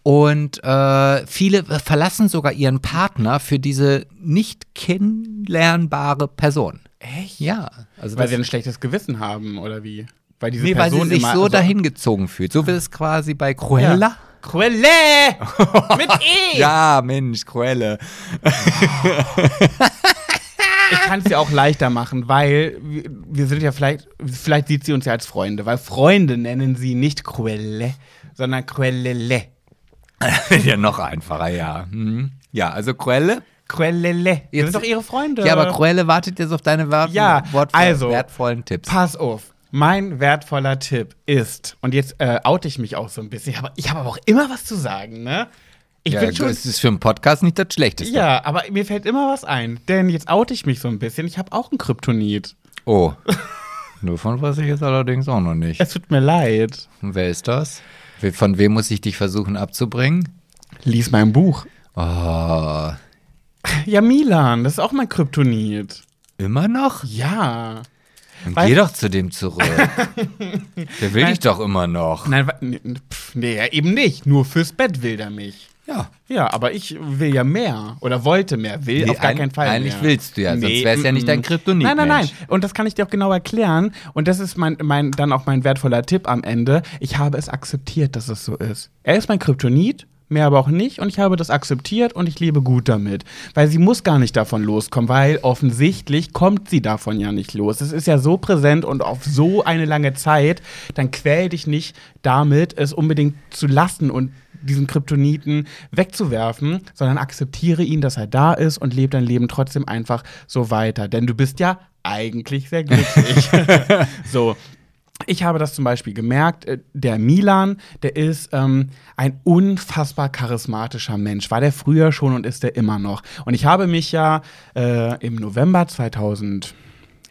S2: Und äh, viele verlassen sogar ihren Partner für diese nicht kennenlernbare Person. Echt? Ja. Also
S1: Weil
S2: das-
S1: sie ein schlechtes Gewissen haben, oder wie? Weil diese
S2: nee, weil
S1: Person
S2: sie sich
S1: immer also Ah.
S2: so dahingezogen fühlt. So wird es quasi bei
S1: Ja.
S2: Cruella.
S1: Cruelle! Mit E!
S2: Ja, Mensch, Cruella.
S1: Ich kann es ja auch leichter machen, weil wir wir sind ja vielleicht, vielleicht sieht sie uns ja als Freunde, weil Freunde nennen sie nicht Cruelle, sondern Cruellele.
S2: ja, noch einfacher, ja.
S1: Hm.
S2: Mhm. Ja, also Quelle.
S1: Cruellele. Das
S2: Jetzt-
S1: sind doch ihre Freunde.
S2: Ja, aber Quelle wartet jetzt auf deine wert
S1: Ja,
S2: wortvoll-
S1: also-
S2: wertvollen Tipps.
S1: Pass auf. Mein wertvoller Tipp ist, und jetzt äh, oute ich mich auch so ein bisschen, aber ich habe aber auch immer was zu sagen, ne? Ich
S2: ja,
S1: bin schon.
S2: das ist für einen Podcast nicht das Schlechteste.
S1: Ja, aber mir fällt immer was ein, denn jetzt oute ich mich so ein bisschen. Ich habe auch ein Kryptonit.
S2: Oh. Davon weiß ich jetzt allerdings auch noch nicht.
S1: Es tut mir leid.
S2: Und wer ist das? We- Von wem muss ich dich versuchen abzubringen?
S1: Lies mein Buch.
S2: Oh.
S1: Ja, Milan, das ist auch mein Kryptonit.
S2: Immer noch?
S1: Ja.
S2: Dann
S1: Weil-
S2: geh doch zu dem zurück. Der will dich doch immer noch.
S1: Nein, wa- n- n- pf, nee, ja, eben nicht. Nur fürs Bett will der mich.
S2: Ja.
S1: Ja, aber ich will ja mehr oder wollte mehr, will
S2: Nee,
S1: auf gar
S2: ein-
S1: keinen Fall.
S2: eigentlich
S1: mehr.
S2: willst du ja, sonst wär's ja
S1: mm,
S2: nicht dein
S1: mm.
S2: Kryptonit,
S1: Nein, nein, nein.
S2: Mensch.
S1: Und das kann ich dir auch genau erklären. Und das ist mein, mein, dann auch mein wertvoller Tipp am Ende. Ich habe es akzeptiert, dass es so ist. Er ist mein Kryptonit. Mehr aber auch nicht und ich habe das akzeptiert und ich lebe gut damit. Weil sie muss gar nicht davon loskommen, weil offensichtlich kommt sie davon ja nicht los. Es ist ja so präsent und auf so eine lange Zeit, dann quäl dich nicht damit, es unbedingt zu lassen und diesen Kryptoniten wegzuwerfen, sondern akzeptiere ihn, dass er da ist und lebe dein Leben trotzdem einfach so weiter. Denn du bist ja eigentlich sehr glücklich. so. Ich habe das zum Beispiel gemerkt, äh, der Milan, der ist ähm, ein unfassbar charismatischer Mensch. War der früher schon und ist der immer noch. Und ich habe mich ja äh, im November 2000,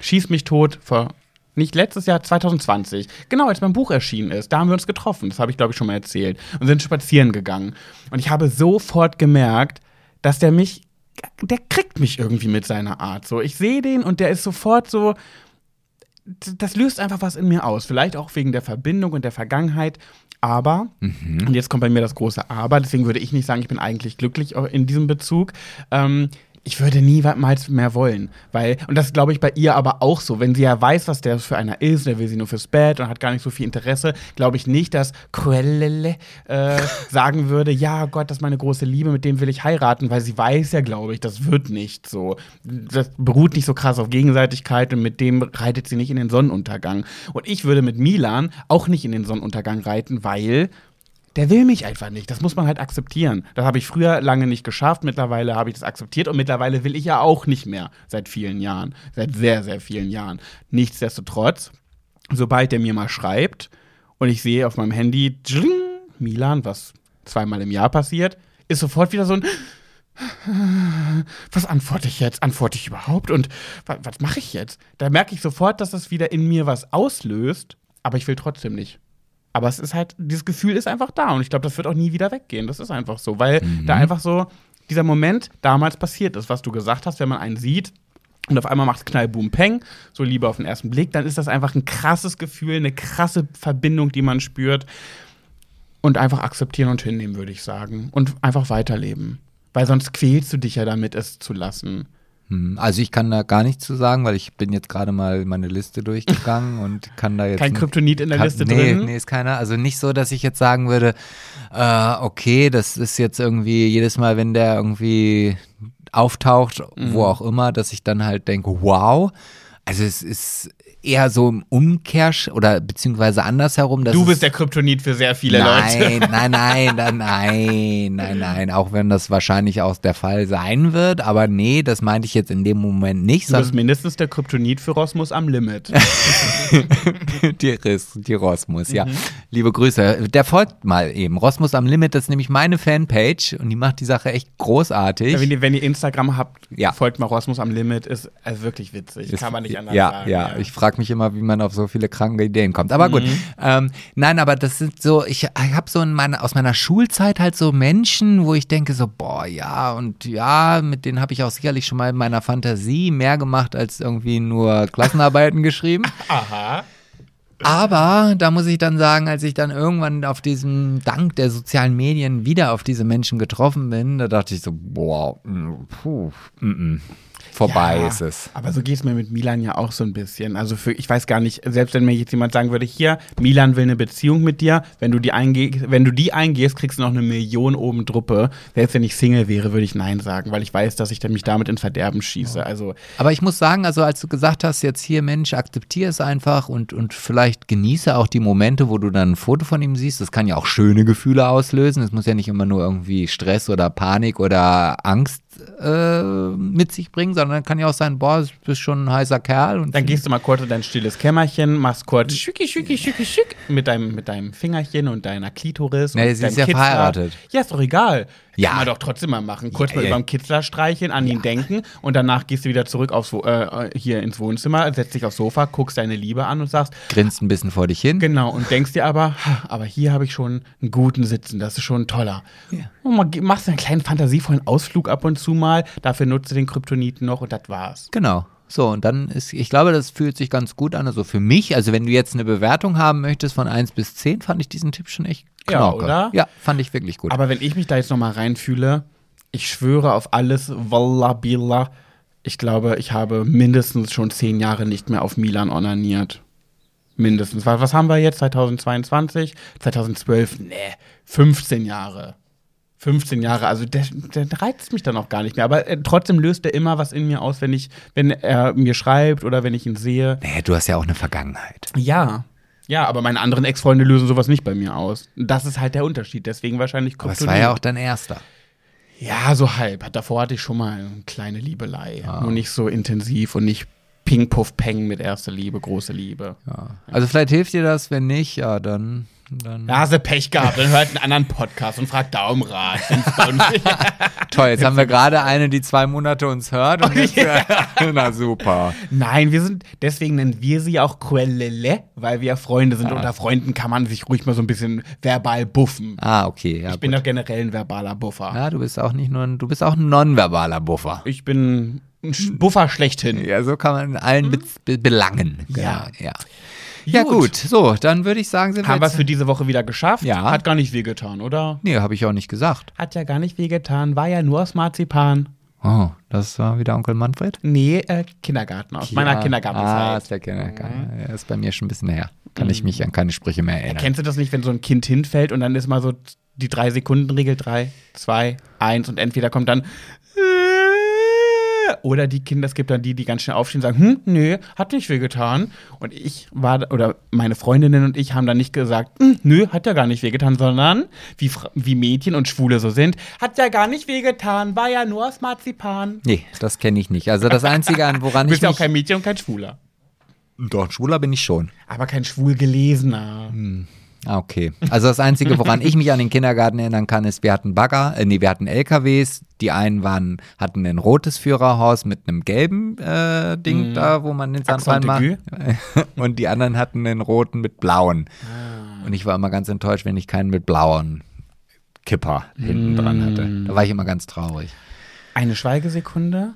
S1: schieß mich tot, vor, nicht letztes Jahr, 2020, genau als mein Buch erschienen ist, da haben wir uns getroffen, das habe ich glaube ich schon mal erzählt, und sind spazieren gegangen. Und ich habe sofort gemerkt, dass der mich, der kriegt mich irgendwie mit seiner Art. So, ich sehe den und der ist sofort so, d- das löst einfach was in mir aus. Vielleicht auch wegen der Verbindung und der Vergangenheit. Aber, und jetzt kommt bei mir das große Aber, deswegen würde ich nicht sagen, ich bin eigentlich glücklich au- in diesem Bezug. Ähm, ich würde niemals mehr wollen. Weil, und das ist, glaube ich bei ihr aber auch so, wenn sie ja weiß, was der für einer ist, der will sie nur fürs Bett und hat gar nicht so viel Interesse, glaube ich nicht, dass Cruelle äh, sagen würde, ja Gott, das ist meine große Liebe, mit dem will ich heiraten, weil sie weiß ja, glaube ich, das wird nicht so. Das beruht nicht so krass auf Gegenseitigkeit und mit dem reitet sie nicht in den Sonnenuntergang. Und ich würde mit Milan auch nicht in den Sonnenuntergang reiten, weil der will mich einfach nicht. Das muss man halt akzeptieren. Das habe ich früher lange nicht geschafft. Mittlerweile habe ich das akzeptiert und mittlerweile will ich ja auch nicht mehr. Seit vielen Jahren. Seit sehr, sehr vielen Jahren. Nichtsdestotrotz, sobald der mir mal schreibt und ich sehe auf meinem Handy, tschling, Milan, was zweimal im Jahr passiert, ist sofort wieder so ein was antworte ich jetzt? Antworte ich überhaupt? Und was, was mache ich jetzt? Da merke ich sofort, dass das wieder in mir was auslöst, aber ich will trotzdem nicht. Aber es ist halt, dieses Gefühl ist einfach da und ich glaube, das wird auch nie wieder weggehen. Das ist einfach so, weil da einfach so dieser Moment damals passiert ist, was du gesagt hast, wenn man einen sieht und auf einmal macht es Knall, Boom, Peng, so Liebe auf den ersten Blick, dann ist das einfach ein krasses Gefühl, eine krasse Verbindung, die man spürt und einfach akzeptieren und hinnehmen, würde ich sagen. Und einfach weiterleben. Weil sonst quälst du dich ja damit, es zu lassen.
S2: Hm, Also ich kann da gar nichts zu sagen, weil ich bin jetzt gerade mal meine Liste durchgegangen und kann da jetzt
S1: Kein
S2: n-
S1: Kryptonit in der
S2: kann-
S1: Liste
S2: nee,
S1: drin?
S2: Nee, ist keiner. Also nicht so, dass ich jetzt sagen würde, äh, okay, das ist jetzt irgendwie jedes Mal, wenn der irgendwie
S1: Mhm.
S2: auftaucht, wo auch immer, dass ich dann halt denke, wow. Also es ist eher so im Umkehrsch oder beziehungsweise andersherum. dass
S1: Du
S2: es-
S1: bist der Kryptonit für sehr viele Leute.
S2: nein, Nein, nein, da- nein, nein, nein. Auch wenn das wahrscheinlich auch der Fall sein wird, aber nee, das meinte ich jetzt in dem Moment nicht,
S1: Du bist
S2: sondern
S1: mindestens der Kryptonit für Rosmus am Limit.
S2: die, Riss, die Rosmus, ja. Liebe Grüße. Der folgt mal eben. Rosmus am Limit, das ist nämlich meine Fanpage und die macht die Sache echt großartig.
S1: wenn, ihr, wenn ihr Instagram habt,
S2: Ja.
S1: folgt mal Rosmus am Limit. Ist äh, wirklich witzig.
S2: Ist-
S1: Kann man nicht anders
S2: ja,
S1: sagen.
S2: Ja, ich frage mich immer, wie man auf so viele kranke Ideen kommt. Aber
S1: Mhm.
S2: gut, ähm, nein, aber das sind so, ich habe so in meiner, aus meiner Schulzeit halt so Menschen, wo ich denke so, boah, ja und ja, mit denen habe ich auch sicherlich schon mal in meiner Fantasie mehr gemacht als irgendwie nur Klassenarbeiten geschrieben.
S1: Aha.
S2: Aber da muss ich dann sagen, als ich dann irgendwann auf diesem Dank der sozialen Medien wieder auf diese Menschen getroffen bin, da dachte ich so, boah, mm, puh, mm, mm, vorbei
S1: Ja,
S2: ist es.
S1: Aber so geht es mir mit Milan ja auch so ein bisschen. Also für, ich weiß gar nicht, selbst wenn mir jetzt jemand sagen würde, hier, Milan will eine Beziehung mit dir, wenn du die, einge wenn du die eingehst, kriegst du noch eine Million oben Druppe. Selbst wenn ich Single wäre, würde ich Nein sagen, weil ich weiß, dass ich dann mich damit ins Verderben schieße. Also
S2: Aber ich muss sagen, also als du gesagt hast, jetzt hier, Mensch, akzeptiere es einfach und, und vielleicht genieße auch die Momente, wo du dann ein Foto von ihm siehst. Das kann ja auch schöne Gefühle auslösen. Es muss ja nicht immer nur irgendwie Stress oder Panik oder Angst äh, mit sich bringen, sondern kann ja auch sein, boah, du bist schon ein heißer Kerl. Und
S1: Dann gehst du mal kurz in dein stilles Kämmerchen, machst
S2: Mhm.
S1: kurz schicki, schicki, schicki, schick mit deinem, mit deinem Fingerchen und deiner Klitoris.
S2: Nee,
S1: und
S2: sie ist
S1: deinem
S2: ja
S1: Kitzler.
S2: verheiratet.
S1: Ja, ist doch egal.
S2: Ja.
S1: Kann man doch trotzdem mal machen. Kurz
S2: Ja,
S1: mal
S2: ja.
S1: überm Kitzler streicheln, an ihn denken und danach gehst du wieder zurück aufs, Wo- äh, hier ins Wohnzimmer, setzt dich aufs Sofa, guckst deine Liebe an und sagst,
S2: grinst ein bisschen vor dich hin.
S1: genau, und denkst dir aber, ha, aber hier habe ich schon einen guten Sitzen, das ist schon ein toller.
S2: Ja.
S1: Und man ge- machst einen kleinen fantasievollen Ausflug ab und zu mal, dafür nutzt du den Kryptoniten noch und das war's.
S2: Genau. So, und dann ist, ich glaube, das fühlt sich ganz gut an. Also für mich, also wenn du jetzt eine Bewertung haben möchtest von 1 bis 10, fand ich diesen Tipp schon echt
S1: Ja,
S2: knorke.
S1: oder?
S2: Ja, fand ich wirklich gut.
S1: Aber wenn ich mich da jetzt nochmal reinfühle, ich schwöre auf alles, Wallah Billah, ich glaube, ich habe mindestens schon zehn Jahre nicht mehr auf Milan onaniert. Mindestens. Was, was haben wir jetzt? 2022? 2012? Nee, 15 Jahre. 15 Jahre, also der, der reizt mich dann auch gar nicht mehr. Aber äh, trotzdem löst er immer was in mir aus, wenn ich, wenn er mir schreibt oder wenn ich ihn sehe.
S2: Naja, du hast ja auch eine Vergangenheit.
S1: Ja. Ja, aber meine anderen Ex-Freunde lösen sowas nicht bei mir aus. Das ist halt der Unterschied. Deswegen wahrscheinlich
S2: Aber es war
S1: Kryptonit.
S2: ja auch dein erster.
S1: Ja, so halb. Davor hatte ich schon mal eine kleine Liebelei. Nur nicht so intensiv und nicht Ping, Puff, Peng mit erster Liebe, große Liebe.
S2: Also vielleicht hilft dir das, wenn nicht, ja, dann. dann.
S1: Da hast du Pech gehabt, dann hört einen anderen Podcast und fragt da um Rat.
S2: Toll, jetzt haben wir gerade eine, die zwei Monate uns hört.
S1: Oh,
S2: Und jetzt, na super.
S1: Nein, wir sind, deswegen nennen wir sie auch Quellele, weil wir ja Freunde sind. Unter Freunden kann man sich ruhig mal so ein bisschen verbal buffen.
S2: Ah, okay. Ja,
S1: ich bin doch generell ein verbaler Buffer.
S2: ja, du bist auch nicht nur ein, du bist auch ein nonverbaler Buffer.
S1: Ich bin ein Sch- Buffer schlechthin.
S2: Ja, so kann man in allen Be Be Belangen. Genau,
S1: Mhm. Ja.
S2: ja. Ja, gut. So, dann würde ich sagen, sind
S1: Haben wir
S2: wir
S1: es für diese Woche wieder geschafft?
S2: Ja.
S1: Hat gar nicht wehgetan, oder?
S2: Nee, habe ich auch nicht gesagt.
S1: Hat ja gar nicht wehgetan, war ja nur aus Marzipan.
S2: Oh, das war wieder Onkel Manfred?
S1: Nee, äh, Kindergarten, aus meiner
S2: Ah,
S1: Kindergartenzeit. Mhm.
S2: ist der Kindergarten. Ja, ist bei mir schon ein bisschen her. Kann ich mich an keine Sprüche mehr erinnern.
S1: Kennst du das nicht, wenn so ein Kind hinfällt und dann ist mal so die Drei-Sekunden-Regel? Drei, zwei, eins und entweder kommt dann. äh, Oder die Kinder, es gibt dann die, die ganz schnell aufstehen und sagen, hm, nö, hat nicht viel getan. Und ich war, oder meine Freundinnen und ich haben dann nicht gesagt, hm, nö, hat ja gar nicht wehgetan, sondern wie, Fra- wie Mädchen und Schwule so sind, hat ja gar nicht wehgetan, war ja nur aus Marzipan.
S2: Nee, das kenne ich nicht. Also das Einzige, an woran
S1: Du
S2: ich
S1: bist ja auch
S2: mich...
S1: kein Mädchen und kein Schwuler.
S2: Doch, ein Schwuler bin ich schon.
S1: Aber kein Schwulgelesener.
S2: Ah, okay. Also das Einzige, woran ich mich an den Kindergarten erinnern kann, ist, wir hatten Bagger, äh, nee, wir hatten LKWs. Die einen waren, hatten ein rotes Führerhaus mit einem gelben äh, Ding
S1: Mhm.
S2: da, wo man den Sand
S1: Axon
S2: reinmacht.
S1: Degu.
S2: Und die anderen hatten einen roten mit blauen.
S1: Ah.
S2: Und ich war immer ganz enttäuscht, wenn ich keinen mit blauen Kipper hinten
S1: Mhm.
S2: dran hatte. Da war ich immer ganz traurig.
S1: Eine Schweigesekunde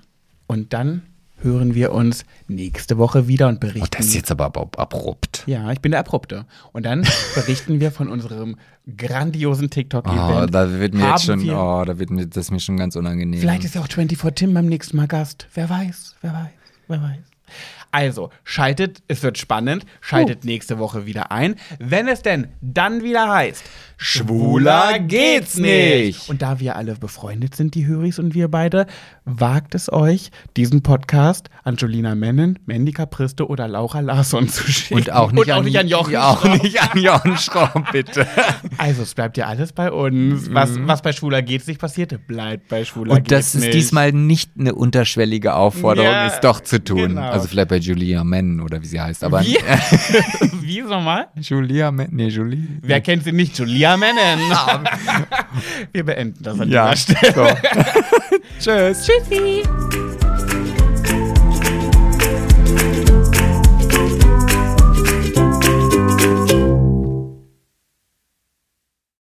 S1: und dann hören wir uns nächste Woche wieder und berichten.
S2: Oh, das ist jetzt aber ab- abrupt.
S1: ja, ich bin der Abrupte. Und dann berichten wir von unserem grandiosen TikTok-Event.
S2: Oh, da wird mir
S1: Haben
S2: jetzt schon,
S1: wir-
S2: oh, da wird mir, das ist mir schon ganz unangenehm.
S1: Vielleicht ist ja auch 24 Tim beim nächsten Mal Gast. Wer weiß, wer weiß, wer weiß. Also, schaltet, es wird spannend, schaltet nächste Woche wieder ein, wenn es denn dann wieder heißt,
S2: Schwuler geht's nicht.
S1: Und da wir alle befreundet sind, die Höris und wir beide, wagt es euch, diesen Podcast an Julina Mennen, Mandy Capristo oder Laura Larsson zu schicken.
S2: Und auch nicht,
S1: und auch nicht an Jochen.
S2: Auch
S1: Schraub.
S2: nicht an Jochen Schraub, bitte.
S1: Also, es bleibt ja alles bei uns. Was, was bei Schwuler geht's nicht passierte, bleibt bei Schwuler
S2: Mhm. Und
S1: geht's
S2: dass
S1: nicht.
S2: es diesmal nicht eine unterschwellige Aufforderung
S1: Ja,
S2: ist, doch zu tun.
S1: genau.
S2: Also vielleicht bei Julia Mennen oder wie sie heißt. Aber
S1: Wie? Wie so mal?
S2: Julia Mennen, nee, Julie.
S1: Wer kennt sie nicht? Julia Mennen. Wir beenden das an
S2: Ja,
S1: dieser Stelle.
S2: so. Tschüss.
S1: Tschüssi.